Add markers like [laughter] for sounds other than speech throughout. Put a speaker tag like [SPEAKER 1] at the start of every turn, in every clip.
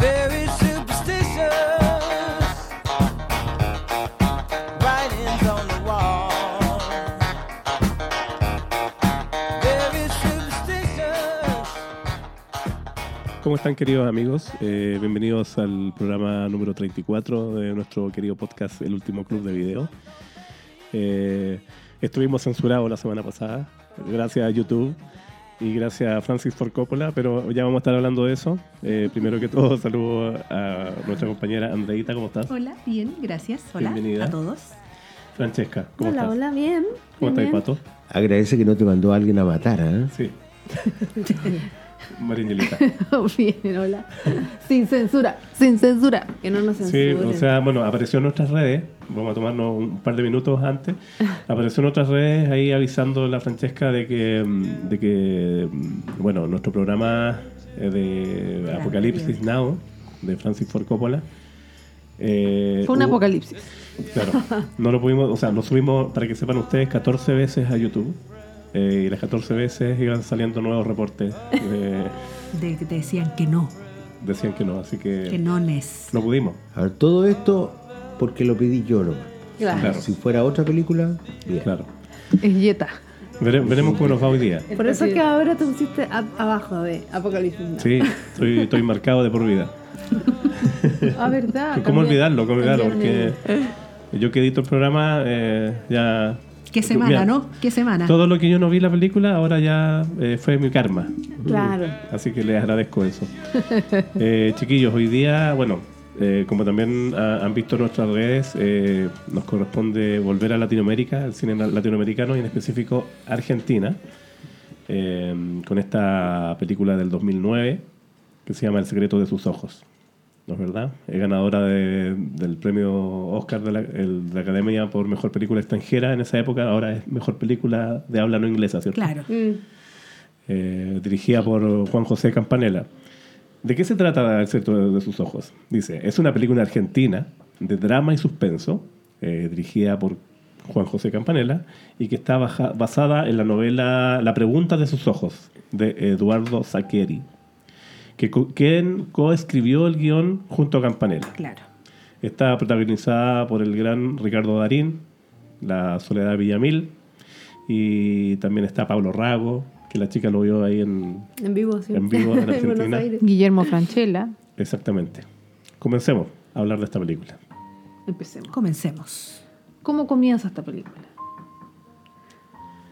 [SPEAKER 1] very superstitious. Writings on the wall. Very superstitious.
[SPEAKER 2] ¿Cómo están queridos amigos? Eh, bienvenidos al programa número 34 de nuestro querido podcast El Último Club de Video. Eh, estuvimos censurados la semana pasada, gracias a YouTube y gracias a Francis Ford Coppola, pero ya vamos a estar hablando de eso. Eh, primero que todo, saludo a nuestra compañera Andreita, ¿cómo estás?
[SPEAKER 3] Hola, bien, gracias. Hola
[SPEAKER 2] Bienvenida.
[SPEAKER 3] a todos.
[SPEAKER 2] Francesca, ¿cómo
[SPEAKER 4] hola,
[SPEAKER 2] estás?
[SPEAKER 4] hola, bien.
[SPEAKER 2] ¿Cómo
[SPEAKER 4] bien,
[SPEAKER 2] estás,
[SPEAKER 4] bien.
[SPEAKER 2] Pato?
[SPEAKER 5] Agradece que no te mandó alguien a matar, ¿eh?
[SPEAKER 4] [laughs]
[SPEAKER 2] Sí. Marinelita.
[SPEAKER 4] bien, [laughs] hola. Sin censura, sin censura. Que no nos
[SPEAKER 2] Sí,
[SPEAKER 4] censuren.
[SPEAKER 2] o sea, bueno, apareció en nuestras redes, vamos a tomarnos un par de minutos
[SPEAKER 4] [laughs]
[SPEAKER 2] antes, apareció en nuestras redes ahí avisando la Francesca de que, mm, de que mm, bueno, nuestro programa eh, de Apocalipsis Now, de Francis Ford Coppola. eh,
[SPEAKER 4] Fue un
[SPEAKER 2] hubo-
[SPEAKER 4] apocalipsis.
[SPEAKER 2] Claro, no lo pudimos, o sea, lo subimos, para que sepan ustedes, 14 veces a YouTube. eh, y las 14 veces iban saliendo nuevos reportes. eh,
[SPEAKER 3] De que te decían que no,
[SPEAKER 2] decían que no, así
[SPEAKER 3] que
[SPEAKER 2] que
[SPEAKER 3] no es.
[SPEAKER 2] no pudimos.
[SPEAKER 5] A ver, todo esto porque lo pedí yo nomás.
[SPEAKER 2] Claro,
[SPEAKER 5] Si fuera otra película, bien.
[SPEAKER 2] claro.
[SPEAKER 4] Es Yeta.
[SPEAKER 2] Vere- veremos cómo nos va hoy día.
[SPEAKER 4] Por eso es que ahora te pusiste a- abajo de apocalipsis. ¿no?
[SPEAKER 2] Sí, estoy, estoy marcado de por vida.
[SPEAKER 4] Ah, verdad.
[SPEAKER 2] [laughs] ¿Cómo
[SPEAKER 4] cambiaron-
[SPEAKER 2] olvidarlo? ¿Cómo olvidarlo? Porque
[SPEAKER 4] cambiaron
[SPEAKER 3] eh.
[SPEAKER 2] yo que edito el programa, eh, ya...
[SPEAKER 3] ¿Qué semana,
[SPEAKER 2] Mira,
[SPEAKER 3] no? ¿Qué semana?
[SPEAKER 2] Todo lo que yo no vi en la película ahora ya eh, fue mi karma.
[SPEAKER 4] el- Claro.
[SPEAKER 2] Así que les agradezco eso. Eh, chiquillos, hoy día, bueno, eh, como también ha- han visto nuestras redes, eh, nos corresponde volver a Latinoamérica, el cine la- latinoamericano y en específico Argentina, eh, con esta película del 2009 que se llama El secreto de sus ojos. ¿No es verdad? Es ganadora de- del premio Oscar de la, el- de la Academia por Mejor Película Extranjera en esa época. Ahora es Mejor Película de Habla No Inglesa, ¿cierto?
[SPEAKER 3] Claro.
[SPEAKER 4] Mm.
[SPEAKER 2] eh, dirigida por Juan José Campanella. ¿De qué se trata El secreto de sus ojos? Dice, es una película argentina de drama y suspenso, eh, dirigida por Juan José Campanella, y que está baja- basada en la novela La pregunta de sus ojos, de Eduardo Saccheri, que co- quien coescribió el guión junto a Campanella.
[SPEAKER 3] Claro.
[SPEAKER 2] Está protagonizada por el gran Ricardo Darín, la Soledad Villamil, y también está Pablo Rago, que la chica lo vio ahí en...
[SPEAKER 4] [laughs] En vivo, sí.
[SPEAKER 2] En vivo en Argentina.
[SPEAKER 4] Buenos Aires.
[SPEAKER 6] Guillermo Franchella.
[SPEAKER 2] Exactamente. Comencemos a hablar de esta película.
[SPEAKER 4] Empecemos.
[SPEAKER 3] Comencemos.
[SPEAKER 4] ¿Cómo comienza esta película?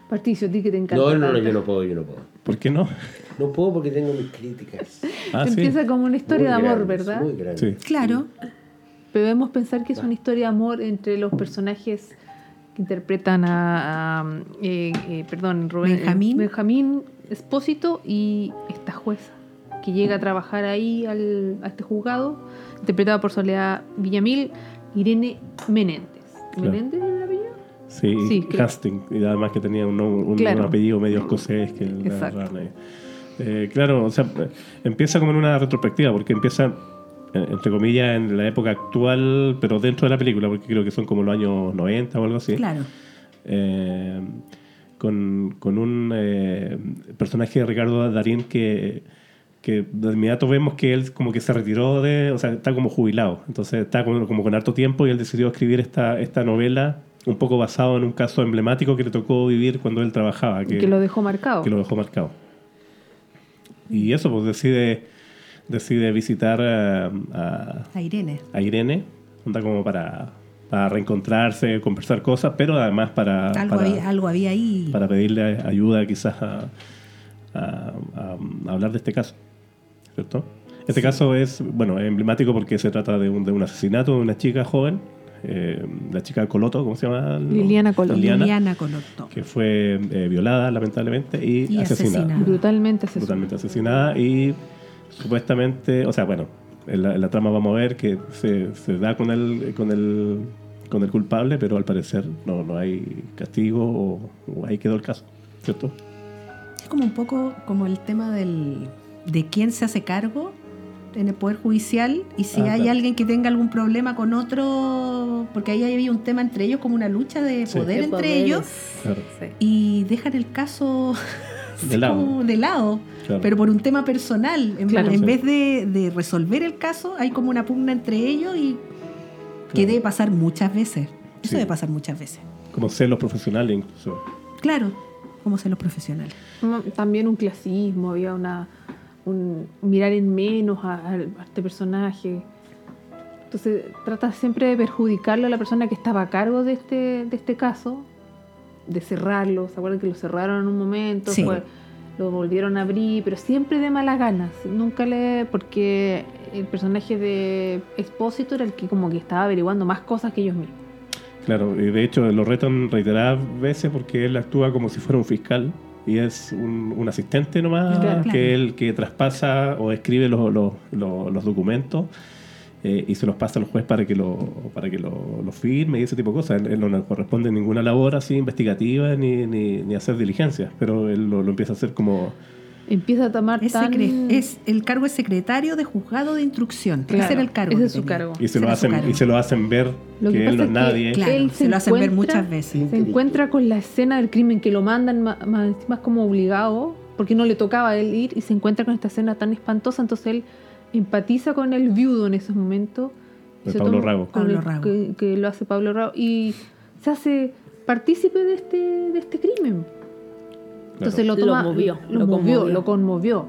[SPEAKER 4] Patricio, di que te encanta.
[SPEAKER 5] No, no, no,
[SPEAKER 4] tanto.
[SPEAKER 5] yo no puedo, yo no puedo.
[SPEAKER 2] ¿Por qué
[SPEAKER 4] [laughs]
[SPEAKER 2] no?
[SPEAKER 5] No puedo porque tengo mis críticas.
[SPEAKER 2] Ah, sí.
[SPEAKER 4] Empieza como una [laughs] historia de
[SPEAKER 5] Muy
[SPEAKER 4] amor,
[SPEAKER 5] grandes,
[SPEAKER 4] ¿verdad?
[SPEAKER 5] Muy grande.
[SPEAKER 2] Sí.
[SPEAKER 3] Claro.
[SPEAKER 4] Pero debemos pensar que es una historia de amor entre los personajes que interpretan a, a, eh, eh, perdón, Rubén,
[SPEAKER 3] Benjamín.
[SPEAKER 4] eh, Benjamín Espósito y esta jueza que llega a trabajar ahí al, a este juzgado, interpretada por Soledad Villamil, Irene Menéndez.
[SPEAKER 2] Claro.
[SPEAKER 4] ¿Menéndez es el apellido?
[SPEAKER 2] Sí,
[SPEAKER 4] Sí, creo-
[SPEAKER 2] casting. Y además que tenía un, nom- un
[SPEAKER 4] Claro.
[SPEAKER 2] apellido medio escocés que la
[SPEAKER 4] Exacto.
[SPEAKER 2] agarraron ahí. Eh, claro, o sea, eh, empieza como en una retrospectiva, porque empieza, eh, entre comillas, en la época actual, pero dentro de la película, porque creo que son como los años 90 o algo así.
[SPEAKER 3] Claro.
[SPEAKER 2] eh, con, con un eh, personaje de Ricardo Darín que, que de inmediato vemos que él como que se retiró de, o sea, está como jubilado, entonces está como, como con harto tiempo y él decidió escribir esta, esta novela un poco basado en un caso emblemático que le tocó vivir cuando él trabajaba, que,
[SPEAKER 4] Que lo dejó marcado.
[SPEAKER 2] que lo dejó marcado. Y eso, pues decide, decide visitar eh, a,
[SPEAKER 3] A Irene.
[SPEAKER 2] a Irene, onda como para, para reencontrarse, conversar cosas, pero además para,
[SPEAKER 3] Algo,
[SPEAKER 2] Ah, para,
[SPEAKER 3] había, algo había ahí.
[SPEAKER 2] para pedirle ayuda quizás a, a- a- a hablar de este caso, ¿cierto? Este caso es, bueno, es emblemático porque se trata de un, de un asesinato de una chica joven, eh, la chica Coloto, ¿cómo se llama?
[SPEAKER 6] Liliana Coloto.
[SPEAKER 2] Liliana,
[SPEAKER 3] Liliana Colotto.
[SPEAKER 2] que fue eh, violada lamentablemente y,
[SPEAKER 3] Y asesinada.
[SPEAKER 4] Brutalmente asesinado.
[SPEAKER 2] brutalmente asesinada y supuestamente, o sea, bueno, en la, en la trama vamos a ver que se, se da con el, con, el, con el culpable, pero al parecer no, no hay castigo o, o ahí quedó el caso, ¿cierto?
[SPEAKER 3] es como un poco como el tema del, de quién se hace cargo en el Poder Judicial y si
[SPEAKER 2] Ah,
[SPEAKER 3] hay
[SPEAKER 2] claro.
[SPEAKER 3] alguien que tenga algún problema con otro, porque ahí había un tema entre ellos, como una lucha de
[SPEAKER 2] Sí.
[SPEAKER 3] poder
[SPEAKER 4] De
[SPEAKER 3] entre
[SPEAKER 4] poderes.
[SPEAKER 3] ellos,
[SPEAKER 2] Claro,
[SPEAKER 4] Sí.
[SPEAKER 3] y dejan el caso [laughs] así
[SPEAKER 2] De lado.
[SPEAKER 3] como de lado,
[SPEAKER 2] claro.
[SPEAKER 3] pero por un tema personal. En,
[SPEAKER 4] Claro.
[SPEAKER 3] en
[SPEAKER 2] Sí.
[SPEAKER 3] vez de, de resolver el caso, hay como una pugna entre ellos y que
[SPEAKER 2] Claro.
[SPEAKER 3] debe pasar muchas veces. Eso
[SPEAKER 2] Sí.
[SPEAKER 3] debe pasar muchas veces.
[SPEAKER 2] Como celos profesionales incluso.
[SPEAKER 3] Claro, como ser los profesionales.
[SPEAKER 4] Mm, También un clasismo, había una un mirar en menos a, a este personaje. Entonces trata siempre de perjudicarlo a la persona que estaba a cargo de este, de este caso, de cerrarlo. ¿Se acuerdan que lo cerraron en un momento?
[SPEAKER 3] Sí.
[SPEAKER 4] Fue- lo volvieron a abrir, pero siempre de malas ganas. Nunca le... porque el personaje de Expósito era el que como que estaba averiguando más cosas que ellos mismos.
[SPEAKER 2] Claro, y de hecho lo retan reiteradas veces porque él actúa como si fuera un fiscal y es un, un asistente nomás
[SPEAKER 4] Claro.
[SPEAKER 2] que él que traspasa o escribe los, los, los- los documentos eh, y se los pasa al juez para que lo para que lo, lo firme y ese tipo de cosas. Él, él no le corresponde ninguna labor así investigativa ni, ni, ni hacer diligencias, pero él lo, lo empieza a hacer como
[SPEAKER 4] Empieza a tomar
[SPEAKER 3] Es,
[SPEAKER 4] tan...
[SPEAKER 3] secre- es- el cargo es secretario de juzgado de instrucción.
[SPEAKER 4] Claro,
[SPEAKER 3] ese era el cargo.
[SPEAKER 4] ese
[SPEAKER 3] que
[SPEAKER 4] es su
[SPEAKER 3] tenía.
[SPEAKER 4] cargo.
[SPEAKER 2] y se lo
[SPEAKER 3] Será su
[SPEAKER 2] hacen
[SPEAKER 3] cargo.
[SPEAKER 2] y se lo hacen ver
[SPEAKER 4] Lo
[SPEAKER 2] que,
[SPEAKER 4] que
[SPEAKER 2] él no es
[SPEAKER 4] pasa es que-
[SPEAKER 2] nadie.
[SPEAKER 3] Claro,
[SPEAKER 4] Él
[SPEAKER 3] se,
[SPEAKER 4] se
[SPEAKER 3] lo hacen ver
[SPEAKER 4] encuentra-
[SPEAKER 3] muchas veces.
[SPEAKER 4] se encuentra con la escena del crimen que lo mandan ma- más, más como obligado, porque no le tocaba a él ir, y se encuentra con esta escena tan espantosa, entonces él empatiza con el viudo en esos momentos. y
[SPEAKER 2] De
[SPEAKER 4] se
[SPEAKER 2] Pues Pablo
[SPEAKER 4] toma-
[SPEAKER 2] Rago.
[SPEAKER 4] con el-
[SPEAKER 3] Pablo Rago.
[SPEAKER 4] Que, que lo hace Pablo Rago, y se hace partícipe de este, de este crimen. Entonces lo,
[SPEAKER 6] Lo
[SPEAKER 4] toma,
[SPEAKER 6] movió,
[SPEAKER 4] lo,
[SPEAKER 6] lo
[SPEAKER 4] movió,
[SPEAKER 6] conmovió.
[SPEAKER 4] lo conmovió.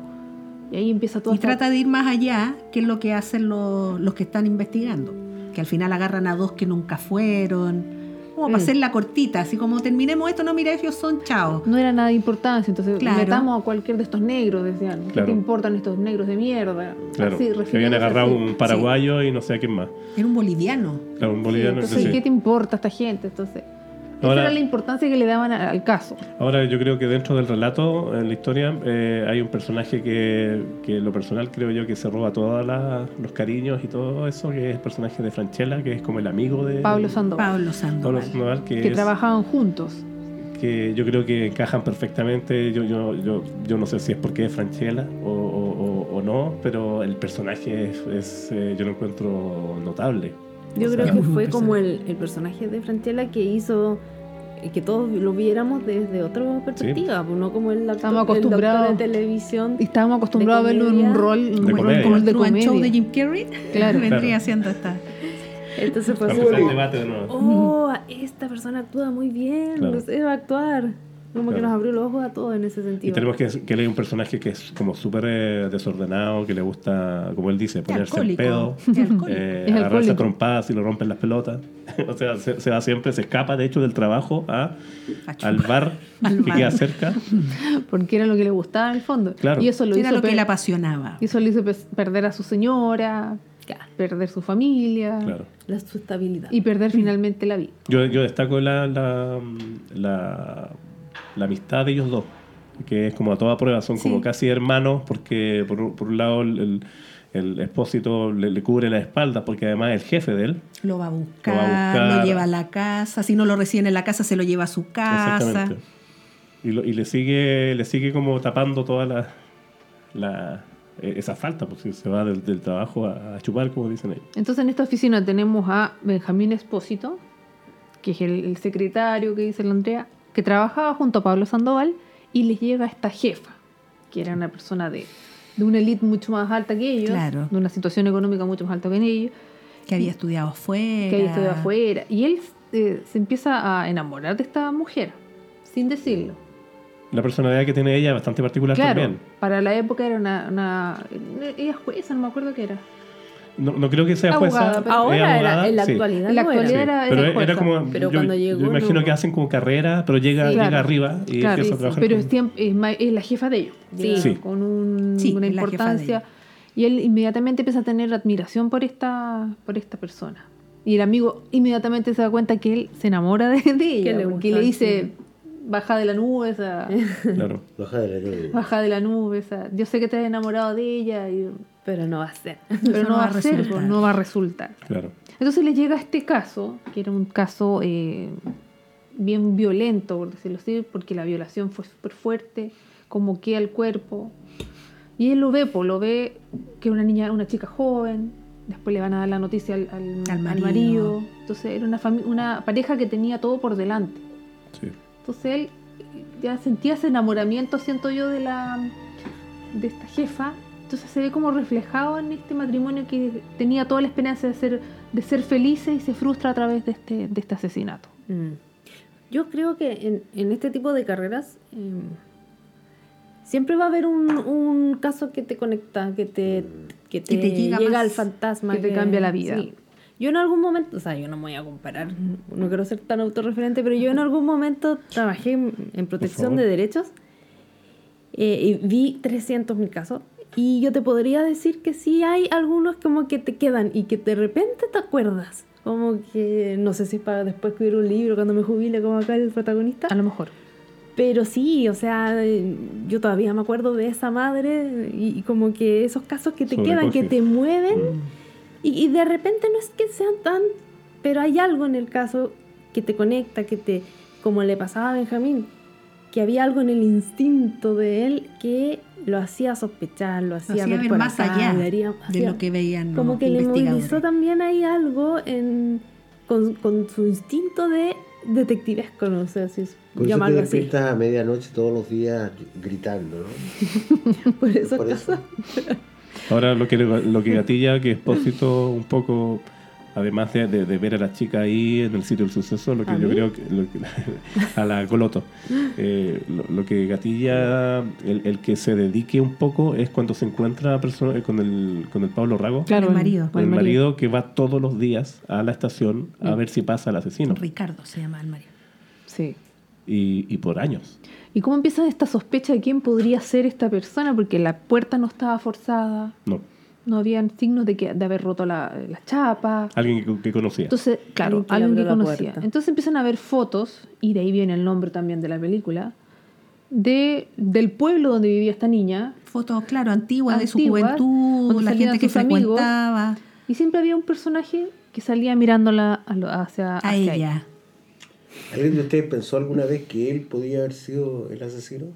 [SPEAKER 4] Y ahí empieza todo
[SPEAKER 3] Y trata de ir más allá, que es lo que hacen los, los que están investigando. Que al final agarran a dos que nunca fueron. Como
[SPEAKER 4] Mm.
[SPEAKER 3] para hacer la cortita, así como terminemos esto, no mira, ellos son chao.
[SPEAKER 4] no era nada de importancia, entonces
[SPEAKER 3] Claro.
[SPEAKER 4] metamos a cualquier de estos negros, decían. ¿Qué
[SPEAKER 2] Claro.
[SPEAKER 4] te importan estos negros de mierda?
[SPEAKER 2] Claro,
[SPEAKER 4] Así,
[SPEAKER 2] que habían
[SPEAKER 4] refiriéndose
[SPEAKER 2] agarrado
[SPEAKER 4] así.
[SPEAKER 2] un paraguayo y no sé a quién más.
[SPEAKER 3] Era un boliviano.
[SPEAKER 2] Claro, un
[SPEAKER 4] Sí,
[SPEAKER 2] boliviano.
[SPEAKER 4] entonces,
[SPEAKER 2] sí, sí.
[SPEAKER 4] ¿qué te importa esta gente? Entonces,
[SPEAKER 2] Ahora-
[SPEAKER 4] esa era la importancia que le daban a- al caso.
[SPEAKER 2] Ahora yo creo que dentro del relato, en la historia, eh, hay un personaje que, que en lo personal creo yo que se roba todos los cariños y todo eso, que es el personaje de Franchella, que es como el amigo de
[SPEAKER 4] Pablo Sandoval,
[SPEAKER 3] Pablo
[SPEAKER 2] Pablo
[SPEAKER 3] Sandoval.
[SPEAKER 2] Sandoval, que,
[SPEAKER 4] que
[SPEAKER 2] es-
[SPEAKER 4] trabajaban juntos.
[SPEAKER 2] que yo creo que encajan perfectamente. Yo, yo, yo, yo no sé si es porque es Franchella o, o- o- o no, pero el personaje es, es, eh, yo lo encuentro notable.
[SPEAKER 6] Yo
[SPEAKER 2] O sea,
[SPEAKER 6] creo que
[SPEAKER 3] muy
[SPEAKER 6] fue
[SPEAKER 3] personaje.
[SPEAKER 6] como el, el personaje de Franchella que hizo eh, que todos lo viéramos desde otra perspectiva, pues, no como el actor,
[SPEAKER 4] Estamos
[SPEAKER 6] el doctor
[SPEAKER 4] acostumbrados.
[SPEAKER 6] de televisión.
[SPEAKER 4] Y estábamos acostumbrados a verlo en un
[SPEAKER 6] comedia.
[SPEAKER 4] rol, en un
[SPEAKER 2] De
[SPEAKER 4] rol
[SPEAKER 2] comedia.
[SPEAKER 4] como el de
[SPEAKER 3] Truman
[SPEAKER 4] comedia.
[SPEAKER 3] Show de Jim Carrey. [laughs]
[SPEAKER 4] Claro.
[SPEAKER 3] Vendría
[SPEAKER 2] Claro.
[SPEAKER 3] siendo esta.
[SPEAKER 6] Entonces fue
[SPEAKER 2] Para
[SPEAKER 6] así
[SPEAKER 2] empezar el
[SPEAKER 6] como,
[SPEAKER 2] debate de nuevo.
[SPEAKER 6] oh, esta persona actúa muy bien,
[SPEAKER 2] Claro.
[SPEAKER 6] no sé, va a actuar. Como que
[SPEAKER 2] Claro.
[SPEAKER 6] nos abrió los ojos a todos en ese
[SPEAKER 2] Y
[SPEAKER 6] sentido.
[SPEAKER 2] tenemos que, que él es un personaje que es como súper eh, desordenado, que le gusta, como él dice,
[SPEAKER 3] Qué
[SPEAKER 2] ponerse en pedo,
[SPEAKER 3] alcohólico. qué alcohólico.
[SPEAKER 2] eh,
[SPEAKER 4] Es
[SPEAKER 2] agarrarse a
[SPEAKER 4] alcohólico.
[SPEAKER 2] trompadas y lo rompen las pelotas. [laughs] o sea, se, se va siempre, se escapa de hecho del trabajo a,
[SPEAKER 3] A chupar.
[SPEAKER 2] al bar
[SPEAKER 3] [laughs] Al
[SPEAKER 2] que
[SPEAKER 3] bar.
[SPEAKER 2] queda cerca.
[SPEAKER 4] Porque era lo que le gustaba en el fondo.
[SPEAKER 2] Claro.
[SPEAKER 4] Y eso lo
[SPEAKER 3] Era
[SPEAKER 4] hizo
[SPEAKER 3] lo que
[SPEAKER 4] pe-
[SPEAKER 3] le apasionaba.
[SPEAKER 4] y eso lo hizo pe- perder a su señora, perder su familia
[SPEAKER 2] Claro.
[SPEAKER 6] La sustabilidad.
[SPEAKER 4] y perder finalmente la vida.
[SPEAKER 2] Yo, yo destaco la, la, la, la amistad de ellos dos, que es como a toda prueba, son como
[SPEAKER 3] Sí.
[SPEAKER 2] casi hermanos, porque por, un- por un lado el, el, el expósito le, le cubre la espalda, porque además es el jefe de él.
[SPEAKER 3] Lo va a buscar,
[SPEAKER 2] Lo
[SPEAKER 3] lo,
[SPEAKER 2] va a buscar.
[SPEAKER 3] lleva a la casa. Si no lo reciben en la casa, se lo lleva a su casa.
[SPEAKER 2] Exactamente. Y, lo- y le sigue le sigue como tapando toda la, la- e- esa falta, porque se va del, del trabajo a, a chupar, como dicen ellos.
[SPEAKER 4] Entonces en esta oficina tenemos a Benjamín Espósito, que es el, el secretario que dice la Andrea, que trabajaba junto a Pablo Sandoval y les llega esta jefa, que era una persona de, de una élite mucho más alta que ellos,
[SPEAKER 3] Claro.
[SPEAKER 4] de una situación económica mucho más alta que ellos,
[SPEAKER 3] Que había estudiado afuera.
[SPEAKER 4] que ahí estudia afuera. Y él eh, se empieza a enamorar de esta mujer, sin decirlo.
[SPEAKER 2] La personalidad que tiene ella es bastante particular
[SPEAKER 4] Claro,
[SPEAKER 2] también.
[SPEAKER 4] para la época era una, una... Ella es jueza, no me acuerdo qué era.
[SPEAKER 2] No, no creo que sea jueza.
[SPEAKER 4] Abogada, pero-
[SPEAKER 2] es
[SPEAKER 6] Ahora era,
[SPEAKER 2] abogada,
[SPEAKER 6] en la
[SPEAKER 2] sí.
[SPEAKER 6] actualidad.
[SPEAKER 4] En la
[SPEAKER 6] no era.
[SPEAKER 2] Sí,
[SPEAKER 4] actualidad era-
[SPEAKER 2] pero
[SPEAKER 4] era
[SPEAKER 2] era,
[SPEAKER 4] jueza.
[SPEAKER 2] como
[SPEAKER 6] Pero
[SPEAKER 2] yo,
[SPEAKER 6] cuando
[SPEAKER 2] yo
[SPEAKER 6] llegó,
[SPEAKER 2] imagino
[SPEAKER 6] no.
[SPEAKER 2] que hacen como carrera pero llega,
[SPEAKER 4] Sí.
[SPEAKER 2] llega
[SPEAKER 4] Claro.
[SPEAKER 2] arriba y empieza
[SPEAKER 4] Claro, sí,
[SPEAKER 2] a trabajar
[SPEAKER 4] pero
[SPEAKER 2] con-
[SPEAKER 4] es, tiemp- es ma- es la jefa de ellos,
[SPEAKER 6] Sí.
[SPEAKER 4] ya,
[SPEAKER 2] Sí.
[SPEAKER 4] con un-
[SPEAKER 3] Sí,
[SPEAKER 4] una
[SPEAKER 3] es la jefa
[SPEAKER 4] importancia. Y él inmediatamente empieza a tener admiración por esta, por esta persona. Y el amigo inmediatamente se da cuenta que él se enamora de, de ella,
[SPEAKER 6] le
[SPEAKER 4] porque
[SPEAKER 6] gustó,
[SPEAKER 4] le dice,
[SPEAKER 6] sí.
[SPEAKER 4] baja de la nube, esa,
[SPEAKER 6] este-
[SPEAKER 2] claro.
[SPEAKER 5] Baja de la tele.
[SPEAKER 4] baja de la nube, esa, yo sé que te has enamorado de ella, y-
[SPEAKER 6] Pero no va a ser.
[SPEAKER 4] pero
[SPEAKER 3] Eso
[SPEAKER 4] no, va a ser, pues,
[SPEAKER 3] resultar.
[SPEAKER 4] no va a resultar.
[SPEAKER 2] claro.
[SPEAKER 4] Entonces le llega este caso, que era un caso eh, bien violento, por decirlo así, porque la violación fue súper fuerte, cómo queda el cuerpo. Y él lo ve, pues lo ve que una niña, una chica joven, después le van a dar la noticia al, al-
[SPEAKER 3] Al
[SPEAKER 4] al
[SPEAKER 3] marido.
[SPEAKER 4] marido. Entonces era una, fami- una pareja que tenía todo por delante.
[SPEAKER 2] Sí.
[SPEAKER 4] Entonces él ya sentía ese enamoramiento, siento yo, de la de esta jefa. Entonces se ve como reflejado en este matrimonio que tenía toda la esperanza de ser, de ser felices y se frustra a través de este, de este asesinato.
[SPEAKER 6] Mm. Yo creo que en, en este tipo de carreras em, siempre va a haber un, un caso que te conecta, que te, que te,
[SPEAKER 3] Que te llega
[SPEAKER 6] llega,
[SPEAKER 3] más,
[SPEAKER 6] al fantasma.
[SPEAKER 4] que te cambia la vida.
[SPEAKER 6] Yo en algún momento, o sea, yo no me voy a comparar, no quiero ser tan autorreferente, pero yo en algún momento trabajé en, en protección
[SPEAKER 2] favor.
[SPEAKER 6] de derechos eh, y vi 300 mil casos. Y yo te podría decir que sí hay algunos como que te quedan y que de repente te acuerdas. Como que, no sé si es para después escribir un libro cuando me jubile, como acá el protagonista.
[SPEAKER 4] A lo mejor.
[SPEAKER 6] Pero sí, o sea, eh, yo todavía me acuerdo de esa madre y, y como que esos casos que te quedan, que
[SPEAKER 2] Sobrecoges.
[SPEAKER 6] te mueven
[SPEAKER 5] Mm.
[SPEAKER 6] y, y de repente no es que sean tan, pero hay algo en el caso que te conecta, que te, como le pasaba a Benjamín, que había algo en el instinto de él que lo hacía sospechar, lo
[SPEAKER 3] Lo
[SPEAKER 6] hacía,
[SPEAKER 3] hacía ver
[SPEAKER 6] por
[SPEAKER 3] más
[SPEAKER 6] acá,
[SPEAKER 3] allá
[SPEAKER 6] le haría-
[SPEAKER 3] de
[SPEAKER 6] hacía-
[SPEAKER 3] lo que veían
[SPEAKER 6] como
[SPEAKER 3] los
[SPEAKER 6] que le
[SPEAKER 3] investigadores.
[SPEAKER 6] movilizó también ahí algo en, con, con su instinto de detectivesco, no sé si es
[SPEAKER 5] Por eso te
[SPEAKER 6] llamarlo así.
[SPEAKER 5] despiertas a medianoche todos los días gritando,
[SPEAKER 4] [laughs]
[SPEAKER 5] ¿no?
[SPEAKER 6] Por eso,
[SPEAKER 5] Por eso.
[SPEAKER 2] Ahora lo que, lo que gatilla que Expósito un poco, además de, de- de ver a la chica ahí en el sitio del suceso, lo que
[SPEAKER 6] ¿A
[SPEAKER 2] yo
[SPEAKER 6] mí?
[SPEAKER 2] creo que [laughs] lo que- a la Coloto, eh, lo, lo que gatilla el, el que se dedique un poco es cuando se encuentra persona- eh, con, el, con el Pablo Rago,
[SPEAKER 3] Claro, el marido.
[SPEAKER 2] con el marido que va todos los días a la estación a ver si pasa el asesino
[SPEAKER 3] Ricardo se llama el marido.
[SPEAKER 4] Sí.
[SPEAKER 2] y, y por años.
[SPEAKER 4] ¿Y cómo empieza esta sospecha de quién podría ser esta persona? Porque la puerta no estaba forzada,
[SPEAKER 2] No,
[SPEAKER 4] no habían signos de, que, de haber roto la, la chapa.
[SPEAKER 2] alguien que, que conocía.
[SPEAKER 4] Entonces, claro,
[SPEAKER 6] Alguien que le
[SPEAKER 4] alguien que
[SPEAKER 6] abrió la
[SPEAKER 4] conocía.
[SPEAKER 6] puerta.
[SPEAKER 4] Entonces empiezan a ver fotos, y de ahí viene el nombre también de la película, de, del pueblo donde vivía esta niña.
[SPEAKER 3] Fotos, claro, antiguas de su
[SPEAKER 4] Antiguas,
[SPEAKER 3] juventud,
[SPEAKER 4] donde
[SPEAKER 3] la
[SPEAKER 4] salían
[SPEAKER 3] gente que
[SPEAKER 4] sus amigos.
[SPEAKER 3] frecuentaba,
[SPEAKER 4] Y siempre había un personaje que salía mirándola a lo- hacia,
[SPEAKER 3] a
[SPEAKER 4] hacia
[SPEAKER 3] ella.
[SPEAKER 5] ¿Alguien de ustedes pensó alguna vez que él podía haber sido el asesino?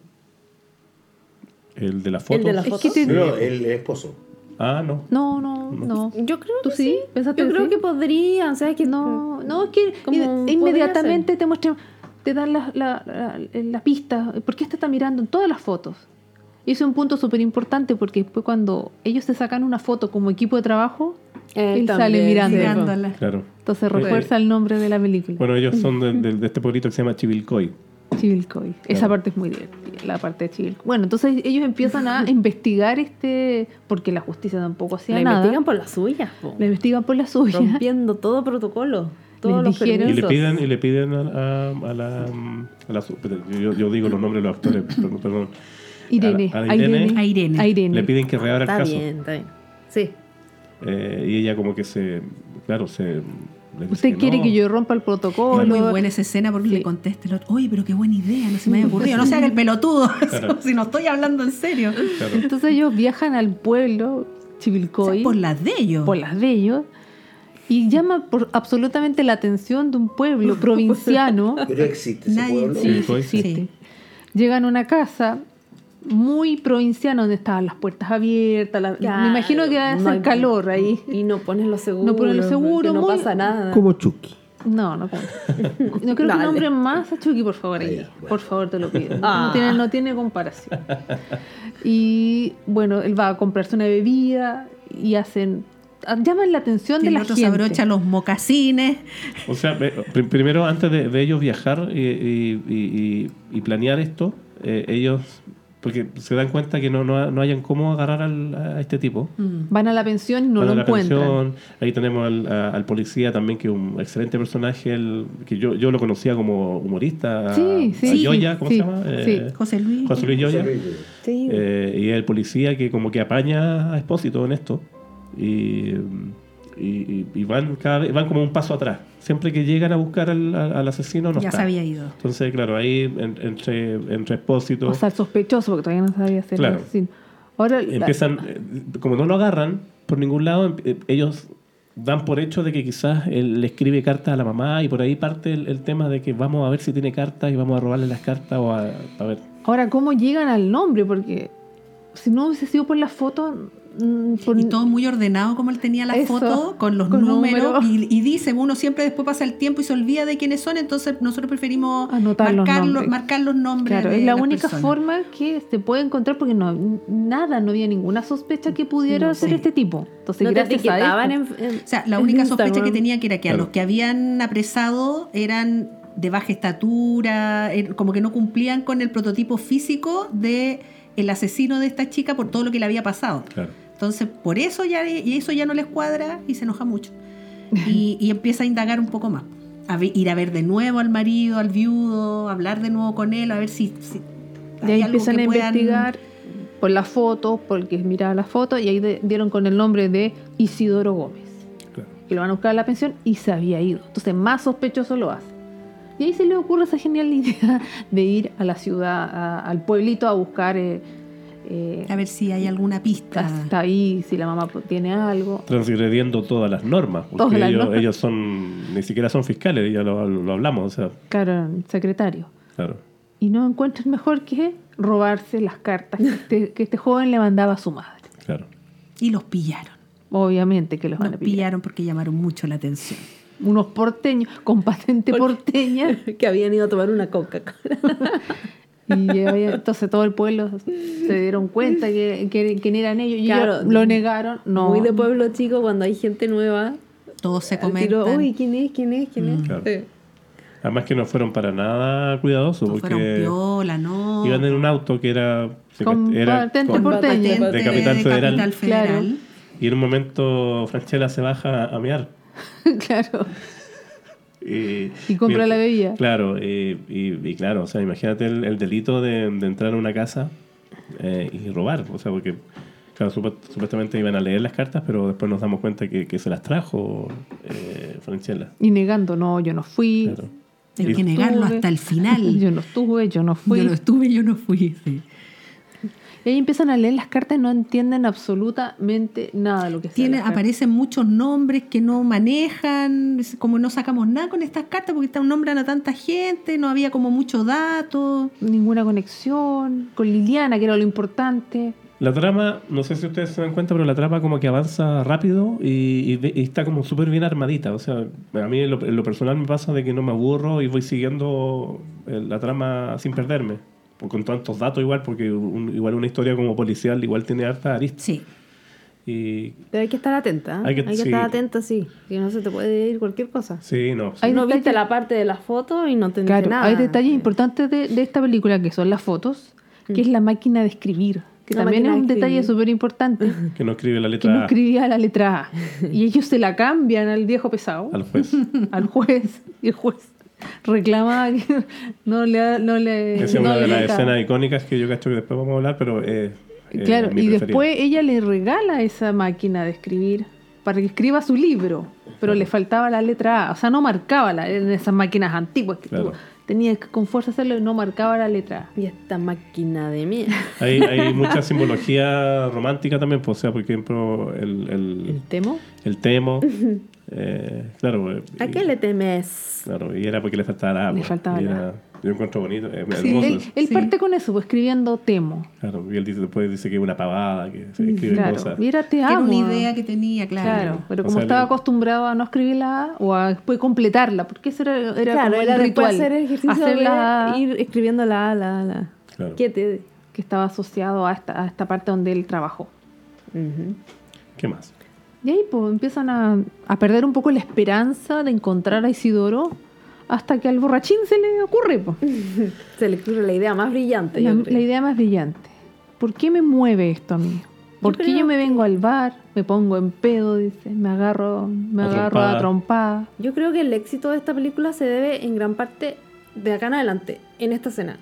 [SPEAKER 2] el de las
[SPEAKER 6] El
[SPEAKER 2] fotos.
[SPEAKER 6] de las
[SPEAKER 4] Es
[SPEAKER 6] fotos.
[SPEAKER 4] que te-
[SPEAKER 5] No, no, el esposo.
[SPEAKER 2] Ah, no.
[SPEAKER 4] No, no, no.
[SPEAKER 6] Yo creo
[SPEAKER 4] ¿Tú
[SPEAKER 6] que
[SPEAKER 4] sí?
[SPEAKER 6] sí.
[SPEAKER 4] ¿Pensaste
[SPEAKER 6] Yo
[SPEAKER 4] que
[SPEAKER 6] creo
[SPEAKER 4] sí?
[SPEAKER 6] que podría, o sea, que
[SPEAKER 4] No, no, es que
[SPEAKER 6] Como
[SPEAKER 4] ide-
[SPEAKER 6] podría
[SPEAKER 4] inmediatamente te muestran, te dan la, la, la- la pista, porque este está mirando en todas las fotos. Y eso es un punto súper importante porque después cuando ellos se sacan una foto como equipo de trabajo,
[SPEAKER 6] Él
[SPEAKER 4] él sale
[SPEAKER 6] también,
[SPEAKER 4] mirando.
[SPEAKER 6] sí.
[SPEAKER 3] Mirándola.
[SPEAKER 2] Claro.
[SPEAKER 4] Entonces refuerza el nombre de la película,
[SPEAKER 2] Bueno, ellos son de, de- de este pueblito que se llama Chivilcoy.
[SPEAKER 4] Chivilcoy. Esa parte es muy divertida, la parte de Chivilcoy. Bueno, entonces ellos empiezan a investigar este, porque la justicia tampoco hacía
[SPEAKER 6] La
[SPEAKER 4] nada.
[SPEAKER 6] investigan por las suyas, po. [laughs]
[SPEAKER 4] la investigan por la suya.
[SPEAKER 6] rompiendo todo protocolo, todos los
[SPEAKER 4] dijeron-
[SPEAKER 2] Y le
[SPEAKER 6] permisos.
[SPEAKER 2] piden, y le piden a, a- a la, a la- yo, yo digo los nombres de los
[SPEAKER 4] [laughs]
[SPEAKER 2] actores, perdón. perdón.
[SPEAKER 4] Irene,
[SPEAKER 2] A- a
[SPEAKER 4] a Irene,
[SPEAKER 2] Irene.
[SPEAKER 3] A Irene.
[SPEAKER 4] a Irene.
[SPEAKER 2] Le piden que reabra el
[SPEAKER 6] Está
[SPEAKER 2] caso.
[SPEAKER 6] bien, está bien. Sí.
[SPEAKER 2] Eh, y ella como que se, claro, se... le dice
[SPEAKER 4] Usted quiere
[SPEAKER 2] no.
[SPEAKER 4] Pues que yo rompa el
[SPEAKER 3] Fue
[SPEAKER 4] protocolo.
[SPEAKER 3] muy buena esa escena porque
[SPEAKER 4] Sí.
[SPEAKER 3] le conteste el otro, oye, pero qué buena idea, no se me había ocurrido, no se haga el pelotudo, [laughs]
[SPEAKER 2] Claro.
[SPEAKER 3] si no estoy hablando en serio.
[SPEAKER 2] Claro.
[SPEAKER 4] Entonces ellos viajan al pueblo
[SPEAKER 3] O sea,
[SPEAKER 4] Chivilcoy,
[SPEAKER 3] por las de ellos.
[SPEAKER 4] por las de ellos, y llama por absolutamente la atención de un pueblo [laughs] provinciano.
[SPEAKER 5] Pero existe ese
[SPEAKER 3] Nadie
[SPEAKER 4] sí,
[SPEAKER 5] pueblo.
[SPEAKER 4] Pues sí
[SPEAKER 2] Chivilcoy.
[SPEAKER 4] existe.
[SPEAKER 3] Sí.
[SPEAKER 4] Llegan a una casa muy provinciana donde estaban las puertas abiertas. la-
[SPEAKER 6] Claro,
[SPEAKER 4] me imagino que va a
[SPEAKER 6] no
[SPEAKER 4] hacer
[SPEAKER 6] hay-
[SPEAKER 4] calor ahí.
[SPEAKER 6] Y no pones los seguros.
[SPEAKER 4] No ponen los seguros,
[SPEAKER 6] porque No
[SPEAKER 4] muy-
[SPEAKER 6] pasa nada.
[SPEAKER 5] Como Chucky.
[SPEAKER 4] No, no como. No creo que
[SPEAKER 6] Dale.
[SPEAKER 4] nombren más a Chucky, por favor, ahí.
[SPEAKER 5] Ahí, bueno.
[SPEAKER 4] Por favor, te lo pido.
[SPEAKER 6] Ah.
[SPEAKER 4] No, tiene, no tiene comparación. Y bueno, él va a comprarse una bebida y hacen. ah, llaman la atención
[SPEAKER 3] Y
[SPEAKER 4] de
[SPEAKER 3] el
[SPEAKER 4] la
[SPEAKER 3] otro
[SPEAKER 4] gente.
[SPEAKER 3] se abrocha los mocasines.
[SPEAKER 2] O sea, ve- pr- primero antes de, de ellos viajar y, y- y- y- y planear esto, eh, ellos, porque se dan cuenta que no, no, ha- no hayan cómo agarrar al- a este tipo.
[SPEAKER 4] Van a la pensión y no
[SPEAKER 2] Van a
[SPEAKER 4] lo
[SPEAKER 2] la
[SPEAKER 4] encuentran.
[SPEAKER 2] pensión. Ahí tenemos al, a- al policía también, que es un excelente personaje, el, que yo, yo lo conocía como humorista. a-
[SPEAKER 4] Sí,
[SPEAKER 2] a
[SPEAKER 4] sí.
[SPEAKER 2] Yoya, ¿cómo
[SPEAKER 4] Sí,
[SPEAKER 2] se llama?
[SPEAKER 4] sí.
[SPEAKER 2] Eh,
[SPEAKER 3] José Luis.
[SPEAKER 2] José Luis Yoya.
[SPEAKER 6] Sí.
[SPEAKER 2] Eh, y es el policía que como que apaña a Espósito en esto. Y, y, y- y van cada vez- van como un paso atrás. Siempre que llegan a buscar al, al- al asesino, no
[SPEAKER 3] ya
[SPEAKER 2] está.
[SPEAKER 3] se había ido.
[SPEAKER 2] Entonces, claro, ahí en- entre, entre Espósito...
[SPEAKER 4] O sea, el sospechoso, porque todavía no sabía hacer
[SPEAKER 2] Claro.
[SPEAKER 4] Ahora, la-
[SPEAKER 2] empiezan, eh, como no lo agarran por ningún lado, em- eh, ellos dan por hecho de que quizás él le escribe cartas a la mamá y por ahí parte el, el tema de que vamos a ver si tiene cartas y vamos a robarle las cartas o a, a ver.
[SPEAKER 4] Ahora, ¿cómo llegan al nombre? Porque si no hubiese sido por la foto... mm, por-
[SPEAKER 3] Y todo muy ordenado como él tenía la
[SPEAKER 4] Eso,
[SPEAKER 3] foto, con los
[SPEAKER 4] con
[SPEAKER 3] números.
[SPEAKER 4] números.
[SPEAKER 3] Y, y dice, uno siempre después pasa el tiempo y se olvida de quiénes son, entonces nosotros preferimos
[SPEAKER 4] Anotar los
[SPEAKER 3] marcar,
[SPEAKER 4] nombres.
[SPEAKER 3] marcar los nombres.
[SPEAKER 4] Claro,
[SPEAKER 3] de
[SPEAKER 4] es la
[SPEAKER 3] las
[SPEAKER 4] única
[SPEAKER 3] personas.
[SPEAKER 4] forma que se puede encontrar porque no nada, no había ninguna sospecha que pudiera
[SPEAKER 6] No,
[SPEAKER 4] ser
[SPEAKER 3] sí.
[SPEAKER 4] este tipo. Entonces,
[SPEAKER 6] no te
[SPEAKER 4] gracias a
[SPEAKER 6] etiquetaban
[SPEAKER 4] esto-
[SPEAKER 6] en, en-
[SPEAKER 3] O sea, la
[SPEAKER 6] en
[SPEAKER 3] única sospecha que
[SPEAKER 6] Instagram.
[SPEAKER 3] tenía que era que a
[SPEAKER 2] Claro.
[SPEAKER 3] los que habían apresado eran de baja estatura, er- como que no cumplían con el prototipo físico de el asesino de esta chica por todo lo que le había pasado.
[SPEAKER 2] Claro.
[SPEAKER 3] Entonces, por eso ya, y eso ya no les cuadra y se enoja
[SPEAKER 4] [laughs]
[SPEAKER 3] mucho. Y, y empieza a indagar un poco más. A ve- ir a ver de nuevo al marido, al viudo, hablar de nuevo con él, a ver si, si
[SPEAKER 4] Y
[SPEAKER 3] hay
[SPEAKER 4] ahí
[SPEAKER 3] algo
[SPEAKER 4] empiezan
[SPEAKER 3] que
[SPEAKER 4] a
[SPEAKER 3] puedan-
[SPEAKER 4] investigar por las fotos, porque miraba las fotos y ahí de- dieron con el nombre de Isidoro Gómez.
[SPEAKER 2] Claro.
[SPEAKER 4] que lo van a buscar a la pensión y se había ido. Entonces más sospechoso lo hace. Y ahí se le ocurre esa genial [laughs] idea de ir a la ciudad, a- al pueblito a buscar eh, eh,
[SPEAKER 3] A ver si hay alguna pista.
[SPEAKER 4] hasta ahí, si la mamá po- tiene algo.
[SPEAKER 2] Transgrediendo todas las normas, porque
[SPEAKER 4] Todas las
[SPEAKER 2] ellos,
[SPEAKER 4] normas.
[SPEAKER 2] ellos son, ni siquiera son fiscales, ya lo, lo hablamos, o sea,
[SPEAKER 4] Claro, el secretario.
[SPEAKER 2] claro.
[SPEAKER 4] Y no encuentran mejor que robarse las cartas que
[SPEAKER 6] [laughs]
[SPEAKER 4] este, que este joven le mandaba a su madre.
[SPEAKER 2] Claro.
[SPEAKER 3] Y los pillaron.
[SPEAKER 4] Obviamente que los van
[SPEAKER 3] Los
[SPEAKER 4] a pillar.
[SPEAKER 3] pillaron porque llamaron mucho la atención.
[SPEAKER 4] Unos porteños, con patente
[SPEAKER 6] Porque-
[SPEAKER 4] porteña.
[SPEAKER 6] [laughs] que habían ido a tomar una Coca-Cola.
[SPEAKER 4] Y ya había- entonces todo el pueblo se dieron cuenta que, que- quién eran ellos. Y
[SPEAKER 6] Claro.
[SPEAKER 4] ellos lo negaron. No.
[SPEAKER 6] Muy de pueblo chico cuando hay gente nueva.
[SPEAKER 3] Todos se
[SPEAKER 6] al tiro,
[SPEAKER 3] comentan.
[SPEAKER 6] uy, ¿quién es? ¿Quién es? ¿Quién es?
[SPEAKER 3] Mm.
[SPEAKER 2] Claro.
[SPEAKER 6] Sí.
[SPEAKER 2] Además que no fueron para nada cuidadosos,
[SPEAKER 3] no fueron
[SPEAKER 2] porque
[SPEAKER 3] piola, no.
[SPEAKER 2] iban en un auto que era... se
[SPEAKER 4] Con
[SPEAKER 2] cast- era
[SPEAKER 4] patente
[SPEAKER 2] con-
[SPEAKER 4] por- porteña.
[SPEAKER 3] patente
[SPEAKER 2] De Capital Federal.
[SPEAKER 3] Capital Federal.
[SPEAKER 4] Claro.
[SPEAKER 2] y en un momento Franchella se baja a mear.
[SPEAKER 4] [laughs] claro.
[SPEAKER 2] Eh,
[SPEAKER 4] Y compra
[SPEAKER 2] mira,
[SPEAKER 4] la bebida.
[SPEAKER 2] Claro, eh, y, y claro, o sea, imagínate el, el delito de, de entrar a una casa eh, y robar, o sea, porque claro, supu- supuestamente iban a leer las cartas, pero después nos damos cuenta que, que se las trajo eh, Franchella.
[SPEAKER 4] Y negando, no, yo no fui.
[SPEAKER 2] Claro.
[SPEAKER 3] Hay que
[SPEAKER 2] Y-
[SPEAKER 3] negarlo
[SPEAKER 4] Estuve.
[SPEAKER 3] hasta el final.
[SPEAKER 4] [laughs] Yo no estuve, yo no fui.
[SPEAKER 3] Yo no estuve, yo no fui. sí.
[SPEAKER 4] Y ahí empiezan a leer las cartas y no entienden absolutamente nada de lo que sea
[SPEAKER 3] Tiene,
[SPEAKER 4] la carta.
[SPEAKER 3] aparecen muchos nombres que no manejan, es como no sacamos nada con estas cartas porque están- nombran a tanta gente, no había como mucho dato.
[SPEAKER 4] Ninguna conexión con Liliana, que era lo importante.
[SPEAKER 2] La trama, no sé si ustedes se dan cuenta, pero la trama como que avanza rápido y, y ve- y está como súper bien armadita. O sea, a mí en lo, en lo personal me pasa de que no me aburro y voy siguiendo eh, la trama sin perderme. Por- Con tantos datos igual, porque un- igual una historia como policial igual tiene harta aristas.
[SPEAKER 3] Sí,
[SPEAKER 2] Y
[SPEAKER 6] Pero hay que estar atenta. ¿eh?
[SPEAKER 2] Hay
[SPEAKER 6] Hay
[SPEAKER 2] que-
[SPEAKER 6] que,
[SPEAKER 2] sí.
[SPEAKER 6] estar atenta, sí. Que no se te puede ir cualquier cosa.
[SPEAKER 2] sí, no. sí.
[SPEAKER 4] Hay
[SPEAKER 6] Ahí no viste
[SPEAKER 4] detalles-
[SPEAKER 6] la parte de las fotos y no te
[SPEAKER 4] Claro,
[SPEAKER 6] dice nada.
[SPEAKER 4] hay detalles importantes de, de esta película que son las fotos, que es la máquina de escribir, que
[SPEAKER 6] La
[SPEAKER 4] también es
[SPEAKER 6] máquina de
[SPEAKER 4] un detalle
[SPEAKER 6] escribir.
[SPEAKER 2] [laughs]
[SPEAKER 4] súper importante.
[SPEAKER 2] Que no escribe la
[SPEAKER 4] que no
[SPEAKER 2] letra A
[SPEAKER 4] escribía la letra A.
[SPEAKER 6] [laughs]
[SPEAKER 4] Y ellos se la cambian al viejo pesado,
[SPEAKER 2] al
[SPEAKER 4] [laughs]
[SPEAKER 2] juez.
[SPEAKER 4] al juez. Y el juez reclamaba que no le... No le
[SPEAKER 2] Esa es una
[SPEAKER 4] no
[SPEAKER 2] de
[SPEAKER 4] le
[SPEAKER 2] las
[SPEAKER 4] gustaba.
[SPEAKER 2] escenas icónicas que yo cacho que después vamos a hablar, pero eh, eh,
[SPEAKER 4] Claro,
[SPEAKER 2] mi
[SPEAKER 4] y
[SPEAKER 2] preferida.
[SPEAKER 4] después ella le regala esa máquina de escribir para que escriba su libro, pero le faltaba la letra A, o sea, no marcaba la, en esas máquinas antiguas que
[SPEAKER 2] Claro.
[SPEAKER 4] tú tenías que con fuerza hacerlo y no marcaba la letra
[SPEAKER 6] Y esta máquina
[SPEAKER 2] [laughs]
[SPEAKER 6] de mierda.
[SPEAKER 2] Hay, hay mucha simbología romántica también, pues, o sea, por ejemplo, el- el,
[SPEAKER 4] A. ¿Temo?
[SPEAKER 2] el temo. eh, claro, eh,
[SPEAKER 6] ¿A
[SPEAKER 2] y-
[SPEAKER 6] qué le temes?
[SPEAKER 2] Claro, y era porque le faltaba agua.
[SPEAKER 4] Le faltaba
[SPEAKER 2] y era-
[SPEAKER 4] nada.
[SPEAKER 2] Yo encuentro bonito, eh,
[SPEAKER 3] Sí.
[SPEAKER 2] hermoso.
[SPEAKER 4] Él,
[SPEAKER 2] eso.
[SPEAKER 4] él
[SPEAKER 3] Sí.
[SPEAKER 4] parte con eso, pues, escribiendo Temo.
[SPEAKER 2] Claro, y él dice, después dice que es una pavada, que se escribe
[SPEAKER 4] Claro,
[SPEAKER 2] cosas.
[SPEAKER 4] mira, te
[SPEAKER 3] era
[SPEAKER 4] amo. ah.
[SPEAKER 3] una idea que tenía, claro.
[SPEAKER 4] Claro, pero
[SPEAKER 2] O
[SPEAKER 4] como
[SPEAKER 2] sea,
[SPEAKER 4] estaba
[SPEAKER 2] le-
[SPEAKER 4] acostumbrado a no escribirla o a después completarla, porque eso era, era
[SPEAKER 6] claro,
[SPEAKER 4] como el
[SPEAKER 6] era después
[SPEAKER 4] ritual.
[SPEAKER 6] hacer ejercicio,
[SPEAKER 4] hacerla
[SPEAKER 6] ir ir escribiendo la A, la A, la A.
[SPEAKER 2] Claro.
[SPEAKER 6] ¿Qué te...?
[SPEAKER 4] que estaba asociado a esta, a esta parte donde él trabajó.
[SPEAKER 6] Ujú.
[SPEAKER 2] ¿Qué más?
[SPEAKER 4] Y ahí pues, empiezan a, a perder un poco la esperanza de encontrar a Isidoro hasta que al borrachín se le ocurre pues,
[SPEAKER 6] Se le ocurre la idea más brillante.
[SPEAKER 4] la,
[SPEAKER 6] yo creo.
[SPEAKER 4] la idea más brillante. ¿Por qué me mueve esto a mí? ¿Por
[SPEAKER 6] Yo
[SPEAKER 4] qué
[SPEAKER 6] creo
[SPEAKER 4] yo me
[SPEAKER 6] que-
[SPEAKER 4] vengo al bar, me pongo en pedo, dice, me agarro, me
[SPEAKER 2] A
[SPEAKER 4] agarro
[SPEAKER 2] trompada.
[SPEAKER 4] a trompada?
[SPEAKER 6] Yo creo que el éxito de esta película se debe en gran parte de acá en adelante, en esta escena.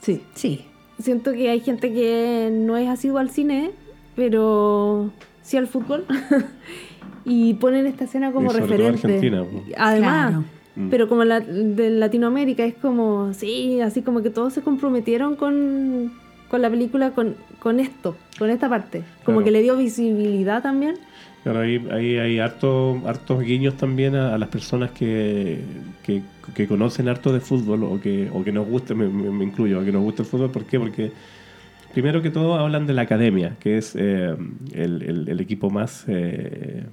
[SPEAKER 4] Sí.
[SPEAKER 3] Sí,
[SPEAKER 6] Siento que hay gente que no es asiduo al cine, pero sí al fútbol. [laughs] y ponen esta escena como
[SPEAKER 2] Y sobre todo
[SPEAKER 6] referente.
[SPEAKER 2] Argentina, po.
[SPEAKER 6] Además,
[SPEAKER 3] Claro.
[SPEAKER 2] Mm.
[SPEAKER 6] pero como la, de Latinoamérica es como, sí, así como que todos se comprometieron con, con la película con, con esto, con esta parte. Como
[SPEAKER 2] Claro.
[SPEAKER 6] que le dio visibilidad también.
[SPEAKER 2] Claro, ahí, ahí hay harto, hartos guiños también a, a las personas que, que, que conocen harto de fútbol o que, o que nos gusta, me, me- me incluyo, que nos gusta el fútbol. ¿Por qué? Porque primero que todo hablan de la academia, que es eh, el, el- el equipo más, eh,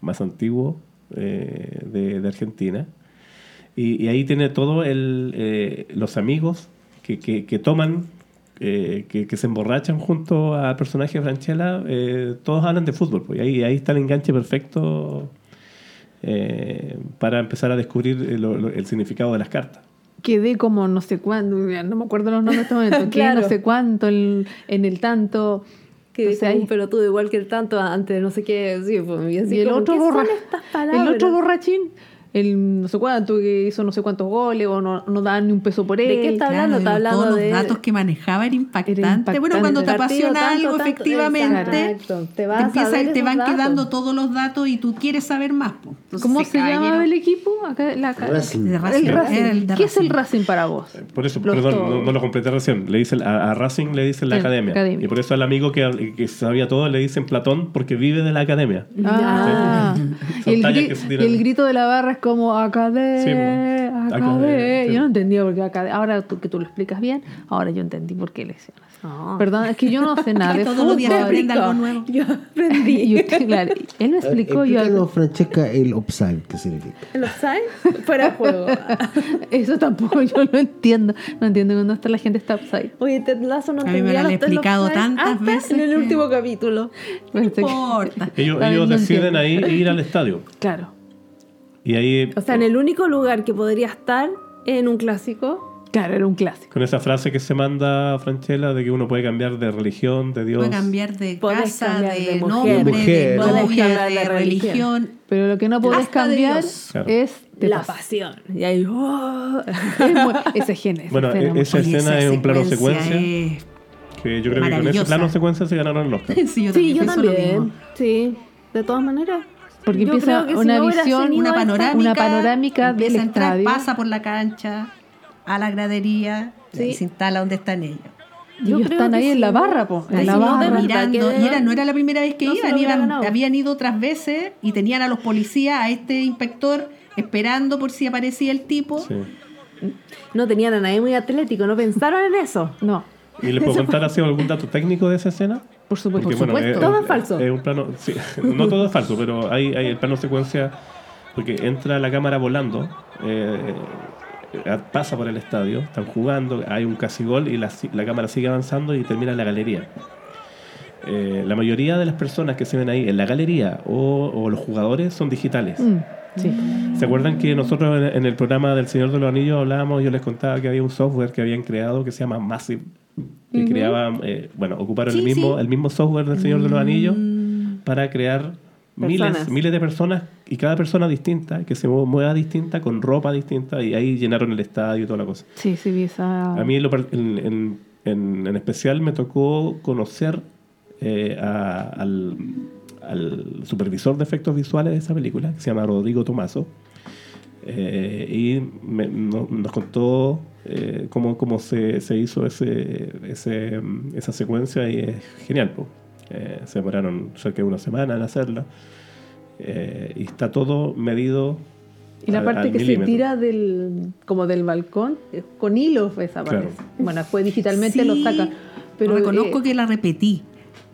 [SPEAKER 2] más antiguo eh, de, de Argentina. Y, y ahí tiene todo el, eh, los amigos que, que, que toman, eh, que, que se emborrachan junto al personaje de Franchella, eh, todos hablan de fútbol. Pues, y ahí, ahí está el enganche perfecto eh, para empezar a descubrir eh, lo- lo- el significado de las cartas.
[SPEAKER 4] Quedé como no sé cuándo, mira, no me acuerdo los nombres de este
[SPEAKER 6] [laughs]
[SPEAKER 4] momento, quedé
[SPEAKER 6] Claro.
[SPEAKER 4] no sé cuánto en, en el tanto.
[SPEAKER 6] Que
[SPEAKER 4] Entonces
[SPEAKER 6] sea
[SPEAKER 4] ahí-
[SPEAKER 6] un pelotudo igual que el tanto antes, no sé qué. Sí, pues, y así
[SPEAKER 4] y el
[SPEAKER 6] como,
[SPEAKER 4] otro,
[SPEAKER 6] ¿qué son
[SPEAKER 4] borra-
[SPEAKER 6] estas palabras?
[SPEAKER 4] el otro borrachín, el no sé cuánto, que hizo no sé cuántos goles o no, no daban ni un peso por él.
[SPEAKER 6] ¿De qué está hablando? Está
[SPEAKER 3] de
[SPEAKER 6] hablando
[SPEAKER 3] todos
[SPEAKER 6] de-
[SPEAKER 3] los datos que manejaba era impactante. Bueno,
[SPEAKER 4] impactante.
[SPEAKER 3] cuando te
[SPEAKER 6] Partido
[SPEAKER 3] apasiona
[SPEAKER 6] tanto,
[SPEAKER 3] algo,
[SPEAKER 6] tanto,
[SPEAKER 3] efectivamente,
[SPEAKER 6] exacto. Te
[SPEAKER 3] te,
[SPEAKER 6] vas a
[SPEAKER 3] empieza-
[SPEAKER 6] saber
[SPEAKER 3] te
[SPEAKER 6] esos
[SPEAKER 3] van
[SPEAKER 6] datos.
[SPEAKER 3] quedando todos los datos y tú quieres saber más. po. Entonces,
[SPEAKER 4] ¿Cómo se,
[SPEAKER 3] cae
[SPEAKER 4] llamaba el
[SPEAKER 3] lleno-
[SPEAKER 4] equipo? Acá, la-
[SPEAKER 5] Racing.
[SPEAKER 3] de Racing.
[SPEAKER 4] El Racing.
[SPEAKER 3] Era el de
[SPEAKER 4] ¿Qué es el
[SPEAKER 3] Racing.
[SPEAKER 4] Racing para vos?
[SPEAKER 2] Eh, Por eso,
[SPEAKER 4] Los
[SPEAKER 2] perdón,
[SPEAKER 4] todos.
[SPEAKER 2] no, no lo completé recién. Le dicen, a, a Racing le dicen la
[SPEAKER 4] Sí,
[SPEAKER 2] academia.
[SPEAKER 4] academia.
[SPEAKER 2] Y por eso al amigo que, que sabía todo le dicen Platón porque vive de la academia.
[SPEAKER 4] Ah.
[SPEAKER 2] Son
[SPEAKER 4] [laughs] Y, el
[SPEAKER 2] tallas
[SPEAKER 4] gri-
[SPEAKER 2] que se tiran.
[SPEAKER 4] y el grito de la barra es como acadé,
[SPEAKER 2] Sí,
[SPEAKER 4] acadé.
[SPEAKER 2] po. Acadé, sí.
[SPEAKER 4] Yo no entendía por qué acadé. Ahora tú, que tú lo explicas bien, ahora yo entendí por qué le decían así. Perdón, es que yo no
[SPEAKER 3] [laughs]
[SPEAKER 4] sé nada
[SPEAKER 3] Que
[SPEAKER 4] de
[SPEAKER 3] todos los días
[SPEAKER 4] fútbol.
[SPEAKER 3] aprende algo
[SPEAKER 4] [laughs]
[SPEAKER 3] nuevo.
[SPEAKER 6] Yo aprendí.
[SPEAKER 4] Y
[SPEAKER 3] [laughs]
[SPEAKER 4] usted, claro, él me
[SPEAKER 5] A ver,
[SPEAKER 4] explicó yo
[SPEAKER 5] explícanos,
[SPEAKER 4] algo.
[SPEAKER 5] Francesca, el offside, ¿qué significa?
[SPEAKER 6] ¿El offside? Fuera de juego.
[SPEAKER 4] [laughs] Eso tampoco yo lo entiendo. No entiendo cuando está la gente está upside.
[SPEAKER 6] [laughs] Oye, Ted Lasso no
[SPEAKER 3] A mí me
[SPEAKER 6] entendía
[SPEAKER 3] lo han
[SPEAKER 6] los- el
[SPEAKER 3] explicado
[SPEAKER 6] offside
[SPEAKER 3] tantas
[SPEAKER 6] hasta
[SPEAKER 3] veces
[SPEAKER 6] En el
[SPEAKER 3] que-
[SPEAKER 6] último capítulo.
[SPEAKER 3] No importa.
[SPEAKER 2] Ellos,
[SPEAKER 4] Ay,
[SPEAKER 2] ellos
[SPEAKER 4] no
[SPEAKER 2] deciden
[SPEAKER 4] entiendo.
[SPEAKER 2] ahí ir al estadio.
[SPEAKER 4] Claro,
[SPEAKER 2] Y
[SPEAKER 4] [laughs]
[SPEAKER 2] ahí,
[SPEAKER 6] O sea, en el único lugar que podría estar en un clásico.
[SPEAKER 4] claro, era un clásico.
[SPEAKER 2] con esa frase que se manda a Franchella de que uno puede cambiar de religión, de Dios.
[SPEAKER 3] Puede cambiar de
[SPEAKER 6] Podés
[SPEAKER 3] casa,
[SPEAKER 6] cambiar
[SPEAKER 3] de,
[SPEAKER 6] de mujer.
[SPEAKER 3] nombre,
[SPEAKER 5] De
[SPEAKER 3] de
[SPEAKER 5] mujer.
[SPEAKER 6] Podés
[SPEAKER 3] novia,
[SPEAKER 6] cambiar
[SPEAKER 3] de,
[SPEAKER 6] de religión.
[SPEAKER 3] religión.
[SPEAKER 4] Pero lo que no podés
[SPEAKER 3] Hasta de
[SPEAKER 4] cambiar
[SPEAKER 3] Dios.
[SPEAKER 2] Claro.
[SPEAKER 4] es te
[SPEAKER 6] la
[SPEAKER 4] pasa.
[SPEAKER 6] pasión. Y ahí. ¡oh!
[SPEAKER 4] [laughs] Es muy- esa escena. esa
[SPEAKER 2] Bueno,
[SPEAKER 4] escena,
[SPEAKER 2] e- esa
[SPEAKER 3] Oye,
[SPEAKER 2] escena
[SPEAKER 3] esa
[SPEAKER 2] es un plano
[SPEAKER 3] secuencia
[SPEAKER 2] secuencia.
[SPEAKER 3] es-
[SPEAKER 2] Que yo creo que con ese
[SPEAKER 3] Maravillosa.
[SPEAKER 2] plano secuencia se ganaron el
[SPEAKER 3] [laughs]
[SPEAKER 2] Oscar.
[SPEAKER 3] Sí, yo
[SPEAKER 6] Sí, yo
[SPEAKER 3] pienso lo mismo.
[SPEAKER 6] también. Sí, de todas maneras.
[SPEAKER 4] Porque
[SPEAKER 6] Yo
[SPEAKER 4] empieza
[SPEAKER 6] creo que si
[SPEAKER 4] una
[SPEAKER 6] no hubiera
[SPEAKER 4] visión,
[SPEAKER 6] tenido
[SPEAKER 4] una
[SPEAKER 3] una
[SPEAKER 6] esa-
[SPEAKER 3] panorámica,
[SPEAKER 4] una panorámica
[SPEAKER 3] empieza
[SPEAKER 4] del
[SPEAKER 3] a entrar,
[SPEAKER 4] estadio.
[SPEAKER 3] pasa por la cancha a la gradería
[SPEAKER 6] Sí.
[SPEAKER 3] y se instala donde están ellos.
[SPEAKER 4] Y ellos
[SPEAKER 6] creo
[SPEAKER 4] están
[SPEAKER 6] que
[SPEAKER 4] ahí en
[SPEAKER 6] si
[SPEAKER 4] la
[SPEAKER 6] no-
[SPEAKER 4] barra, po, en
[SPEAKER 6] si
[SPEAKER 4] la
[SPEAKER 6] no
[SPEAKER 4] barra.
[SPEAKER 6] te verdad,
[SPEAKER 3] mirando,
[SPEAKER 6] que
[SPEAKER 3] y era,
[SPEAKER 6] no-
[SPEAKER 3] no era la primera vez que
[SPEAKER 6] no se
[SPEAKER 3] iban,
[SPEAKER 6] lo hubiera
[SPEAKER 3] iban-
[SPEAKER 6] ganado.
[SPEAKER 3] habían ido otras veces y tenían a los policías, a este inspector, esperando por si aparecía el tipo.
[SPEAKER 2] Sí.
[SPEAKER 6] No tenían a nadie muy atlético, no pensaron en eso.
[SPEAKER 4] No,
[SPEAKER 2] ¿Y les puedo contar así algún dato técnico de esa
[SPEAKER 3] [laughs]
[SPEAKER 2] escena?
[SPEAKER 4] por supuesto.
[SPEAKER 2] Porque,
[SPEAKER 4] por
[SPEAKER 2] bueno, eh,
[SPEAKER 4] supuesto.
[SPEAKER 6] Todo es falso.
[SPEAKER 2] es un plano, sí, [laughs] no todo es falso, pero hay, hay el plano secuencia porque entra la cámara volando, eh, eh, pasa por el estadio, están jugando, hay un casi gol y la, si- la cámara sigue avanzando y termina en la galería. Eh, la mayoría de las personas que se ven ahí en la galería o, o los jugadores son digitales.
[SPEAKER 4] Mm, sí.
[SPEAKER 2] ¿Se acuerdan que nosotros en- en el programa del Señor de los Anillos hablábamos, yo les contaba que había un software que habían creado que se llama Massive, que creaban, eh, bueno, ocuparon el,
[SPEAKER 3] Sí,
[SPEAKER 2] mismo,
[SPEAKER 3] sí. Mm.
[SPEAKER 2] el mismo software del Señor de los Anillos para crear miles,
[SPEAKER 6] Personas.
[SPEAKER 2] miles de personas y cada persona distinta, que se mue- mueva distinta, con ropa distinta, y ahí llenaron el estadio y toda la cosa.
[SPEAKER 4] Sí, sí, vi esa.
[SPEAKER 2] A mí en, lo par- en- en- en- en especial me tocó conocer eh, a- al, al supervisor de efectos visuales de esa película, que se llama Rodrigo Tomaso, eh, y me- no- nos contó eh, cómo, cómo se, se hizo ese, ese, mm, esa secuencia y es genial. po. Eh, se demoraron cerca de una semana en hacerla. eh, y está todo medido.
[SPEAKER 4] y la
[SPEAKER 2] al-
[SPEAKER 4] parte
[SPEAKER 2] al
[SPEAKER 4] que
[SPEAKER 2] milímetro.
[SPEAKER 4] se tira del, como del balcón, eh, con hilos esa parte.
[SPEAKER 2] Claro.
[SPEAKER 4] Bueno, después digitalmente lo
[SPEAKER 3] Sí,
[SPEAKER 4] saca. Pero eh,
[SPEAKER 3] reconozco que la repetí.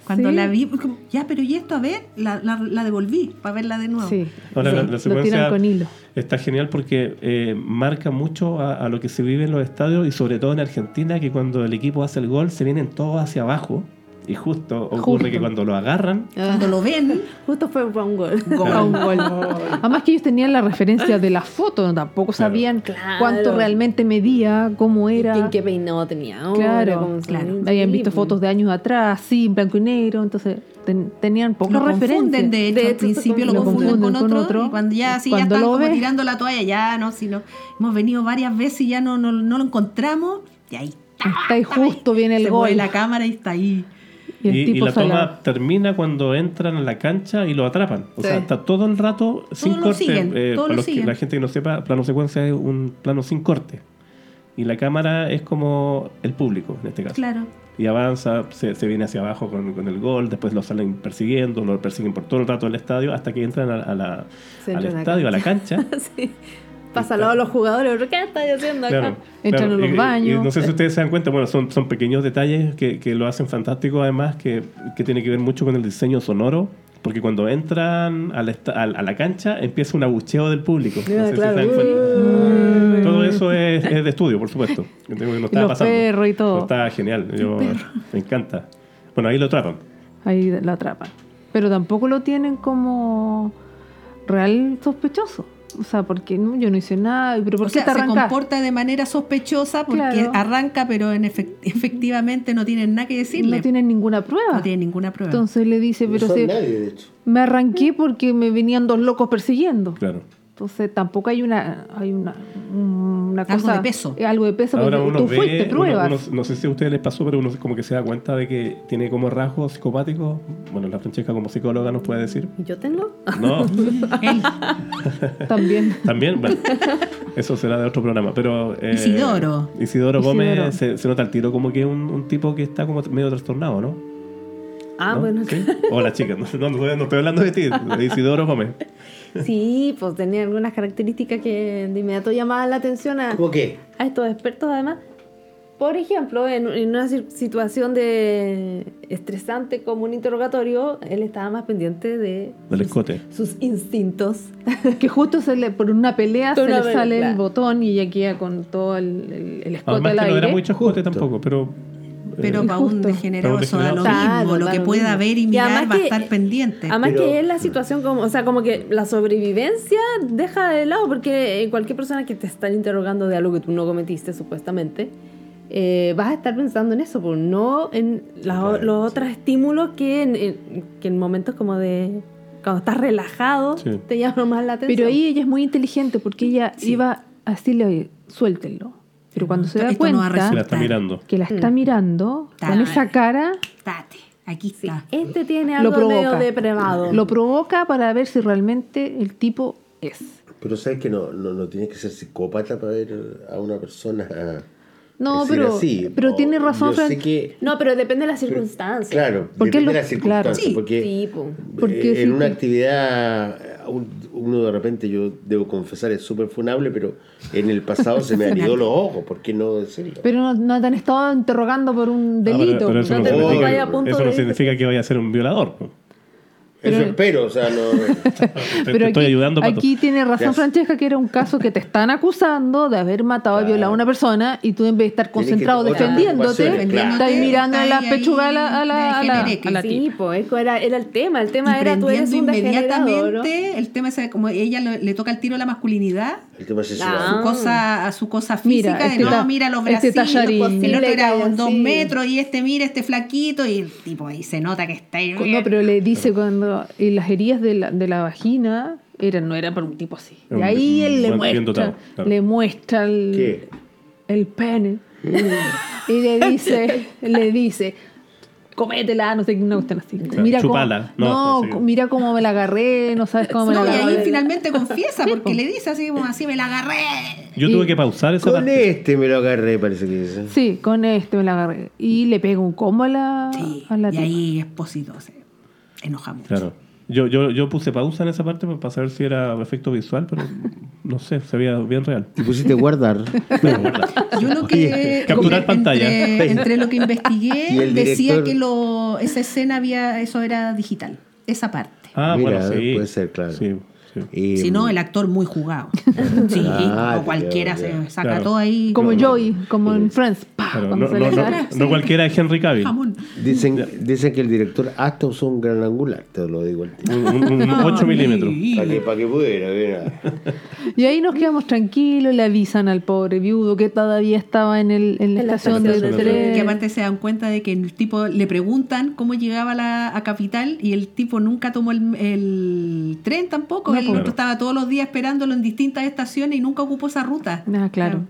[SPEAKER 3] Cuando
[SPEAKER 4] sí.
[SPEAKER 3] la vi, fue como, ya, pero ¿y esto? A ver, la, la- la devolví para verla de nuevo.
[SPEAKER 4] Sí.
[SPEAKER 2] Ahora,
[SPEAKER 4] Sí,
[SPEAKER 2] la- la
[SPEAKER 4] lo
[SPEAKER 2] secuencia-
[SPEAKER 4] tiran con hilo.
[SPEAKER 2] Está genial porque eh, marca mucho a, a lo que se vive en los estadios y sobre todo en Argentina, que cuando el equipo hace el gol se vienen todos hacia abajo y justo ocurre
[SPEAKER 4] Justo.
[SPEAKER 2] que cuando lo agarran,
[SPEAKER 3] Cuando lo
[SPEAKER 4] [laughs]
[SPEAKER 3] ven, [laughs]
[SPEAKER 6] Justo fue para un gol.
[SPEAKER 3] gol.
[SPEAKER 4] A un gol. Además que ellos tenían la referencia de la foto,
[SPEAKER 2] Claro.
[SPEAKER 4] tampoco sabían
[SPEAKER 6] Claro.
[SPEAKER 4] cuánto realmente medía, cómo era.
[SPEAKER 6] ¿Quién qué peinado tenía? ahora?
[SPEAKER 4] Claro,
[SPEAKER 6] ¿Cómo se-
[SPEAKER 3] claro.
[SPEAKER 6] Sí,
[SPEAKER 4] Habían visto
[SPEAKER 6] pues.
[SPEAKER 4] fotos de años atrás, sí, en blanco y negro, entonces ten- tenían poca
[SPEAKER 3] lo
[SPEAKER 4] referencia.
[SPEAKER 3] confunden, de hecho,
[SPEAKER 6] De
[SPEAKER 3] al
[SPEAKER 6] hecho,
[SPEAKER 3] principio
[SPEAKER 6] se
[SPEAKER 3] lo, confunden, con, otro,
[SPEAKER 4] otro.
[SPEAKER 3] y cuando ya, sí, ya
[SPEAKER 4] Cuando
[SPEAKER 3] están
[SPEAKER 4] lo
[SPEAKER 3] como
[SPEAKER 4] ves-
[SPEAKER 3] tirando la toalla, ya, no, si no, hemos venido varias veces y ya no, no, no lo encontramos, y ahí
[SPEAKER 4] Está ahí justo viene el
[SPEAKER 3] se mueve
[SPEAKER 4] gol.
[SPEAKER 3] la cámara y está ahí.
[SPEAKER 2] y, y la
[SPEAKER 4] sale a-
[SPEAKER 2] toma termina cuando entran a la cancha y lo atrapan. O sea,
[SPEAKER 4] Sí.
[SPEAKER 2] está todo el rato sin
[SPEAKER 3] lo
[SPEAKER 2] corte. eh,
[SPEAKER 3] siguen, todos
[SPEAKER 2] para
[SPEAKER 3] lo
[SPEAKER 2] los que-
[SPEAKER 3] siguen.
[SPEAKER 2] la gente que no sepa, plano secuencia es un plano sin corte. Y la cámara es como el público en este caso.
[SPEAKER 3] Claro.
[SPEAKER 2] y avanza, se, se viene hacia abajo con, con el gol, después lo salen persiguiendo, lo persiguen por todo el rato del estadio hasta que entran a, a la,
[SPEAKER 4] Se
[SPEAKER 2] al
[SPEAKER 4] entra a la
[SPEAKER 2] estadio, a la
[SPEAKER 4] [laughs]
[SPEAKER 2] cancha.
[SPEAKER 6] [laughs] Sí. Pasa al lado de los jugadores, pero ¿qué estáis haciendo acá?
[SPEAKER 2] Claro,
[SPEAKER 4] Entran
[SPEAKER 2] claro.
[SPEAKER 4] a los
[SPEAKER 2] Y- y-
[SPEAKER 4] baños.
[SPEAKER 2] Y, no sé si ustedes se dan cuenta, bueno, son, son pequeños detalles que, que lo hacen fantástico, además, que, que tiene que ver mucho con el diseño sonoro, porque cuando entran a la, esta- a, la- a la cancha empieza un abucheo del público. No
[SPEAKER 6] Ah,
[SPEAKER 2] sé si
[SPEAKER 6] claro.
[SPEAKER 2] se dan cuenta.
[SPEAKER 6] Uh.
[SPEAKER 2] Todo eso es, es de estudio, por
[SPEAKER 4] [laughs]
[SPEAKER 2] supuesto. Yo tengo que no estaba
[SPEAKER 4] los
[SPEAKER 2] pasando.
[SPEAKER 4] perros y todo.
[SPEAKER 2] No estaba genial, yo, me encanta. Bueno, ahí lo atrapan.
[SPEAKER 4] Ahí lo atrapan. Pero tampoco lo tienen como real sospechoso. O sea, porque no, yo no hice nada. ¿Pero por
[SPEAKER 3] O
[SPEAKER 4] qué
[SPEAKER 3] sea,
[SPEAKER 4] te
[SPEAKER 3] se
[SPEAKER 4] arrancas?
[SPEAKER 3] comporta de manera sospechosa porque
[SPEAKER 4] Claro.
[SPEAKER 3] arranca, pero en efect- efectivamente no tienen nada que decirle.
[SPEAKER 4] No tienen ninguna prueba.
[SPEAKER 3] No tienen ninguna prueba.
[SPEAKER 4] Entonces le dice,
[SPEAKER 5] No
[SPEAKER 4] pero
[SPEAKER 5] son
[SPEAKER 4] si
[SPEAKER 5] nadie, de hecho.
[SPEAKER 4] me arranqué porque me venían dos locos persiguiendo.
[SPEAKER 2] Claro.
[SPEAKER 4] Entonces tampoco hay una, hay una, una
[SPEAKER 3] Algo
[SPEAKER 4] cosa.
[SPEAKER 3] de peso.
[SPEAKER 4] eh, Algo de peso,
[SPEAKER 2] Ahora
[SPEAKER 4] porque
[SPEAKER 2] uno
[SPEAKER 4] tú
[SPEAKER 2] ve,
[SPEAKER 4] fuiste
[SPEAKER 2] uno-
[SPEAKER 4] pruebas.
[SPEAKER 2] uno- no sé si a ustedes les pasó, pero uno como que se da cuenta de que tiene como rasgos psicopáticos. Bueno, la Francesca como psicóloga nos puede decir.
[SPEAKER 6] ¿Yo tengo?
[SPEAKER 2] No,
[SPEAKER 3] Él,
[SPEAKER 2] [laughs]
[SPEAKER 4] También.
[SPEAKER 2] También, bueno, eso será de otro programa. Pero eh,
[SPEAKER 3] Isidoro.
[SPEAKER 2] Isidoro
[SPEAKER 4] Isidoro.
[SPEAKER 2] Gómez se, se nota al tiro como que es un, un tipo que está como medio trastornado, ¿no?
[SPEAKER 6] Ah,
[SPEAKER 2] ¿No?
[SPEAKER 6] bueno.
[SPEAKER 2] ¿Sí? O la chica, no, no, no estoy hablando de ti, de Isidoro Gómez.
[SPEAKER 6] Sí, pues tenía algunas características que de inmediato llamaban la atención a,
[SPEAKER 5] ¿Cómo qué?
[SPEAKER 6] a estos expertos, además. Por ejemplo, en, en una cir- situación de estresante como un interrogatorio, él estaba más pendiente de
[SPEAKER 2] Del escote.
[SPEAKER 6] sus instintos.
[SPEAKER 4] que justo se le, por una pelea
[SPEAKER 6] Por
[SPEAKER 4] se
[SPEAKER 6] una
[SPEAKER 4] le
[SPEAKER 6] pelea,
[SPEAKER 4] sale el
[SPEAKER 6] claro.
[SPEAKER 4] botón y ella queda con todo el, el, el escote
[SPEAKER 2] Además
[SPEAKER 4] al
[SPEAKER 2] que no
[SPEAKER 4] aire.
[SPEAKER 2] era muy chascote tampoco, pero...
[SPEAKER 3] pero
[SPEAKER 4] Eh,
[SPEAKER 3] para un
[SPEAKER 4] justo.
[SPEAKER 2] Para
[SPEAKER 3] degenerado
[SPEAKER 2] un
[SPEAKER 3] eso da lo mismo.
[SPEAKER 2] degenerado.
[SPEAKER 6] Claro,
[SPEAKER 3] lo
[SPEAKER 6] da
[SPEAKER 3] que
[SPEAKER 6] lo
[SPEAKER 3] pueda
[SPEAKER 6] mismo.
[SPEAKER 3] ver y
[SPEAKER 6] Y
[SPEAKER 3] mirar
[SPEAKER 6] además
[SPEAKER 3] va a
[SPEAKER 6] que-
[SPEAKER 3] estar pendiente.
[SPEAKER 6] Además
[SPEAKER 5] Pero-
[SPEAKER 6] que es la situación como, o sea, como que la sobrevivencia deja de lado, porque eh, cualquier persona que te están interrogando de algo que tú no cometiste, supuestamente, eh, vas a estar pensando en eso, pues, no en la-
[SPEAKER 2] Claro,
[SPEAKER 6] los
[SPEAKER 2] sí.
[SPEAKER 6] otros estímulos que en, en- que en momentos como de... Cuando estás relajado,
[SPEAKER 2] Sí.
[SPEAKER 6] te llama más la atención.
[SPEAKER 4] Pero ahí ella es muy inteligente porque ella
[SPEAKER 3] Sí.
[SPEAKER 4] iba a decirle, oye, suéltenlo. Pero cuando se da
[SPEAKER 3] Esto no va a
[SPEAKER 4] cuenta
[SPEAKER 2] Se la
[SPEAKER 3] resultar.
[SPEAKER 2] está mirando.
[SPEAKER 4] que la
[SPEAKER 6] Mm.
[SPEAKER 4] está mirando
[SPEAKER 3] Tal.
[SPEAKER 4] con esa cara,
[SPEAKER 3] Tate, aquí
[SPEAKER 6] Sí,
[SPEAKER 3] está.
[SPEAKER 6] este tiene
[SPEAKER 4] Lo
[SPEAKER 6] algo medio
[SPEAKER 4] provoca.
[SPEAKER 6] depravado.
[SPEAKER 4] lo provoca para ver si realmente el tipo es.
[SPEAKER 5] Pero sabes que no, no, no tienes que ser psicópata para ver a una persona.
[SPEAKER 4] No,
[SPEAKER 5] decir
[SPEAKER 4] pero-
[SPEAKER 5] así.
[SPEAKER 4] pero
[SPEAKER 5] O-
[SPEAKER 4] tiene razón,
[SPEAKER 5] Yo sé
[SPEAKER 4] Fran-
[SPEAKER 5] que,
[SPEAKER 6] No, pero depende de las circunstancias.
[SPEAKER 5] claro,
[SPEAKER 4] Porque
[SPEAKER 5] porque
[SPEAKER 4] lo-
[SPEAKER 5] depende de las circunstancias.
[SPEAKER 3] claro. Sí.
[SPEAKER 5] porque
[SPEAKER 6] Sí, pues. po.
[SPEAKER 4] Porque
[SPEAKER 5] eh, en
[SPEAKER 4] sí,
[SPEAKER 5] una
[SPEAKER 4] sí.
[SPEAKER 5] actividad, eh, un- uno de repente, yo debo confesar, es súper funable, pero en el pasado
[SPEAKER 4] [laughs]
[SPEAKER 5] se me anidó los ojos, ¿por qué no decirlo?
[SPEAKER 4] Pero no, no te han estado interrogando por un
[SPEAKER 2] Ah, pero-
[SPEAKER 4] delito.
[SPEAKER 2] pero eso
[SPEAKER 6] no
[SPEAKER 2] no,
[SPEAKER 6] te
[SPEAKER 5] pongas ahí
[SPEAKER 2] significa,
[SPEAKER 5] a
[SPEAKER 6] punto
[SPEAKER 2] eso
[SPEAKER 6] de
[SPEAKER 2] no
[SPEAKER 6] vista.
[SPEAKER 2] significa que vaya a ser un violador. ¿no?
[SPEAKER 5] Eso espero, o sea, no. [laughs]
[SPEAKER 2] Te,
[SPEAKER 4] Pero
[SPEAKER 2] te estoy
[SPEAKER 4] aquí-
[SPEAKER 2] ayudando, Pato.
[SPEAKER 4] Aquí tiene razón
[SPEAKER 5] Ya.
[SPEAKER 4] Francesca que era un caso que te están acusando de haber matado y
[SPEAKER 5] Claro.
[SPEAKER 4] violado a una persona y tú en vez de estar
[SPEAKER 5] Tienes que
[SPEAKER 4] concentrado
[SPEAKER 5] tener otras
[SPEAKER 4] defendiéndote,
[SPEAKER 5] preocupaciones, claro.
[SPEAKER 4] estás mirando
[SPEAKER 3] Estás
[SPEAKER 4] las
[SPEAKER 3] ahí,
[SPEAKER 4] pechugas a la, a la, a la-
[SPEAKER 3] degenereque.
[SPEAKER 4] a la
[SPEAKER 6] sí,
[SPEAKER 4] tipa.
[SPEAKER 6] po, eso era, era el tema. El tema
[SPEAKER 3] Y
[SPEAKER 6] era tú eres
[SPEAKER 3] prendiendo
[SPEAKER 6] un degenerado. ¿no?
[SPEAKER 3] inmediatamente el tema ese, como ella lo- le toca el tiro a la masculinidad,
[SPEAKER 5] El tema es
[SPEAKER 6] No.
[SPEAKER 3] su cosa, a su cosa
[SPEAKER 4] Mira,
[SPEAKER 3] física, de
[SPEAKER 4] este
[SPEAKER 3] no,
[SPEAKER 4] ta-
[SPEAKER 3] mira los
[SPEAKER 4] este
[SPEAKER 3] bracitos,
[SPEAKER 4] tallarín.
[SPEAKER 3] el otro
[SPEAKER 6] Posible
[SPEAKER 3] era
[SPEAKER 6] que haya
[SPEAKER 3] dos
[SPEAKER 6] sido.
[SPEAKER 3] metros y este mira, este flaquito, y el tipo ahí se nota que está ahí.
[SPEAKER 4] No, pero le dice cuando y las heridas de la, de la vagina eran, no eran por un tipo así.
[SPEAKER 2] Era un-
[SPEAKER 4] Y ahí él le
[SPEAKER 2] un- bien dotado,
[SPEAKER 4] muestra,
[SPEAKER 2] claro.
[SPEAKER 4] le muestra el,
[SPEAKER 5] ¿Qué?
[SPEAKER 4] el pene. [laughs] y le dice, le dice, cométela, no sé qué, una cuestión así.
[SPEAKER 2] Claro,
[SPEAKER 4] Mira cómo-
[SPEAKER 2] chúpala. No,
[SPEAKER 4] no,
[SPEAKER 2] no sé.
[SPEAKER 4] mira cómo me la agarré, no sabes cómo me
[SPEAKER 3] No,
[SPEAKER 4] la
[SPEAKER 3] y
[SPEAKER 4] agarré.
[SPEAKER 3] ahí finalmente confiesa porque le dice así como así me la agarré.
[SPEAKER 2] Yo
[SPEAKER 4] y-
[SPEAKER 2] tuve que pausar esa
[SPEAKER 5] Con
[SPEAKER 2] parte.
[SPEAKER 5] este me lo agarré, parece que dice.
[SPEAKER 4] Sí, con este me la agarré. Y le pego un combo a la,
[SPEAKER 3] Sí,
[SPEAKER 4] Ah, a la
[SPEAKER 3] y
[SPEAKER 4] tipa.
[SPEAKER 3] ahí Espósito se enoja mucho.
[SPEAKER 2] Claro. Yo, yo, yo puse pausa en esa parte para saber si era efecto visual, pero no sé, se veía bien real.
[SPEAKER 5] Y pusiste guardar.
[SPEAKER 4] [laughs]
[SPEAKER 2] Pero guarda.
[SPEAKER 3] Yo lo que
[SPEAKER 2] Oye, capturar
[SPEAKER 3] entre-
[SPEAKER 2] pantalla.
[SPEAKER 3] Entre lo que
[SPEAKER 5] [laughs] Y
[SPEAKER 3] investigué
[SPEAKER 5] el
[SPEAKER 3] decía
[SPEAKER 5] director-
[SPEAKER 3] que lo, esa escena había eso era digital, esa parte.
[SPEAKER 2] Ah,
[SPEAKER 5] Mira,
[SPEAKER 2] bueno, sí.
[SPEAKER 5] puede ser, claro.
[SPEAKER 2] Sí, sí.
[SPEAKER 5] Y,
[SPEAKER 3] Si no, el actor muy
[SPEAKER 5] [laughs]
[SPEAKER 3] jugado. Sí,
[SPEAKER 5] Em. Ah,
[SPEAKER 3] o cualquiera
[SPEAKER 5] claro,
[SPEAKER 3] se saca
[SPEAKER 2] claro.
[SPEAKER 3] todo ahí.
[SPEAKER 4] Como Joey, como en Friends. Pa,
[SPEAKER 3] Ah,
[SPEAKER 2] Claro,
[SPEAKER 4] cuando
[SPEAKER 2] no,
[SPEAKER 4] se
[SPEAKER 2] no,
[SPEAKER 4] le
[SPEAKER 2] no-
[SPEAKER 4] sale.
[SPEAKER 2] no cualquiera es Henry Cavill.
[SPEAKER 3] Jamón.
[SPEAKER 5] Dicen, dicen que el director hasta usó un gran angular, te lo digo al
[SPEAKER 2] Un, un- un
[SPEAKER 3] Ah,
[SPEAKER 2] 8 milímetros.
[SPEAKER 5] Para que, pa' que pudiera, mira.
[SPEAKER 4] Y ahí nos quedamos tranquilos, le avisan al pobre viudo que todavía estaba en, el, en la
[SPEAKER 6] En la
[SPEAKER 4] estación de
[SPEAKER 6] estación
[SPEAKER 2] de tren.
[SPEAKER 4] tren.
[SPEAKER 3] Que aparte se dan cuenta de que el tipo le preguntan cómo llegaba a la, a Capital y el tipo nunca tomó el, el tren tampoco.
[SPEAKER 4] No,
[SPEAKER 3] Él
[SPEAKER 4] pues.
[SPEAKER 2] Claro.
[SPEAKER 3] estaba todos los días esperándolo en distintas estaciones y nunca ocupó esa ruta.
[SPEAKER 4] Ah, claro.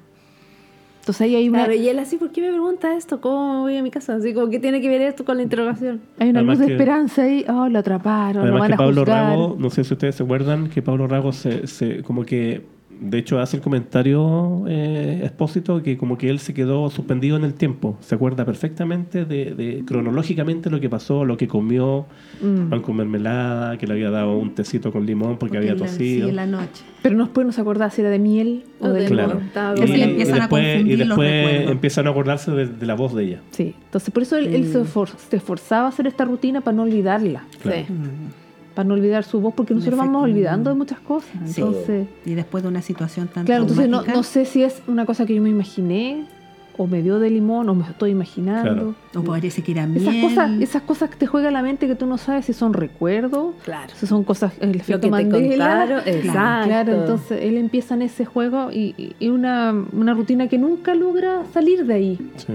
[SPEAKER 4] Entonces ahí hay una,
[SPEAKER 6] Claro, y él así, ¿por qué me pregunta esto? ¿Cómo voy a mi casa? Así como, ¿qué tiene que ver esto con la interrogación?
[SPEAKER 4] hay una
[SPEAKER 2] Además
[SPEAKER 4] luz de
[SPEAKER 2] que-
[SPEAKER 4] esperanza ahí. Oh, lo atraparon, lo
[SPEAKER 2] Además
[SPEAKER 4] van
[SPEAKER 2] que
[SPEAKER 4] a
[SPEAKER 2] Pablo
[SPEAKER 4] juzgar.
[SPEAKER 2] Rago, no sé si ustedes se acuerdan, que Pablo Rago se, se- como que de hecho, hace el comentario eh, expósito que como que él se quedó suspendido en el tiempo. Se acuerda perfectamente de, de cronológicamente lo que pasó, lo que comió,
[SPEAKER 4] Mm.
[SPEAKER 2] pan con mermelada, que le había dado un tecito con limón porque, había
[SPEAKER 3] la- sí,
[SPEAKER 2] tosido.
[SPEAKER 3] en la noche.
[SPEAKER 4] Pero no, después no se acordaba si era de miel o
[SPEAKER 6] O
[SPEAKER 4] de
[SPEAKER 6] de
[SPEAKER 4] limón.
[SPEAKER 2] Claro.
[SPEAKER 6] Montado.
[SPEAKER 2] Y,
[SPEAKER 3] Es que le
[SPEAKER 2] y
[SPEAKER 3] empiezan a
[SPEAKER 2] después, y
[SPEAKER 3] confundir los
[SPEAKER 2] después
[SPEAKER 3] recuerdos.
[SPEAKER 2] empiezan a acordarse de, de la voz de ella.
[SPEAKER 4] Sí, entonces por eso él, él
[SPEAKER 6] Mm.
[SPEAKER 4] se, for- se esforzaba a hacer esta rutina para no olvidarla,
[SPEAKER 2] Claro.
[SPEAKER 6] Sí.
[SPEAKER 3] Mm.
[SPEAKER 4] para no olvidar su voz, porque
[SPEAKER 3] En
[SPEAKER 4] nosotros vamos
[SPEAKER 3] efecto.
[SPEAKER 4] olvidando de muchas cosas.
[SPEAKER 3] Sí.
[SPEAKER 4] Entonces,
[SPEAKER 3] Y después de una situación tan
[SPEAKER 4] claro, entonces no,
[SPEAKER 3] traumática,
[SPEAKER 4] no sé si es una cosa que yo me imaginé, o me dio de limón, o me estoy imaginando.
[SPEAKER 3] o parece que era
[SPEAKER 4] Esas
[SPEAKER 3] miel.
[SPEAKER 4] cosas, esas cosas que te juega la mente que tú no sabes si son recuerdos,
[SPEAKER 6] Claro.
[SPEAKER 4] si son cosas, el
[SPEAKER 6] Lo que
[SPEAKER 4] efecto
[SPEAKER 6] te
[SPEAKER 4] Mandela.
[SPEAKER 6] contaron.
[SPEAKER 4] [laughs]
[SPEAKER 6] Exacto.
[SPEAKER 4] Claro, entonces él empieza en ese juego y, y- y una, una rutina que nunca logra salir de ahí.
[SPEAKER 2] Sí.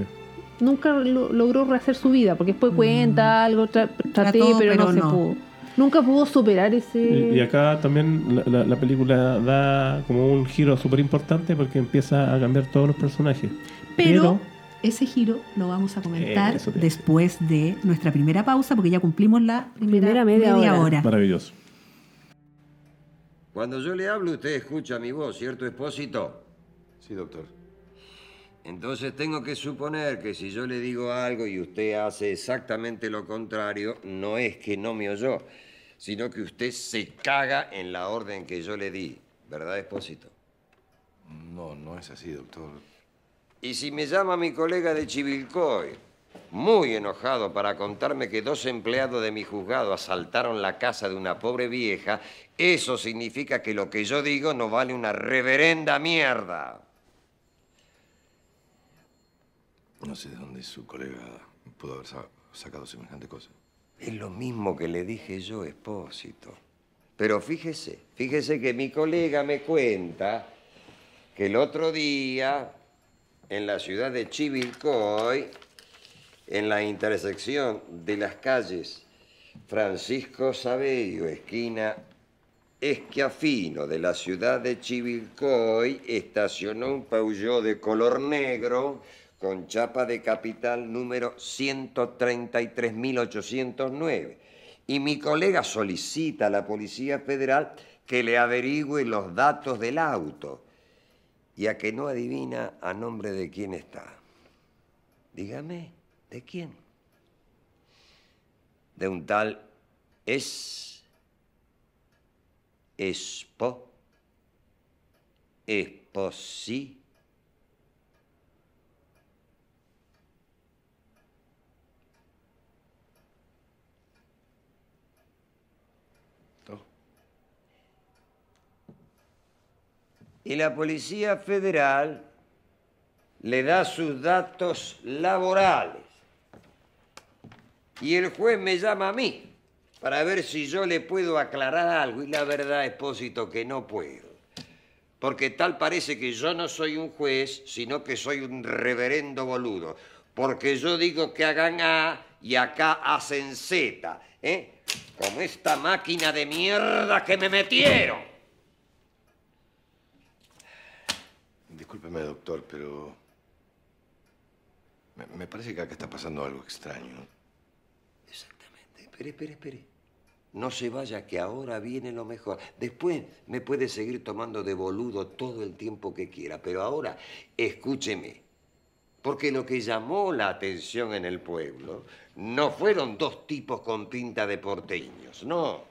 [SPEAKER 4] Nunca lo- logró rehacer su vida, porque después cuenta algo, tra- traté,
[SPEAKER 3] Trató,
[SPEAKER 4] Mm. pero, no,
[SPEAKER 3] pero
[SPEAKER 4] se
[SPEAKER 3] no.
[SPEAKER 4] pudo. Nunca pudo superar ese...
[SPEAKER 2] Y, y acá también la, la- la película da como un giro súper importante porque empieza a cambiar todos los personajes.
[SPEAKER 3] Pero ese giro lo vamos a comentar
[SPEAKER 2] Eso te-
[SPEAKER 3] después de nuestra primera pausa, porque ya cumplimos la primera,
[SPEAKER 6] Primera media hora.
[SPEAKER 2] maravilloso.
[SPEAKER 7] Cuando yo le hablo, usted escucha mi voz, ¿cierto, Espósito?
[SPEAKER 8] Sí, doctor.
[SPEAKER 7] Entonces tengo que suponer que si yo le digo algo y usted hace exactamente lo contrario, no es que no me oyó, sino que usted se caga en la orden que yo le di, ¿verdad, Espósito?
[SPEAKER 8] No, no es así, doctor.
[SPEAKER 7] Y si me llama mi colega de Chivilcoy, muy enojado para contarme que dos empleados de mi juzgado asaltaron la casa de una pobre vieja, eso significa que lo que yo digo no vale una reverenda mierda.
[SPEAKER 8] No sé de dónde su colega pudo haber sa- sacado semejante cosa.
[SPEAKER 7] Es lo mismo que le dije yo, Espósito. Pero fíjese, fíjese que mi colega me cuenta que el otro día, en la ciudad de Chivilcoy, en la intersección de las calles Francisco Sabello, esquina Esquiafino de la ciudad de Chivilcoy, estacionó un Peugeot de color negro con chapa de capital número 133.809. Y mi colega solicita a la Policía Federal que le averigüe los datos del auto. Y a que no adivina a nombre de quién está. Dígame, ¿de quién? De un tal es Espo. Esposí. Y la Policía Federal le da sus datos laborales. Y el juez me llama a mí para ver si yo le puedo aclarar algo. Y la verdad, Espósito, que no puedo. Porque tal parece que yo no soy un juez, sino que soy un reverendo boludo. Porque yo digo que hagan A y acá hacen Z. ¿eh? Como esta máquina de mierda que me metieron.
[SPEAKER 8] Discúlpeme, doctor, pero. Me, me parece que acá está pasando algo extraño.
[SPEAKER 7] Exactamente. Espere, espere, espere. No se vaya, que ahora viene lo mejor. Después me puede seguir tomando de boludo todo el tiempo que quiera, pero ahora escúcheme. Porque lo que llamó la atención en el pueblo no fueron dos tipos con pinta de porteños, no.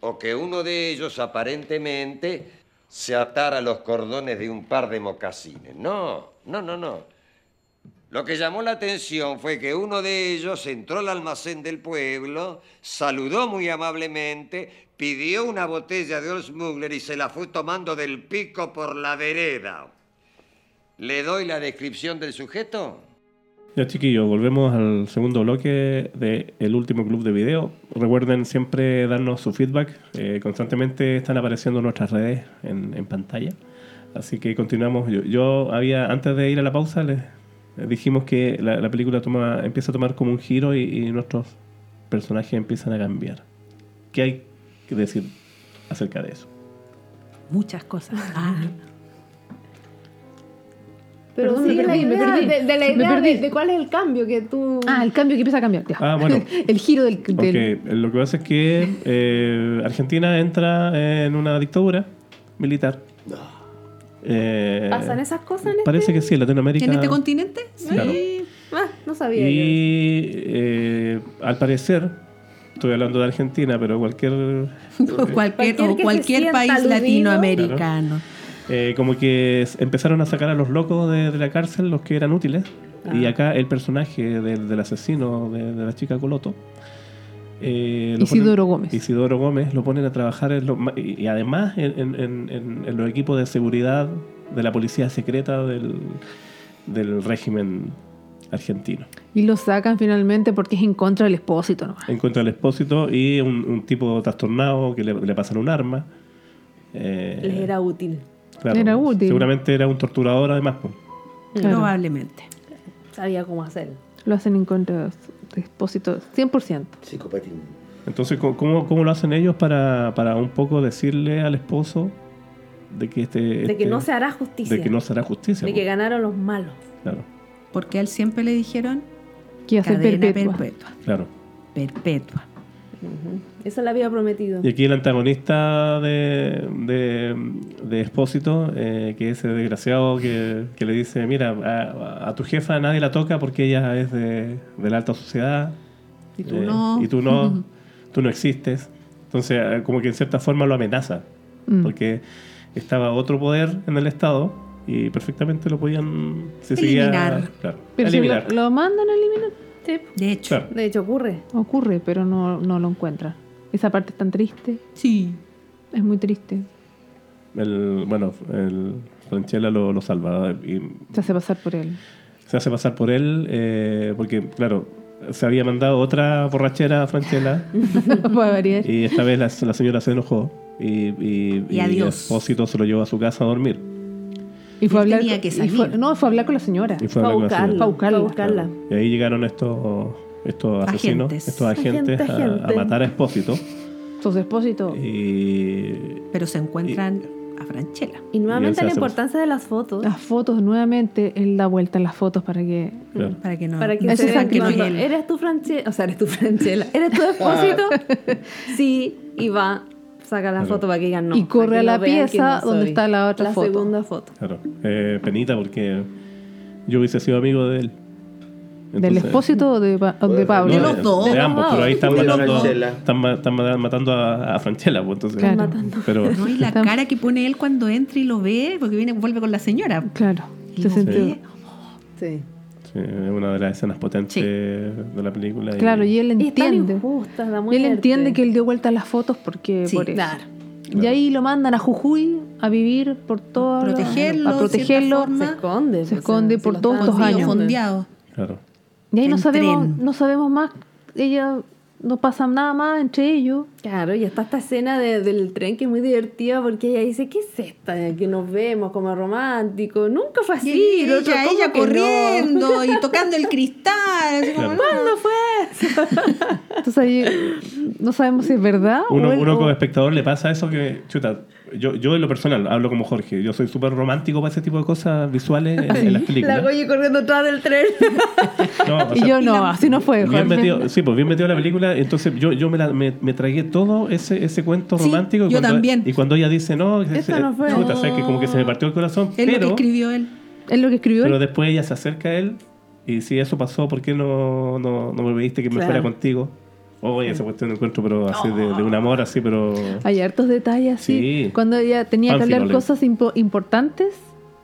[SPEAKER 7] O que uno de ellos aparentemente se atara los cordones de un par de mocasines. No, no, no, no. Lo que llamó la atención fue que uno de ellos entró al almacén del pueblo, saludó muy amablemente, pidió una botella de Old Smuggler y se la fue tomando del pico por la vereda. ¿Le doy la descripción del sujeto?
[SPEAKER 2] Ya chiquillos, volvemos al segundo bloque de El Último Club de Video. Recuerden siempre darnos su feedback. Eh, constantemente están apareciendo nuestras redes en, en pantalla. Así que continuamos. Yo, yo había, antes de ir a la pausa, les, les dijimos que la, la película toma, empieza a tomar como un giro y, y nuestros personajes empiezan a cambiar. ¿Qué hay que decir acerca de eso?
[SPEAKER 3] Muchas cosas. Ah,
[SPEAKER 6] Pero
[SPEAKER 4] Perdón,
[SPEAKER 6] sí,
[SPEAKER 4] me
[SPEAKER 6] la
[SPEAKER 4] perdí, me
[SPEAKER 6] idea
[SPEAKER 4] perdí.
[SPEAKER 6] De, de la
[SPEAKER 4] Me
[SPEAKER 6] idea
[SPEAKER 4] perdí.
[SPEAKER 6] De, de cuál es el cambio que tú...
[SPEAKER 4] Ah, el cambio que empieza a cambiar. ya.
[SPEAKER 2] Ah, bueno.
[SPEAKER 4] [laughs] el giro del... del-
[SPEAKER 2] Porque eh, lo que pasa es que eh, Argentina entra en una dictadura militar. Eh,
[SPEAKER 6] Ah. ¿Pasan esas cosas en
[SPEAKER 2] Parece que sí, en Latinoamérica.
[SPEAKER 3] ¿En este continente?
[SPEAKER 6] este?
[SPEAKER 2] claro.
[SPEAKER 6] Sí. Ah, no sabía yo.
[SPEAKER 2] Y eh, al parecer, estoy hablando de Argentina, pero cualquier
[SPEAKER 3] O cualquier,
[SPEAKER 6] Cualquier
[SPEAKER 3] o
[SPEAKER 6] que se
[SPEAKER 3] cualquier
[SPEAKER 6] sienta
[SPEAKER 3] país
[SPEAKER 6] aludido.
[SPEAKER 3] latinoamericano.
[SPEAKER 2] Eh, como que s- empezaron a sacar a los locos de, de la cárcel, los que eran útiles.
[SPEAKER 4] Ah.
[SPEAKER 2] Y acá el personaje del, del asesino de, de la chica Coloto. eh, lo ponen-
[SPEAKER 4] Isidoro Gómez.
[SPEAKER 2] Isidoro Gómez lo ponen a trabajar en lo- ma- y, y además en, en- en- en- en los equipos de seguridad de la policía secreta del, del régimen argentino.
[SPEAKER 4] Y lo sacan finalmente porque es en contra del expósito nomás.
[SPEAKER 2] En contra del expósito y un, un tipo trastornado que le, le pasan un arma. Eh,
[SPEAKER 6] Les era útil.
[SPEAKER 2] claro,
[SPEAKER 4] era útil.
[SPEAKER 2] Seguramente era un torturador además. pues.
[SPEAKER 4] Claro.
[SPEAKER 3] Probablemente.
[SPEAKER 6] Sabía cómo hacerlo.
[SPEAKER 4] Lo hacen en contra del expósito 100%.
[SPEAKER 5] Psicopatín.
[SPEAKER 2] Entonces, ¿cómo- ¿cómo, cómo lo hacen ellos para, para un poco decirle al esposo de que este,
[SPEAKER 6] De que
[SPEAKER 2] este-
[SPEAKER 6] no se hará justicia.
[SPEAKER 2] de que no se hará justicia?
[SPEAKER 6] De
[SPEAKER 2] pues?
[SPEAKER 6] que ganaron los malos.
[SPEAKER 2] Claro,
[SPEAKER 3] Porque a él siempre le dijeron
[SPEAKER 4] Que hace
[SPEAKER 3] cadena
[SPEAKER 4] perpetua.
[SPEAKER 3] perpetua.
[SPEAKER 2] claro.
[SPEAKER 3] Perpetua.
[SPEAKER 6] Ujú. Eso le había prometido.
[SPEAKER 2] Y aquí el antagonista de, de, de Espósito, eh, que es el desgraciado que, que le dice, mira, a, a tu jefa nadie la toca porque ella es de, de la alta sociedad.
[SPEAKER 3] Y tú
[SPEAKER 2] eh,
[SPEAKER 3] no.
[SPEAKER 2] Y tú
[SPEAKER 4] [laughs]
[SPEAKER 2] no, tú no existes. Entonces, eh, como que en cierta forma lo amenaza.
[SPEAKER 4] Mm.
[SPEAKER 2] porque estaba otro poder en el Estado y perfectamente lo podían se
[SPEAKER 3] Eliminar.
[SPEAKER 2] claro,
[SPEAKER 4] Pero si
[SPEAKER 2] eliminar.
[SPEAKER 4] lo, lo mandan a eliminar.
[SPEAKER 6] Sí,
[SPEAKER 3] De hecho.
[SPEAKER 2] Claro.
[SPEAKER 6] De hecho, ocurre.
[SPEAKER 4] Ocurre, pero no, no lo encuentran. Esa parte es tan triste.
[SPEAKER 3] Sí.
[SPEAKER 4] Es muy triste.
[SPEAKER 2] El, bueno, el Franchella lo, lo salva y
[SPEAKER 4] Se hace pasar por él. [laughs]
[SPEAKER 2] se hace pasar por él eh, porque, claro, se había mandado otra borrachera a Franchella
[SPEAKER 4] Para variar.
[SPEAKER 2] y esta vez la, la señora se enojó y, y,
[SPEAKER 3] Y adiós.
[SPEAKER 2] Espósito se lo llevó a su casa a dormir.
[SPEAKER 4] Y fue a
[SPEAKER 3] Él
[SPEAKER 4] hablar.
[SPEAKER 3] tenía que
[SPEAKER 4] y
[SPEAKER 3] salir.
[SPEAKER 4] fue- no, fue a hablar con la señora.
[SPEAKER 2] Y fue
[SPEAKER 6] Fue
[SPEAKER 2] a
[SPEAKER 6] a
[SPEAKER 2] hablar con la
[SPEAKER 6] buscarla.
[SPEAKER 2] señora.
[SPEAKER 4] Fue a buscarla.
[SPEAKER 6] buscarla.
[SPEAKER 2] Y ahí llegaron estos, estos asesinos,
[SPEAKER 3] Agentes.
[SPEAKER 2] estos agentes,
[SPEAKER 6] Agente,
[SPEAKER 2] a- a,
[SPEAKER 6] agente.
[SPEAKER 2] matar a Espósito.
[SPEAKER 4] Su expósito.
[SPEAKER 2] Y
[SPEAKER 3] Pero se encuentran a Franchella.
[SPEAKER 6] Y nuevamente
[SPEAKER 2] Y él
[SPEAKER 6] la
[SPEAKER 2] se hace-
[SPEAKER 6] importancia de las fotos.
[SPEAKER 4] Las fotos, nuevamente, él da vuelta en las fotos para que.
[SPEAKER 2] Claro.
[SPEAKER 3] Para que no.
[SPEAKER 6] Para que
[SPEAKER 3] no
[SPEAKER 4] Ese
[SPEAKER 6] se
[SPEAKER 3] sepan
[SPEAKER 6] vean
[SPEAKER 4] saque
[SPEAKER 3] que
[SPEAKER 6] que
[SPEAKER 3] no es
[SPEAKER 6] no-
[SPEAKER 3] él.
[SPEAKER 6] ¿Eres tu Franchela? O sea, eres tu Franchela. [laughs] ¿Eres
[SPEAKER 4] [laughs]
[SPEAKER 6] tu depósito? sí, y va, saca la
[SPEAKER 2] Claro.
[SPEAKER 6] foto para que digan no.
[SPEAKER 4] Y corre
[SPEAKER 6] para que
[SPEAKER 4] a la
[SPEAKER 6] no vean que
[SPEAKER 4] pieza donde
[SPEAKER 6] soy.
[SPEAKER 4] está la otra foto.
[SPEAKER 6] segunda foto.
[SPEAKER 2] Claro. Eh, penita porque yo hubiese sido amigo de él.
[SPEAKER 4] del
[SPEAKER 2] Entonces-
[SPEAKER 4] expósito o de, Pa- o de Pablo.
[SPEAKER 3] De los dos.
[SPEAKER 2] De ambos, pero ahí están
[SPEAKER 5] De los
[SPEAKER 2] matando,
[SPEAKER 5] dos.
[SPEAKER 2] están, ma- están ma- matando a, a Franchella. pues, entonces,
[SPEAKER 4] Claro.
[SPEAKER 2] Pero
[SPEAKER 3] [laughs] No, y la
[SPEAKER 4] Están-
[SPEAKER 3] cara que pone él cuando entra y lo ve, porque viene vuelve con la señora.
[SPEAKER 4] Claro.
[SPEAKER 3] Y
[SPEAKER 4] Se
[SPEAKER 3] lo
[SPEAKER 4] sintió-
[SPEAKER 3] ve.
[SPEAKER 6] Sí.
[SPEAKER 2] sí, es una de las escenas potentes
[SPEAKER 3] Sí.
[SPEAKER 2] de la película. y-
[SPEAKER 4] Claro, y él
[SPEAKER 6] Y es tan
[SPEAKER 4] entiende.
[SPEAKER 6] injusta la
[SPEAKER 4] Y él
[SPEAKER 6] muerte.
[SPEAKER 4] entiende que él dio vuelta a las fotos porque
[SPEAKER 3] Sí,
[SPEAKER 4] por eso.
[SPEAKER 6] Claro.
[SPEAKER 4] Y ahí lo mandan a Jujuy a vivir por todo.
[SPEAKER 3] Protegerlo,
[SPEAKER 4] A protegerlo.
[SPEAKER 3] de
[SPEAKER 6] Se
[SPEAKER 3] cierta
[SPEAKER 6] esconde.
[SPEAKER 4] Se
[SPEAKER 6] pues,
[SPEAKER 4] esconde
[SPEAKER 6] si
[SPEAKER 4] por
[SPEAKER 6] lo
[SPEAKER 4] todos
[SPEAKER 6] estaban
[SPEAKER 4] estos
[SPEAKER 3] Fondeado,
[SPEAKER 4] años.
[SPEAKER 6] siguiendo.
[SPEAKER 3] fondeado.
[SPEAKER 2] claro.
[SPEAKER 4] Y ahí no
[SPEAKER 3] en
[SPEAKER 4] sabemos,
[SPEAKER 3] tren.
[SPEAKER 4] no sabemos más. Ella no pasa nada más entre ellos.
[SPEAKER 6] Claro, y está esta escena de- del tren que es muy divertida porque ella dice, ¿qué es esta? Que nos vemos como romántico. Nunca fue así.
[SPEAKER 3] Y ella,
[SPEAKER 6] el otro,
[SPEAKER 3] ella,
[SPEAKER 6] "¿Cómo
[SPEAKER 3] ella
[SPEAKER 6] que no?".
[SPEAKER 3] corriendo y tocando el cristal. así como,
[SPEAKER 2] Claro.
[SPEAKER 3] no,
[SPEAKER 6] ¿Cuándo fue?
[SPEAKER 4] Entonces ahí no sabemos si es verdad
[SPEAKER 2] Uno,
[SPEAKER 4] o, él-
[SPEAKER 2] uno
[SPEAKER 4] o-
[SPEAKER 2] como espectador le pasa eso que, chuta, yo, yo en lo personal hablo como Jorge, yo soy súper romántico para ese tipo de cosas visuales en, en las
[SPEAKER 6] La
[SPEAKER 2] películas.
[SPEAKER 6] Goye corriendo atrás del tren.
[SPEAKER 2] No, o
[SPEAKER 4] Y
[SPEAKER 2] sea,
[SPEAKER 4] yo no, así no fue.
[SPEAKER 2] Bien
[SPEAKER 4] Jorge.
[SPEAKER 2] metido, sí, pues bien metido en la película. Entonces yo, yo me, la, me, me tragué todo ese, ese cuento
[SPEAKER 3] Sí,
[SPEAKER 2] romántico. y
[SPEAKER 3] yo
[SPEAKER 2] cuando-
[SPEAKER 3] también.
[SPEAKER 2] Y cuando ella dice, no, que
[SPEAKER 6] Esto
[SPEAKER 2] se-
[SPEAKER 6] no fue.
[SPEAKER 2] puta, sabes que como que se me partió el corazón.
[SPEAKER 3] Es lo que
[SPEAKER 2] Pero,
[SPEAKER 3] escribió él.
[SPEAKER 4] Es lo que escribió
[SPEAKER 2] pero
[SPEAKER 4] él.
[SPEAKER 2] después ella se acerca a él y si eso pasó, ¿por qué no, no, no me pediste que me
[SPEAKER 6] Claro.
[SPEAKER 2] fuera contigo? Oye, esa cuestión de encuentro, pero así de, de un amor así, pero...
[SPEAKER 4] Hay hartos detalles así.
[SPEAKER 2] Sí. ¿eh?
[SPEAKER 4] Cuando ella tenía que
[SPEAKER 2] Pánfilo,
[SPEAKER 4] hablar
[SPEAKER 2] le-
[SPEAKER 4] cosas impo- importantes,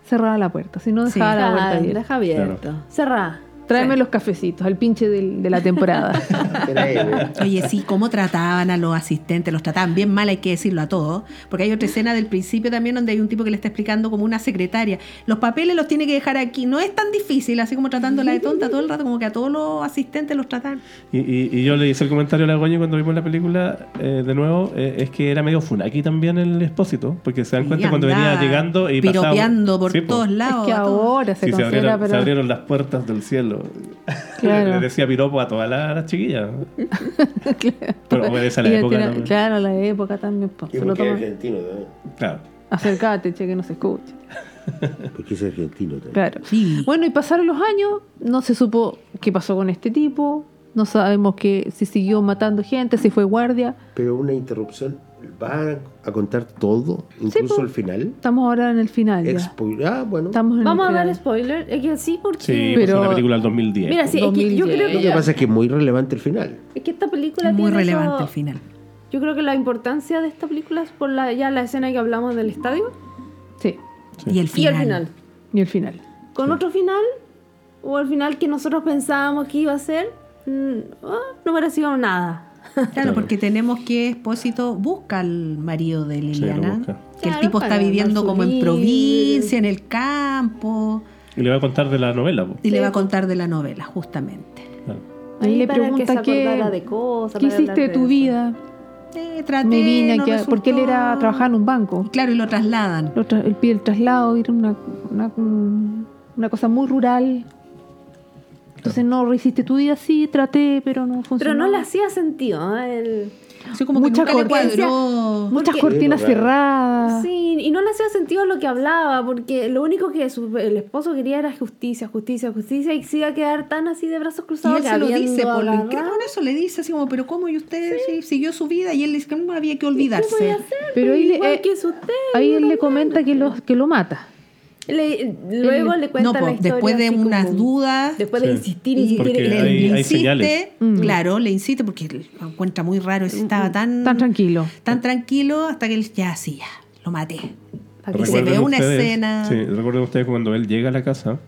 [SPEAKER 4] cerraba la puerta. Si no,
[SPEAKER 3] Sí.
[SPEAKER 4] dejaba la puerta
[SPEAKER 6] Ah,
[SPEAKER 4] abierta.
[SPEAKER 6] Deja abierto.
[SPEAKER 2] Claro.
[SPEAKER 6] Cerrá.
[SPEAKER 4] Tráeme los cafecitos, al pinche del- de la temporada.
[SPEAKER 3] [laughs]
[SPEAKER 5] Era él.
[SPEAKER 3] Oye, sí, cómo trataban a los asistentes, los trataban bien mal, hay que decirlo a todos, porque hay otra escena del principio también donde hay un tipo que le está explicando como una secretaria, los papeles los tiene que dejar aquí, no es tan difícil, así como tratándola de tonta todo el rato, como que a todos los asistentes los tratan.
[SPEAKER 2] Y, y- y yo le hice el comentario a la Goñi cuando vimos la película eh, de nuevo, eh, es que era medio fun. Aquí también el expósito, porque se dan cuenta
[SPEAKER 3] Y
[SPEAKER 2] cuando venía
[SPEAKER 3] andaba
[SPEAKER 2] llegando y pasaba-
[SPEAKER 3] piropeando por
[SPEAKER 2] Sí, pues.
[SPEAKER 3] todos lados.
[SPEAKER 4] es que
[SPEAKER 3] a todos.
[SPEAKER 4] ahora se
[SPEAKER 2] Sí, se
[SPEAKER 4] cancela,
[SPEAKER 2] abrieron, se
[SPEAKER 4] pero.
[SPEAKER 2] abrieron las puertas del cielo.
[SPEAKER 4] Claro. [laughs]
[SPEAKER 2] Le decía piropo a todas las las chiquillas.
[SPEAKER 4] Claro.
[SPEAKER 2] Pero obedece a la
[SPEAKER 4] Y ella
[SPEAKER 2] época
[SPEAKER 4] tiene-
[SPEAKER 2] también.
[SPEAKER 4] Claro, a la época también. pues,
[SPEAKER 5] Y
[SPEAKER 4] se lo
[SPEAKER 5] porque
[SPEAKER 2] [laughs]
[SPEAKER 5] es
[SPEAKER 4] toma.
[SPEAKER 5] argentino también.
[SPEAKER 2] Claro.
[SPEAKER 4] Acércate, che, que no se escuche.
[SPEAKER 5] Porque es argentino también.
[SPEAKER 4] Claro.
[SPEAKER 3] Sí.
[SPEAKER 4] Bueno, y pasaron los años, no se supo qué pasó con este tipo, no sabemos que si siguió matando gente, si fue guardia.
[SPEAKER 5] Pero una interrupción ¿Van a contar todo? Incluso
[SPEAKER 4] po.
[SPEAKER 5] el final.
[SPEAKER 4] Estamos ahora en el final. Ya.
[SPEAKER 5] Expo- Ah, bueno.
[SPEAKER 4] Estamos en el
[SPEAKER 6] Vamos a dar
[SPEAKER 4] final.
[SPEAKER 6] spoiler. Es que sí, porque.
[SPEAKER 2] Sí,
[SPEAKER 4] Pero-
[SPEAKER 2] pues es una película del 2010.
[SPEAKER 6] Mira, sí, es que yo creo
[SPEAKER 4] 2010.
[SPEAKER 5] Lo que
[SPEAKER 6] que,
[SPEAKER 5] pasa es que es muy relevante el final.
[SPEAKER 6] es que esta película
[SPEAKER 3] Muy
[SPEAKER 6] tiene
[SPEAKER 3] relevante
[SPEAKER 6] eso-
[SPEAKER 3] el final.
[SPEAKER 6] Yo creo que la importancia de esta película es por la, ya la escena que hablamos del estadio
[SPEAKER 4] Sí,
[SPEAKER 2] Sí.
[SPEAKER 3] Y el
[SPEAKER 6] y
[SPEAKER 3] final.
[SPEAKER 6] el final.
[SPEAKER 4] y el final.
[SPEAKER 6] Con otro final, o el final que nosotros pensábamos que iba a ser, mm, ah, no hubiera sido nada.
[SPEAKER 3] Claro, porque tenemos que Espósito busca al marido de Liliana.
[SPEAKER 2] busca.
[SPEAKER 3] que el
[SPEAKER 6] Claro,
[SPEAKER 3] tipo está
[SPEAKER 6] para
[SPEAKER 3] viviendo
[SPEAKER 6] armar su
[SPEAKER 3] como en
[SPEAKER 6] vida.
[SPEAKER 3] provincia, en el campo.
[SPEAKER 2] Y le voy a contar de la novela. po.
[SPEAKER 3] Y le va a contar de la novela, justamente.
[SPEAKER 2] Claro.
[SPEAKER 4] Ahí le
[SPEAKER 6] para
[SPEAKER 4] pregunta
[SPEAKER 6] que se
[SPEAKER 4] qué-
[SPEAKER 6] acordara de cosas,
[SPEAKER 4] ¿Qué
[SPEAKER 6] para hablar
[SPEAKER 4] hiciste de tu
[SPEAKER 6] eso.
[SPEAKER 4] vida?
[SPEAKER 3] Eh, traté,
[SPEAKER 4] Me vine
[SPEAKER 3] no
[SPEAKER 4] aquí. a- Porque él era
[SPEAKER 3] resultó.
[SPEAKER 4] trabajaba en un banco.
[SPEAKER 3] Y claro, y lo trasladan.
[SPEAKER 4] Lo tra- él pide el traslado, era una, una, un- una cosa muy rural. Entonces no hiciste tu vida así, traté, pero no funcionó.
[SPEAKER 6] Pero no le hacía sentido. ¿eh? El-
[SPEAKER 3] Así como que
[SPEAKER 4] Mucha
[SPEAKER 3] nunca le
[SPEAKER 6] cortesía.
[SPEAKER 3] cuadró.
[SPEAKER 4] Muchas
[SPEAKER 6] porque-
[SPEAKER 4] cortinas
[SPEAKER 5] Sí, lo raro.
[SPEAKER 3] Ah.
[SPEAKER 4] cerradas.
[SPEAKER 6] Sí, y no le hacía sentido lo que hablaba, porque lo único que su- el esposo quería era justicia, justicia, justicia, y se iba a quedar tan así de brazos
[SPEAKER 3] Y
[SPEAKER 6] cruzados.
[SPEAKER 3] él
[SPEAKER 6] que
[SPEAKER 3] se lo
[SPEAKER 6] habiendo
[SPEAKER 3] dice, pues, por lo
[SPEAKER 6] agarrado-
[SPEAKER 3] increíble, eso le dice, así como, pero ¿cómo? Y usted sí, siguió su vida y él dice que no había que
[SPEAKER 6] ¿Qué voy a
[SPEAKER 3] olvidarse.
[SPEAKER 6] hacer?
[SPEAKER 4] Pero ahí le-
[SPEAKER 6] Igual
[SPEAKER 4] eh,
[SPEAKER 6] que es usted,
[SPEAKER 4] Ahí
[SPEAKER 6] yo
[SPEAKER 4] él le
[SPEAKER 6] también.
[SPEAKER 4] comenta que lo, que lo mata.
[SPEAKER 6] Le- luego
[SPEAKER 4] Él-
[SPEAKER 6] le cuenta
[SPEAKER 3] no,
[SPEAKER 6] la
[SPEAKER 3] pues,
[SPEAKER 6] historia.
[SPEAKER 3] después de
[SPEAKER 6] así como-
[SPEAKER 3] unas dudas.
[SPEAKER 6] Después de
[SPEAKER 2] Sí.
[SPEAKER 6] insistir,
[SPEAKER 3] y
[SPEAKER 6] insistir.
[SPEAKER 2] Porque
[SPEAKER 3] le,
[SPEAKER 2] hay-
[SPEAKER 3] le
[SPEAKER 2] hay
[SPEAKER 3] insiste,
[SPEAKER 2] señales.
[SPEAKER 4] Mm.
[SPEAKER 3] claro, le insiste porque lo encuentra muy
[SPEAKER 6] Mm,
[SPEAKER 3] raro, ese estaba tan,
[SPEAKER 4] Tan tranquilo.
[SPEAKER 3] tan tranquilo hasta que él ya sí, ya, lo maté.
[SPEAKER 4] Para que
[SPEAKER 3] se
[SPEAKER 2] Recuerden
[SPEAKER 3] ve una
[SPEAKER 2] ustedes-
[SPEAKER 3] escena.
[SPEAKER 2] Sí, recuerden ustedes cuando él llega a la casa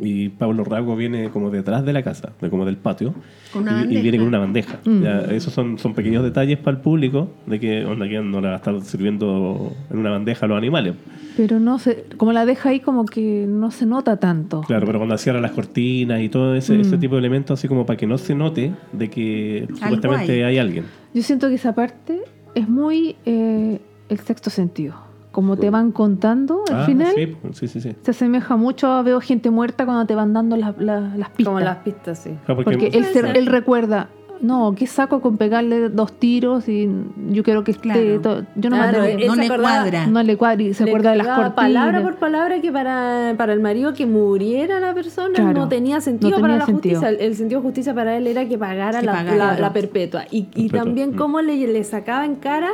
[SPEAKER 2] y Pablo Rago viene como detrás de la casa, de- como del patio,
[SPEAKER 3] Con una
[SPEAKER 2] y- y,
[SPEAKER 3] bandeja.
[SPEAKER 2] viene con una bandeja.
[SPEAKER 4] Mm.
[SPEAKER 2] Ya, esos son, son pequeños detalles para el público de que onda, que no le va a estar sirviendo en una bandeja a los animales.
[SPEAKER 4] Pero no se, como la deja ahí como que no se nota tanto.
[SPEAKER 2] Claro, pero cuando cierra las cortinas y todo ese,
[SPEAKER 4] Mm.
[SPEAKER 2] ese tipo de elementos, así como para que no se note de que supuestamente
[SPEAKER 3] hay.
[SPEAKER 2] hay alguien.
[SPEAKER 4] Yo siento que esa parte es muy eh, el sexto sentido. Como te van contando al
[SPEAKER 2] Ah,
[SPEAKER 4] final,
[SPEAKER 2] sí, sí, sí. sí.
[SPEAKER 4] se asemeja mucho a veo gente muerta cuando te van dando las, las- las pistas.
[SPEAKER 6] Como las pistas, sí.
[SPEAKER 2] Ah, porque-
[SPEAKER 4] Porque, él, se- él recuerda, no, ¿qué saco con pegarle dos tiros? Y yo quiero que esté
[SPEAKER 3] Claro.
[SPEAKER 4] todo- Yo no
[SPEAKER 6] Claro,
[SPEAKER 4] me
[SPEAKER 6] él-
[SPEAKER 3] no
[SPEAKER 4] atrevo.
[SPEAKER 6] se
[SPEAKER 3] le
[SPEAKER 6] acordaba-
[SPEAKER 3] cuadra.
[SPEAKER 4] No le cuadra y se
[SPEAKER 6] Le
[SPEAKER 4] acuerda de las
[SPEAKER 6] explicaba
[SPEAKER 4] cortinas.
[SPEAKER 6] palabra por palabra que para, para el marido que muriera la persona
[SPEAKER 4] Claro,
[SPEAKER 6] no tenía sentido
[SPEAKER 4] no tenía
[SPEAKER 6] para la
[SPEAKER 4] sentido.
[SPEAKER 6] justicia. El, el sentido de justicia para él era que pagara,
[SPEAKER 3] Que
[SPEAKER 6] la,
[SPEAKER 3] pagara.
[SPEAKER 6] la- la perpetua. Y, y
[SPEAKER 2] Perpetua,
[SPEAKER 6] también
[SPEAKER 2] mm.
[SPEAKER 6] cómo le, le sacaba en cara,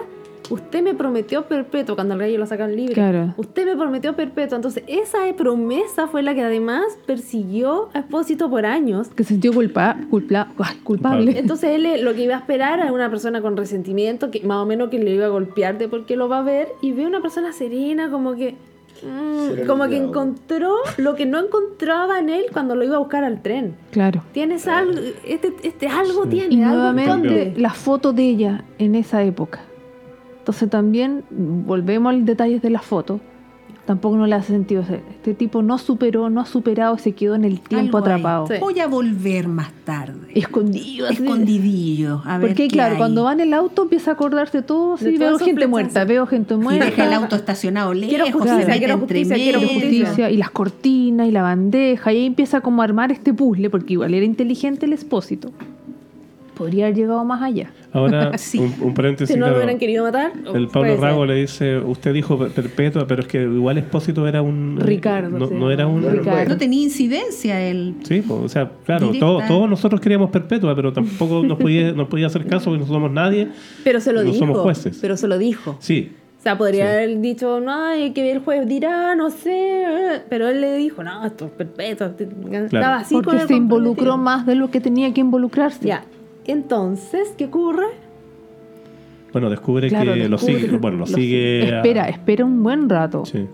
[SPEAKER 6] usted me prometió perpetua cuando el rey lo sacan libre.
[SPEAKER 4] Claro.
[SPEAKER 6] Usted me prometió perpetua. Entonces esa promesa fue la que además persiguió a Espósito por años.
[SPEAKER 4] Que se sintió culpa, culpa, ah, culpable.
[SPEAKER 6] Entonces él eh, lo que iba a esperar era una persona con resentimiento, que más o menos que le iba a golpear de porque lo va a ver, y ve una persona serena, como que. mm,
[SPEAKER 5] Serena.
[SPEAKER 6] como que encontró lo que no encontraba en él cuando lo iba a buscar al tren.
[SPEAKER 4] [laughs] Claro.
[SPEAKER 6] Tienes algo, este, este algo tiene,
[SPEAKER 4] Y
[SPEAKER 6] algo
[SPEAKER 4] nuevamente
[SPEAKER 6] esconde.
[SPEAKER 4] la foto de ella en esa época. Entonces también volvemos al detalle de la foto. Tampoco no le hace sentido. O sea, Este tipo no superó, no ha superado, se quedó en el tiempo
[SPEAKER 3] Algo ahí.
[SPEAKER 4] atrapado.
[SPEAKER 6] Sí.
[SPEAKER 3] Voy a volver más tarde.
[SPEAKER 6] [laughs]
[SPEAKER 4] Escondido. así.
[SPEAKER 3] Escondidillo. A ver
[SPEAKER 4] Porque
[SPEAKER 3] qué
[SPEAKER 4] claro,
[SPEAKER 3] hay.
[SPEAKER 4] cuando va en el auto empieza a acordarse todo.
[SPEAKER 6] De
[SPEAKER 4] Sí,
[SPEAKER 6] todas
[SPEAKER 4] veo
[SPEAKER 6] sus
[SPEAKER 4] gente
[SPEAKER 6] flechazos.
[SPEAKER 4] muerta, veo gente
[SPEAKER 3] Y deja el
[SPEAKER 4] muerta.
[SPEAKER 3] auto estacionado lejos,
[SPEAKER 6] Quiero justicia,
[SPEAKER 3] se mete
[SPEAKER 6] quiero
[SPEAKER 3] entre
[SPEAKER 6] justicia, quiero
[SPEAKER 3] medio.
[SPEAKER 6] justicia.
[SPEAKER 4] Justicia, y las cortinas y la bandeja. Y ahí empieza como a armar este puzzle, porque igual era inteligente el expósito. Podría haber llegado más allá. [laughs]
[SPEAKER 2] Ahora,
[SPEAKER 3] Sí.
[SPEAKER 2] un, un paréntesis.
[SPEAKER 6] Si no lo
[SPEAKER 2] claro.
[SPEAKER 6] hubieran querido matar,
[SPEAKER 2] El
[SPEAKER 6] puede
[SPEAKER 2] Pablo
[SPEAKER 6] ser.
[SPEAKER 2] Rago le dice, usted dijo per- perpetua, pero es que igual Espósito era un...
[SPEAKER 4] Ricardo,
[SPEAKER 2] No,
[SPEAKER 4] sí.
[SPEAKER 2] no era un...
[SPEAKER 5] Ricardo.
[SPEAKER 3] No tenía incidencia él.
[SPEAKER 2] Sí, pues, o sea, claro,
[SPEAKER 3] Directa.
[SPEAKER 2] todo- todos nosotros queríamos perpetua, pero tampoco nos
[SPEAKER 4] [laughs]
[SPEAKER 2] podía, nos podía hacer caso porque no somos nadie.
[SPEAKER 6] Pero se lo
[SPEAKER 2] No
[SPEAKER 6] dijo.
[SPEAKER 2] somos jueces.
[SPEAKER 6] Pero se lo dijo.
[SPEAKER 2] Sí,
[SPEAKER 6] O sea, podría
[SPEAKER 2] Sí.
[SPEAKER 6] haber dicho, no, hay que ver el juez dirá, no sé. eh", Pero él le dijo, no, esto es perpetuo. Estaba así con
[SPEAKER 4] porque
[SPEAKER 6] el
[SPEAKER 4] se involucró
[SPEAKER 6] comprometido.
[SPEAKER 4] más de lo que tenía que involucrarse.
[SPEAKER 6] Ya. Entonces, ¿qué ocurre?
[SPEAKER 2] bueno, descubre
[SPEAKER 4] Claro,
[SPEAKER 2] que lo
[SPEAKER 4] descubre-
[SPEAKER 2] sigue, bueno, lo,
[SPEAKER 4] lo
[SPEAKER 2] sigue... a-
[SPEAKER 4] Espera, espera un buen rato
[SPEAKER 2] Sí,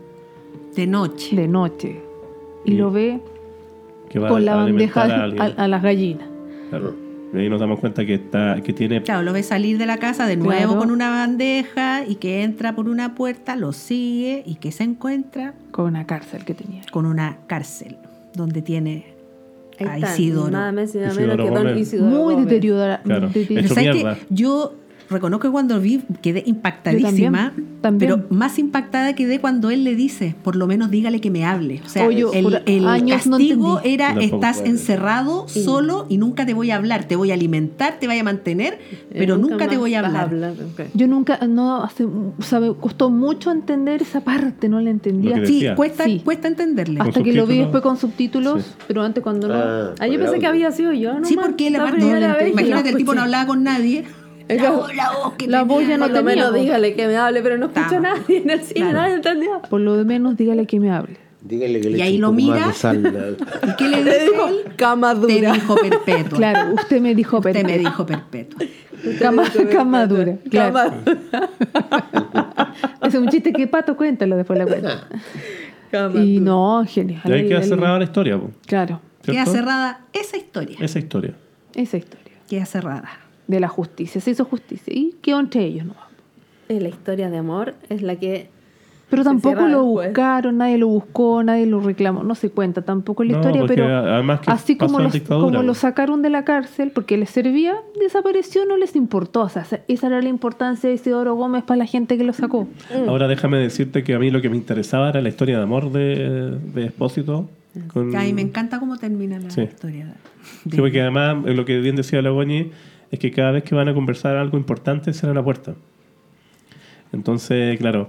[SPEAKER 3] De noche.
[SPEAKER 4] de noche y
[SPEAKER 2] Y
[SPEAKER 4] lo ve
[SPEAKER 2] que va
[SPEAKER 4] con la
[SPEAKER 2] a
[SPEAKER 4] bandeja
[SPEAKER 2] alimentar a
[SPEAKER 4] a,
[SPEAKER 2] alguien.
[SPEAKER 4] a las gallinas.
[SPEAKER 2] Claro. Y ahí nos damos cuenta que, está, que tiene...
[SPEAKER 3] Claro, lo ve salir de la casa de nuevo
[SPEAKER 4] Claro.
[SPEAKER 3] con una bandeja y que entra por una puerta, lo sigue y que se encuentra
[SPEAKER 4] Con una cárcel que tenía.
[SPEAKER 3] con una cárcel donde tiene
[SPEAKER 6] Ahí
[SPEAKER 3] a
[SPEAKER 6] está,
[SPEAKER 3] Isidoro.
[SPEAKER 6] Nada más y nada menos
[SPEAKER 2] Isidoro
[SPEAKER 6] que Don
[SPEAKER 2] Gómez.
[SPEAKER 6] Isidoro.
[SPEAKER 4] Muy
[SPEAKER 6] Gómez.
[SPEAKER 4] deteriorada.
[SPEAKER 2] Claro.
[SPEAKER 4] deteriorada.
[SPEAKER 2] Hecho
[SPEAKER 3] ¿Sabes
[SPEAKER 2] mierda.
[SPEAKER 3] qué? Yo reconozco que cuando vi quedé impactadísima,
[SPEAKER 4] Yo también, también.
[SPEAKER 3] pero más impactada quedé cuando él le dice, por lo menos dígale que me hable. O sea,
[SPEAKER 4] O yo,
[SPEAKER 3] el,
[SPEAKER 4] por
[SPEAKER 3] el
[SPEAKER 4] años no
[SPEAKER 3] castigo
[SPEAKER 4] entendí.
[SPEAKER 3] era
[SPEAKER 2] Tampoco
[SPEAKER 3] estás
[SPEAKER 2] puede.
[SPEAKER 3] encerrado solo y nunca te voy a hablar, te voy a alimentar, te voy a mantener, pero nunca, te
[SPEAKER 6] Eh, más
[SPEAKER 3] voy a
[SPEAKER 6] vas
[SPEAKER 3] hablar.
[SPEAKER 6] ok.
[SPEAKER 4] Yo nunca, no, hace, o sea, me costó mucho entender esa parte, no la entendía.
[SPEAKER 2] Lo que
[SPEAKER 3] Sí,
[SPEAKER 2] decía.
[SPEAKER 3] cuesta,
[SPEAKER 4] Sí.
[SPEAKER 3] cuesta entenderle.
[SPEAKER 2] Con
[SPEAKER 4] Hasta que lo vi
[SPEAKER 2] subtítulos.
[SPEAKER 4] después con subtítulos,
[SPEAKER 2] Sí.
[SPEAKER 4] pero antes cuando no...
[SPEAKER 5] Ah,
[SPEAKER 6] Ah, yo
[SPEAKER 5] por
[SPEAKER 6] pensé
[SPEAKER 5] el
[SPEAKER 6] que
[SPEAKER 5] audio.
[SPEAKER 6] había sido yo, ¿no?
[SPEAKER 3] Sí, porque él aparte no le- imagínate, el tipo no hablaba con nadie. La voz- la voz que
[SPEAKER 6] La voz ya no
[SPEAKER 4] tenía,
[SPEAKER 6] menos
[SPEAKER 4] po.
[SPEAKER 6] dígale que me hable, pero no
[SPEAKER 3] Está.
[SPEAKER 6] escucho a nadie en el cine,
[SPEAKER 3] Claro.
[SPEAKER 6] nadie entendió.
[SPEAKER 4] Por lo menos, dígale que me hable.
[SPEAKER 5] Dígale que le
[SPEAKER 3] Y
[SPEAKER 5] eche
[SPEAKER 3] ahí
[SPEAKER 5] un
[SPEAKER 3] lo
[SPEAKER 5] poco más
[SPEAKER 3] mira.
[SPEAKER 5] de sal.
[SPEAKER 3] [laughs] ¿Y qué
[SPEAKER 4] [laughs]
[SPEAKER 3] le
[SPEAKER 6] Le
[SPEAKER 3] dijo?
[SPEAKER 6] dijo, cama
[SPEAKER 3] Te
[SPEAKER 6] dura.
[SPEAKER 3] dijo perpetuo.
[SPEAKER 4] Claro, usted me dijo,
[SPEAKER 3] Usted me
[SPEAKER 4] perfecto.
[SPEAKER 3] dijo perpetuo.
[SPEAKER 4] Cama,
[SPEAKER 6] Usted
[SPEAKER 4] cama
[SPEAKER 6] me dijo,
[SPEAKER 4] dura. Claro.
[SPEAKER 6] Cama,
[SPEAKER 4] [laughs] Es un chiste que pato, cuéntalo, después la cuenta.
[SPEAKER 6] cama
[SPEAKER 4] Y
[SPEAKER 6] dura.
[SPEAKER 4] no, genial.
[SPEAKER 2] Y ahí queda
[SPEAKER 4] Ahí-
[SPEAKER 2] cerrada la historia, po,
[SPEAKER 4] Claro,
[SPEAKER 2] ¿cierto?
[SPEAKER 3] Queda cerrada esa historia.
[SPEAKER 2] Esa historia.
[SPEAKER 4] esa historia.
[SPEAKER 3] Queda cerrada.
[SPEAKER 4] De la justicia, se hizo justicia. Y quedó entre ellos, ¿no?
[SPEAKER 6] Eh, La historia de amor es la que
[SPEAKER 4] Pero
[SPEAKER 6] Se
[SPEAKER 4] tampoco
[SPEAKER 6] cierra
[SPEAKER 4] lo
[SPEAKER 6] después.
[SPEAKER 4] buscaron, nadie lo buscó, nadie lo reclamó. No se cuenta tampoco la
[SPEAKER 2] No,
[SPEAKER 4] historia,
[SPEAKER 2] porque
[SPEAKER 4] pero
[SPEAKER 2] además que
[SPEAKER 4] así
[SPEAKER 2] pasó
[SPEAKER 4] como,
[SPEAKER 2] la
[SPEAKER 4] los,
[SPEAKER 2] dictadura,
[SPEAKER 4] como
[SPEAKER 2] pues.
[SPEAKER 4] lo sacaron de la cárcel porque les servía, desapareció, no les importó. O sea, esa- esa era la importancia de Isidoro Gómez para la gente que lo sacó.
[SPEAKER 2] Ahora déjame decirte que a mí lo que me interesaba era la historia de amor de, de Espósito. Con...
[SPEAKER 3] Ay, me encanta cómo termina la
[SPEAKER 2] Sí.
[SPEAKER 3] historia.
[SPEAKER 2] Sí, porque además eh, lo que bien decía la Goñi es que cada vez que van a conversar algo importante cierra la puerta. Entonces, claro,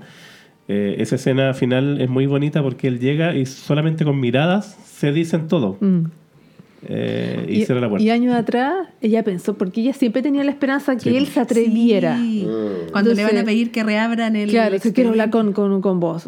[SPEAKER 2] eh, esa escena final es muy bonita porque él llega y solamente con miradas se dicen todo
[SPEAKER 4] Mm.
[SPEAKER 2] eh, y, cierra la
[SPEAKER 4] y
[SPEAKER 2] puerta.
[SPEAKER 4] años atrás ella pensó, porque ella siempre tenía la esperanza que
[SPEAKER 2] Sí.
[SPEAKER 4] él se atreviera.
[SPEAKER 3] Sí. Cuando le van a
[SPEAKER 4] Entonces-
[SPEAKER 3] pedir que reabran el.
[SPEAKER 4] Claro, que quiero hablar con, con, con vos.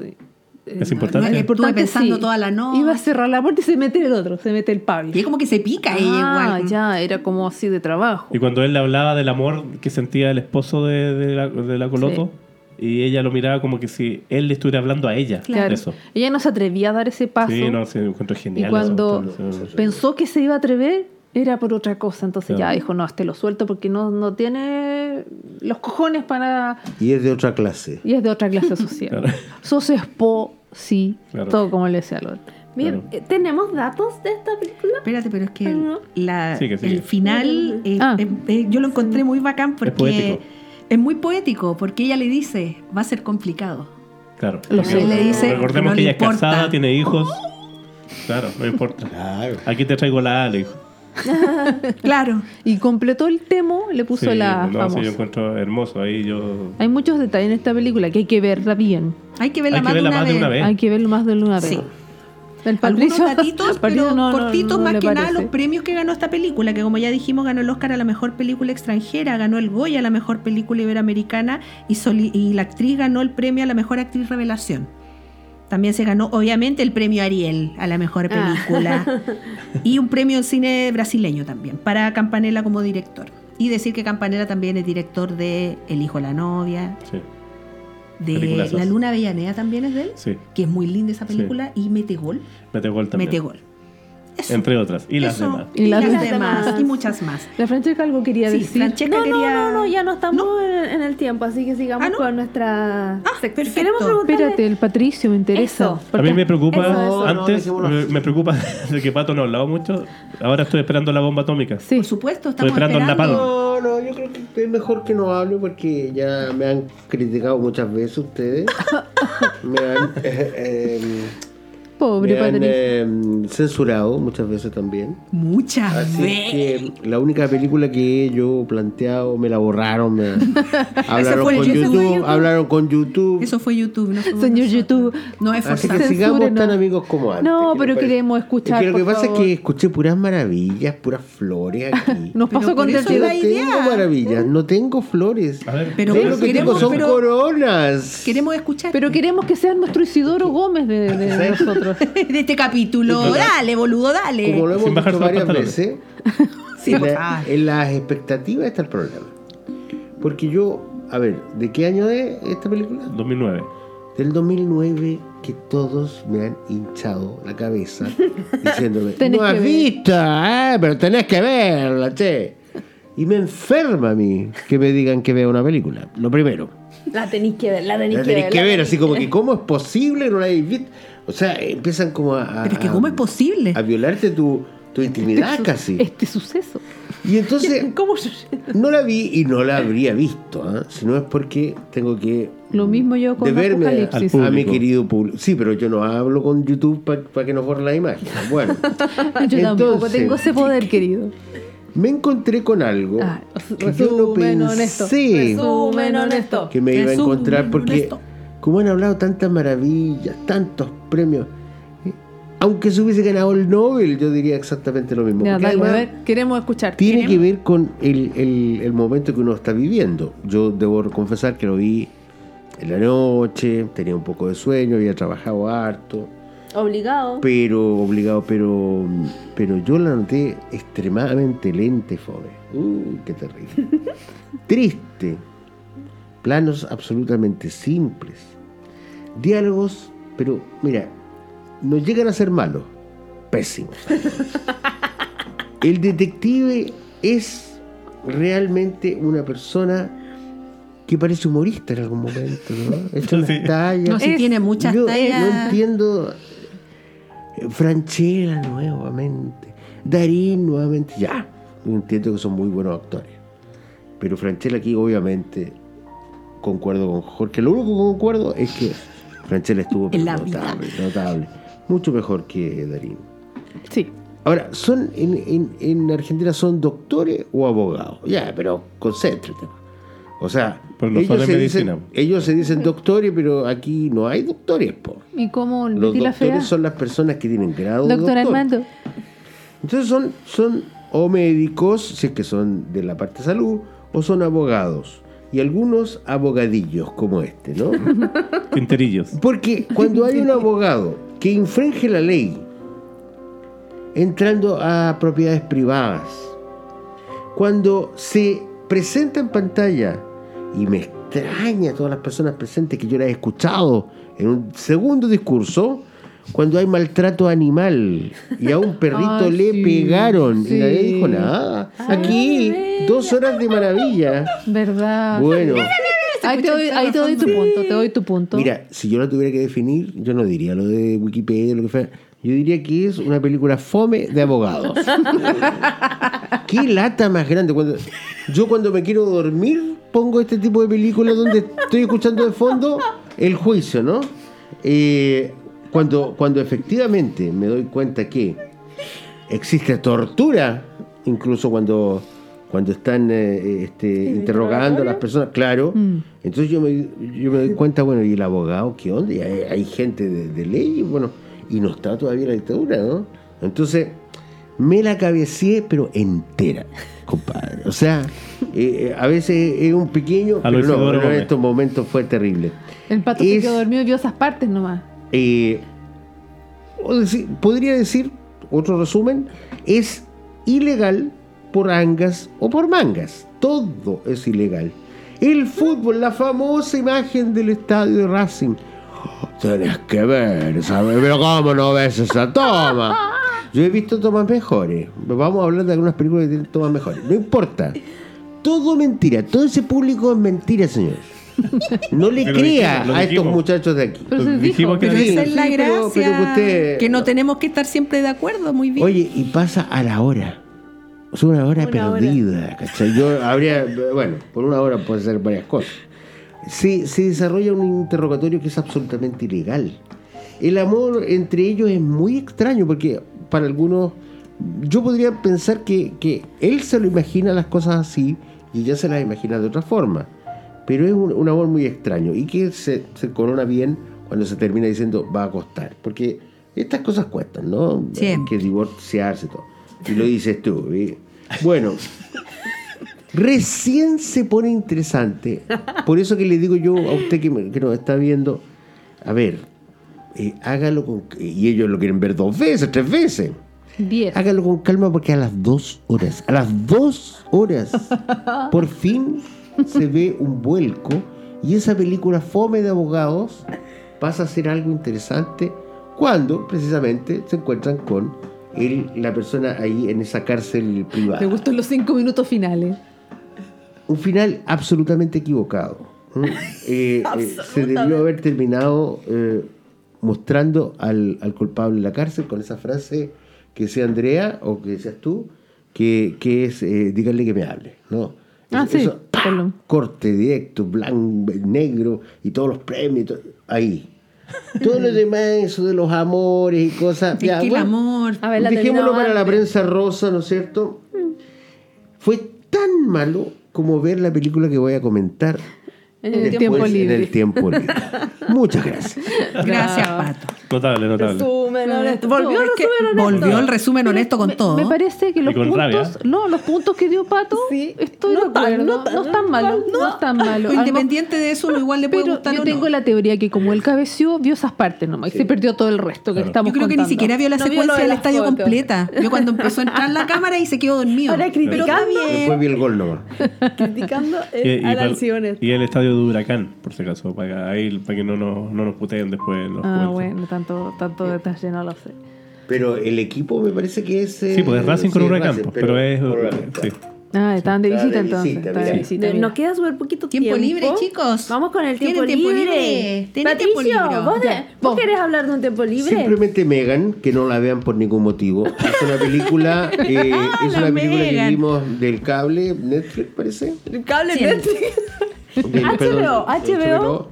[SPEAKER 2] Es importante.
[SPEAKER 3] no es que- Estuve pensando
[SPEAKER 4] sí.
[SPEAKER 3] toda la noche.
[SPEAKER 4] Iba a cerrar la puerta y se mete el otro, se mete el Pablo.
[SPEAKER 3] Y es como que se pica ella
[SPEAKER 4] ah,
[SPEAKER 3] igual.
[SPEAKER 4] ya, era como así de trabajo.
[SPEAKER 2] Y cuando él le hablaba del amor que sentía el esposo de, de la, de la Coloto, y ella lo miraba como que si él le estuviera hablando a ella.
[SPEAKER 4] Claro.
[SPEAKER 2] Eso.
[SPEAKER 4] Ella no se atrevía a dar ese paso.
[SPEAKER 2] Sí, no, sí, lo encuentro
[SPEAKER 4] y
[SPEAKER 2] genial. eso,
[SPEAKER 4] cuando
[SPEAKER 2] entonces,
[SPEAKER 4] pensó que se iba a atrever, era por otra cosa. Entonces
[SPEAKER 2] Claro.
[SPEAKER 4] ya dijo, no, este lo suelto porque no, no tiene los cojones para...
[SPEAKER 5] Y es de otra clase.
[SPEAKER 4] Y es de otra clase social. [laughs]
[SPEAKER 2] Claro.
[SPEAKER 4] Sos espo, sí,
[SPEAKER 2] Claro.
[SPEAKER 4] todo como le decía al otro.
[SPEAKER 6] Bien,
[SPEAKER 2] Claro.
[SPEAKER 6] eh, ¿tenemos datos de esta película?
[SPEAKER 3] Espérate, pero es que la-
[SPEAKER 2] Sigue, sigue.
[SPEAKER 3] el final eh,
[SPEAKER 4] Ah.
[SPEAKER 3] eh, eh, yo lo encontré muy bacán porque
[SPEAKER 2] poético.
[SPEAKER 3] es muy poético, porque ella le dice, va a ser complicado.
[SPEAKER 2] Claro.
[SPEAKER 4] Lo
[SPEAKER 2] Porque
[SPEAKER 4] sé. Le
[SPEAKER 3] dice,
[SPEAKER 2] recordemos
[SPEAKER 3] no
[SPEAKER 2] que
[SPEAKER 3] le
[SPEAKER 2] ella es
[SPEAKER 3] importa.
[SPEAKER 2] casada, tiene hijos. Claro, no importa.
[SPEAKER 5] Claro.
[SPEAKER 2] Aquí te traigo la Ale.
[SPEAKER 3] Claro.
[SPEAKER 4] Y completó el temo, le puso
[SPEAKER 2] Sí, pues,
[SPEAKER 4] la
[SPEAKER 2] no, sí,
[SPEAKER 4] famosa.
[SPEAKER 2] yo encuentro hermoso. Ahí yo.
[SPEAKER 4] Hay muchos detalles en esta película que hay que verla bien.
[SPEAKER 3] Hay que verla
[SPEAKER 2] Hay que
[SPEAKER 3] más,
[SPEAKER 2] verla
[SPEAKER 3] de, una
[SPEAKER 2] más de una vez.
[SPEAKER 4] Hay que verlo más de una vez.
[SPEAKER 3] Sí.
[SPEAKER 4] El
[SPEAKER 3] Algunos
[SPEAKER 4] Patricio-
[SPEAKER 3] datitos,
[SPEAKER 4] Patricio
[SPEAKER 3] pero
[SPEAKER 4] no- no-
[SPEAKER 3] cortitos
[SPEAKER 4] no
[SPEAKER 3] más
[SPEAKER 4] le
[SPEAKER 3] que nada
[SPEAKER 4] parece.
[SPEAKER 3] los premios que ganó esta película, que como ya dijimos ganó el Oscar a la mejor película extranjera, ganó el Goya a la mejor película iberoamericana y, soli- y la actriz ganó el premio a la mejor actriz revelación. También se ganó, obviamente, el premio Ariel a la mejor
[SPEAKER 6] Ah.
[SPEAKER 3] película
[SPEAKER 4] [laughs]
[SPEAKER 3] y un premio en cine brasileño también para Campanella como director. Y decir que Campanella también es director de El hijo de la novia,
[SPEAKER 2] Sí,
[SPEAKER 3] de
[SPEAKER 2] Peliculazas.
[SPEAKER 3] La luna avellaneda también es de él,
[SPEAKER 2] sí.
[SPEAKER 3] que es muy linda esa película y mete gol.
[SPEAKER 2] Mete gol también.
[SPEAKER 3] Mete gol. Eso.
[SPEAKER 2] Entre otras. Y las
[SPEAKER 3] Eso.
[SPEAKER 2] demás.
[SPEAKER 3] Y, las, demás.
[SPEAKER 6] demás.
[SPEAKER 3] Y muchas más.
[SPEAKER 4] La Francesca algo quería
[SPEAKER 3] Sí,
[SPEAKER 4] decir.
[SPEAKER 3] Francesca
[SPEAKER 6] No,
[SPEAKER 3] quería...
[SPEAKER 6] no, no, no, ya no estamos
[SPEAKER 3] No.
[SPEAKER 6] En, en el tiempo, así que sigamos
[SPEAKER 3] Ah, ¿no? Ah.
[SPEAKER 6] con nuestra... sec-
[SPEAKER 3] perfecto.
[SPEAKER 6] Queremos preguntarle...
[SPEAKER 4] Espérate, el Patricio me interesa.
[SPEAKER 6] Eso.
[SPEAKER 2] A
[SPEAKER 4] Porque-
[SPEAKER 2] mí me preocupa,
[SPEAKER 6] Eso, eso.
[SPEAKER 2] antes,
[SPEAKER 5] No, no, dejémoslo.
[SPEAKER 2] eh, me preocupa [laughs] de que Pato no ha hablado mucho. Ahora estoy esperando la bomba atómica.
[SPEAKER 4] Sí.
[SPEAKER 3] Por supuesto, estamos
[SPEAKER 2] Estoy esperando el
[SPEAKER 3] esperando.
[SPEAKER 2] napalm.
[SPEAKER 5] No, no, yo creo que es mejor que no hable porque ya me han criticado muchas
[SPEAKER 4] [laughs]
[SPEAKER 5] veces ustedes. me han, eh, eh,
[SPEAKER 4] Pobre
[SPEAKER 5] me han,
[SPEAKER 4] Patricio.
[SPEAKER 5] eh, censurado muchas veces también.
[SPEAKER 3] Muchas
[SPEAKER 4] Ah,
[SPEAKER 5] Así
[SPEAKER 3] veces.
[SPEAKER 5] que la única película que yo he planteado me la borraron.
[SPEAKER 4] [laughs]
[SPEAKER 5] me- hablaron,
[SPEAKER 3] fue-
[SPEAKER 5] con
[SPEAKER 3] ese fue
[SPEAKER 5] YouTube,
[SPEAKER 3] YouTube.
[SPEAKER 5] hablaron con YouTube.
[SPEAKER 3] Eso fue YouTube, no fue
[SPEAKER 4] Señor
[SPEAKER 3] nosotros.
[SPEAKER 4] YouTube.
[SPEAKER 3] No es
[SPEAKER 5] Así
[SPEAKER 3] forzado.
[SPEAKER 5] que sigamos
[SPEAKER 4] Censúrenos.
[SPEAKER 5] tan amigos como antes.
[SPEAKER 4] No,
[SPEAKER 5] ¿qué les
[SPEAKER 4] pero
[SPEAKER 5] parece?
[SPEAKER 4] queremos escuchar,
[SPEAKER 5] Es que lo que
[SPEAKER 4] por
[SPEAKER 5] pasa
[SPEAKER 4] favor.
[SPEAKER 5] es que escuché puras maravillas, puras flores
[SPEAKER 4] [laughs]
[SPEAKER 5] aquí.
[SPEAKER 4] Nos
[SPEAKER 3] Pero
[SPEAKER 4] pasó
[SPEAKER 3] por
[SPEAKER 4] con
[SPEAKER 3] eso
[SPEAKER 5] Yo
[SPEAKER 4] Tete.
[SPEAKER 5] no
[SPEAKER 3] la-
[SPEAKER 5] tengo
[SPEAKER 3] idea.
[SPEAKER 5] maravillas, no tengo flores.
[SPEAKER 2] A ver,
[SPEAKER 3] Pero
[SPEAKER 5] Yo
[SPEAKER 3] bueno,
[SPEAKER 5] lo que
[SPEAKER 3] queremos-
[SPEAKER 5] tengo son
[SPEAKER 3] pero-
[SPEAKER 5] coronas.
[SPEAKER 3] Queremos escuchar
[SPEAKER 4] Pero queremos que sea nuestro Isidoro Gómez de, de- de nosotros.
[SPEAKER 3] [laughs] de este capítulo.
[SPEAKER 2] Claro.
[SPEAKER 3] Dale, boludo, dale.
[SPEAKER 5] Como lo hemos
[SPEAKER 2] Sin bajarse
[SPEAKER 5] dicho
[SPEAKER 2] los
[SPEAKER 5] varias
[SPEAKER 2] pantalones.
[SPEAKER 3] eh,
[SPEAKER 5] veces,
[SPEAKER 3] [laughs] Sí,
[SPEAKER 5] en,
[SPEAKER 3] por
[SPEAKER 5] la-
[SPEAKER 3] favor.
[SPEAKER 5] en las expectativas está el problema. Porque yo, a ver, ¿de qué año es esta película?
[SPEAKER 2] 2009.
[SPEAKER 5] Del 2009 que todos me han hinchado
[SPEAKER 3] [laughs]
[SPEAKER 5] la cabeza diciéndome,
[SPEAKER 4] Tenés
[SPEAKER 5] no
[SPEAKER 4] que
[SPEAKER 5] has
[SPEAKER 4] ver".
[SPEAKER 5] visto, ah, pero tenés que verla, che. Y me enferma a mí que me digan que vea una película, lo primero.
[SPEAKER 6] La tenéis que ver, la tenéis
[SPEAKER 5] La
[SPEAKER 6] que
[SPEAKER 5] tenéis
[SPEAKER 6] ver.
[SPEAKER 5] que
[SPEAKER 6] la
[SPEAKER 5] ver,
[SPEAKER 6] tenéis
[SPEAKER 5] así como
[SPEAKER 4] [laughs]
[SPEAKER 5] que cómo es posible que no la hayáis visto. O sea, empiezan como a... a-
[SPEAKER 3] Pero es que, ¿cómo es posible?
[SPEAKER 5] A violarte tu, tu intimidad casi.
[SPEAKER 4] Este suceso. [laughs]
[SPEAKER 5] Y entonces
[SPEAKER 6] ¿Cómo sucede?
[SPEAKER 5] no la vi y no la habría visto, ¿ah? si no es porque tengo que
[SPEAKER 4] Lo mismo yo con
[SPEAKER 5] deberme a,
[SPEAKER 4] Apocalipsis.
[SPEAKER 2] al
[SPEAKER 5] a mi
[SPEAKER 2] público.
[SPEAKER 5] querido público. Sí, pero yo no hablo con YouTube para que nos borren la imagen. Bueno,
[SPEAKER 4] [laughs] Yo tampoco
[SPEAKER 5] Entonces,
[SPEAKER 4] tengo ese poder, querido.
[SPEAKER 5] me encontré con algo
[SPEAKER 4] Ah,
[SPEAKER 5] que yo no
[SPEAKER 4] resumen honesto,
[SPEAKER 5] pensé
[SPEAKER 6] Resumen honesto.
[SPEAKER 5] que me iba a
[SPEAKER 3] Resumen
[SPEAKER 5] encontrar porque
[SPEAKER 3] honesto.
[SPEAKER 5] como han hablado tantas maravillas, tantos premios, eh, aunque se hubiese ganado el Nobel, yo diría exactamente lo mismo.
[SPEAKER 4] Ya,
[SPEAKER 5] Porque
[SPEAKER 4] dale,
[SPEAKER 5] además
[SPEAKER 4] a ver, queremos escuchar.
[SPEAKER 5] tiene que ver con el, el- el momento que uno está viviendo. Yo debo confesar que lo vi en la noche, tenía un poco de sueño, había trabajado harto,
[SPEAKER 6] Obligado.
[SPEAKER 5] pero obligado, pero, pero yo la noté extremadamente lenta y fome. Uy, qué terrible. Triste. Planos absolutamente simples. Diálogos, pero mira, no llegan a ser malos. Pésimos. El detective es realmente una persona que parece humorista en algún momento, ¿no? Echa unas tallas.
[SPEAKER 3] No, si
[SPEAKER 4] Es-
[SPEAKER 3] tiene muchas
[SPEAKER 5] Yo
[SPEAKER 3] tallas.
[SPEAKER 5] No entiendo. eh, Franchella nuevamente. Darín nuevamente. Ya. Yo entiendo que son muy buenos actores. Pero Franchella aquí, obviamente, concuerdo con Jorge. Lo único que concuerdo es que Franchella estuvo
[SPEAKER 3] En la vida.
[SPEAKER 5] notable, notable. Mucho mejor que Darín.
[SPEAKER 4] Sí.
[SPEAKER 5] Ahora, ¿son en, en- en Argentina son doctores o abogados? Ya, pero concéntrate. O sea,
[SPEAKER 2] Pero no son de
[SPEAKER 5] se
[SPEAKER 2] medicina.
[SPEAKER 5] dicen, ellos se dicen doctores, pero aquí no hay doctores, po.
[SPEAKER 4] ¿Y cómo el
[SPEAKER 5] Los
[SPEAKER 4] Betty la Fea?
[SPEAKER 5] doctores son las personas que tienen grado de
[SPEAKER 4] Doctor,
[SPEAKER 5] doctor.
[SPEAKER 4] Armando.
[SPEAKER 5] Entonces son, son o médicos, si es que son de la parte de salud, o son abogados. Y algunos abogadillos como este,
[SPEAKER 4] [laughs]
[SPEAKER 5] ¿no?
[SPEAKER 2] Tinterillos.
[SPEAKER 5] Porque cuando hay un abogado que infringe la ley entrando a propiedades privadas, cuando se presenta en pantalla, y me extraña a todas las personas presentes que yo las he escuchado en un segundo discurso, cuando hay maltrato animal y a un perrito
[SPEAKER 4] Ay,
[SPEAKER 5] le
[SPEAKER 4] sí,
[SPEAKER 5] pegaron y nadie
[SPEAKER 4] sí.
[SPEAKER 5] dijo nada. Aquí, dos horas de maravilla.
[SPEAKER 4] ¿Verdad?
[SPEAKER 5] Bueno.
[SPEAKER 4] Ahí te, doy, ahí te doy tu punto, te doy tu punto.
[SPEAKER 5] Mira, si yo la tuviera que definir, yo no diría lo de Wikipedia, lo que fuera. Yo diría que es una película fome de abogados. Qué lata más grande. Cuando, yo cuando me quiero dormir pongo este tipo de películas donde estoy escuchando de fondo el juicio, ¿no? Eh, cuando, cuando efectivamente me doy cuenta que existe tortura, incluso cuando, cuando están eh, este, interrogando a las personas, claro. Entonces yo me, yo me doy cuenta, bueno, ¿y el abogado qué onda? Y hay, hay gente de, de ley, bueno, y no está todavía la dictadura, ¿no? Entonces me la cabeceé, pero entera, compadre. O sea, eh, eh, a veces es un pequeño,
[SPEAKER 2] A lo
[SPEAKER 5] pero no,
[SPEAKER 2] Isidoro
[SPEAKER 5] pero en
[SPEAKER 2] Gómez.
[SPEAKER 5] estos momentos fue terrible.
[SPEAKER 4] El pato se
[SPEAKER 5] es-
[SPEAKER 4] quedó dormido y vio esas partes nomás.
[SPEAKER 5] Eh, o deci- podría decir, otro resumen, es ilegal por angas o por mangas. Todo es ilegal. El fútbol, la famosa imagen del estadio de Racing. [gasps] Tienes que ver, ¿sabes? Pero ¿Cómo no ves esa toma? Yo he visto tomas mejores. Vamos a hablar de algunas películas que tienen tomas mejores. No importa. Todo mentira. Todo ese público es mentira, señor. No
[SPEAKER 2] [laughs]
[SPEAKER 5] le
[SPEAKER 2] Pero lo
[SPEAKER 5] crea
[SPEAKER 2] dijimos, lo
[SPEAKER 5] a estos
[SPEAKER 2] dijimos.
[SPEAKER 5] muchachos de aquí.
[SPEAKER 4] [laughs] Pero se
[SPEAKER 2] Dijimos
[SPEAKER 4] dijo,
[SPEAKER 2] que
[SPEAKER 4] pero
[SPEAKER 2] era ilegal.
[SPEAKER 3] Esa
[SPEAKER 5] Sí,
[SPEAKER 3] es la
[SPEAKER 5] sí,
[SPEAKER 3] gracia.
[SPEAKER 5] pero- pero que usted-
[SPEAKER 3] que no tenemos que estar siempre de acuerdo, muy bien.
[SPEAKER 5] Oye, y pasa a la hora. Es una hora
[SPEAKER 6] Una hora.
[SPEAKER 5] perdida, ¿cachai? Yo habría, bueno, por una hora puede ser varias cosas. Se, se desarrolla un interrogatorio que es absolutamente ilegal. El amor entre ellos es muy extraño porque para algunos yo podría pensar que, que él se lo imagina las cosas así y ella se las imagina de otra forma. Pero es un, un amor muy extraño y que se, se corona bien cuando se termina diciendo va a costar. Porque estas cosas cuestan, ¿no?
[SPEAKER 3] Siempre.
[SPEAKER 5] Hay que divorciarse y todo. Y lo dices tú. ¿sí? Bueno, recién se pone interesante. Por eso que le digo yo a usted que, me- que nos está viendo, a ver, eh, hágalo con... Y ellos lo quieren ver dos veces, tres veces.
[SPEAKER 4] 10.
[SPEAKER 5] Hágalo con calma porque a las dos horas, a las dos horas, por fin se ve un vuelco y esa película Fome de Abogados pasa a ser algo interesante cuando precisamente se encuentran con el- la persona ahí en esa cárcel privada
[SPEAKER 4] Me gustan los cinco minutos finales.
[SPEAKER 5] un final absolutamente equivocado.
[SPEAKER 3] [laughs]
[SPEAKER 5] ¿Mm? Eh, eh, se debió haber terminado eh, mostrando al, al culpable en la cárcel con esa frase que sea Andrea o que seas tú, que, que es eh, díganle que me hable. No.
[SPEAKER 4] Ah,
[SPEAKER 5] Eso-
[SPEAKER 4] sí,
[SPEAKER 5] eso, ¡pa!
[SPEAKER 4] ponlo.
[SPEAKER 5] corte directo, blanco, negro y todos los premios. y todo- ahí.
[SPEAKER 3] [laughs]
[SPEAKER 5] Todo lo demás, eso de los amores y cosas.
[SPEAKER 3] es
[SPEAKER 5] ya,
[SPEAKER 3] que el
[SPEAKER 5] bueno,
[SPEAKER 3] amor.
[SPEAKER 6] A ver, la
[SPEAKER 5] Dejémoslo
[SPEAKER 6] terminaba
[SPEAKER 5] para la
[SPEAKER 6] antes.
[SPEAKER 5] prensa rosa, ¿no es cierto? Fue tan malo como ver la película que voy a comentar
[SPEAKER 4] En el
[SPEAKER 5] después
[SPEAKER 4] tiempo libre. [laughs]
[SPEAKER 5] en el tiempo libre. Muchas gracias.
[SPEAKER 3] Gracias, Pato.
[SPEAKER 2] Notable, notable.
[SPEAKER 6] Resumen resumen honesto.
[SPEAKER 3] No,
[SPEAKER 6] Volvió el
[SPEAKER 3] es que
[SPEAKER 6] resumen honesto.
[SPEAKER 3] Volvió el resumen
[SPEAKER 4] Pero
[SPEAKER 3] honesto con
[SPEAKER 4] me-
[SPEAKER 3] todo.
[SPEAKER 4] Me parece que los
[SPEAKER 2] con
[SPEAKER 4] puntos,
[SPEAKER 2] rabia.
[SPEAKER 4] no, los puntos que dio Pato,
[SPEAKER 6] Sí.
[SPEAKER 4] estoy
[SPEAKER 6] No
[SPEAKER 4] de
[SPEAKER 6] tan-
[SPEAKER 4] acuerdo.
[SPEAKER 6] no
[SPEAKER 4] No,
[SPEAKER 6] tan-
[SPEAKER 4] tan malo, no, tan malo.
[SPEAKER 3] Pero Independiente de eso, uno igual le puede
[SPEAKER 4] Pero
[SPEAKER 3] gustar
[SPEAKER 4] yo
[SPEAKER 3] o
[SPEAKER 4] tengo
[SPEAKER 3] no.
[SPEAKER 4] la teoría que como él cabeció, vio esas partes nomás y se perdió todo el resto que
[SPEAKER 2] Claro.
[SPEAKER 4] estamos
[SPEAKER 3] Yo creo que ni
[SPEAKER 4] contando.
[SPEAKER 3] siquiera vio la
[SPEAKER 6] No vio lo
[SPEAKER 3] secuencia
[SPEAKER 6] de
[SPEAKER 3] del
[SPEAKER 6] las
[SPEAKER 3] estadio
[SPEAKER 6] fotos.
[SPEAKER 3] completa. Yo cuando empezó a entrar la cámara y se quedó dormido.
[SPEAKER 6] Ahora criticando,
[SPEAKER 5] Después vi el gol nomás.
[SPEAKER 6] criticando
[SPEAKER 2] Y,
[SPEAKER 6] eh,
[SPEAKER 2] y
[SPEAKER 6] a
[SPEAKER 2] pal-
[SPEAKER 6] la acciones.
[SPEAKER 2] y el estadio de Huracán, por si acaso, para que, ahí, para que no, nos, no nos puteen después. Los
[SPEAKER 4] Ah,
[SPEAKER 2] jugadores.
[SPEAKER 4] bueno, tanto, tanto
[SPEAKER 2] Eh,
[SPEAKER 4] detalle no lo sé.
[SPEAKER 5] Pero el equipo me parece que es. eh,
[SPEAKER 2] Sí, pues es Racing con
[SPEAKER 5] sí,
[SPEAKER 2] Huracán,
[SPEAKER 5] Racing,
[SPEAKER 2] pues, pero, es.
[SPEAKER 5] con Huracán,
[SPEAKER 2] sí.
[SPEAKER 5] claro.
[SPEAKER 4] Ah, estaban de
[SPEAKER 5] Está de
[SPEAKER 4] visita
[SPEAKER 5] visita,
[SPEAKER 4] entonces. está de
[SPEAKER 5] mira.
[SPEAKER 4] visita,
[SPEAKER 6] De-
[SPEAKER 4] mira.
[SPEAKER 6] Nos queda súper poquito
[SPEAKER 3] Tiempo
[SPEAKER 6] tiempo.
[SPEAKER 3] libre, chicos.
[SPEAKER 6] Vamos con el tiempo,
[SPEAKER 3] Tienen tiempo
[SPEAKER 6] libre.
[SPEAKER 3] libre. Tienen
[SPEAKER 6] Patricio,
[SPEAKER 3] tiempo libre.
[SPEAKER 6] ¿vos, de-
[SPEAKER 3] Ya,
[SPEAKER 6] vos
[SPEAKER 4] vos.
[SPEAKER 6] querés hablar de un tiempo libre?
[SPEAKER 5] Simplemente Megan, que no la vean por ningún motivo. Es una
[SPEAKER 4] [laughs]
[SPEAKER 5] película, eh,
[SPEAKER 3] Ah,
[SPEAKER 5] es
[SPEAKER 3] la
[SPEAKER 5] una película que
[SPEAKER 3] Megan.
[SPEAKER 5] vimos del cable, Netflix parece.
[SPEAKER 6] El cable
[SPEAKER 3] Sí.
[SPEAKER 6] Netflix.
[SPEAKER 5] Del-
[SPEAKER 6] [laughs] HBO, HBO.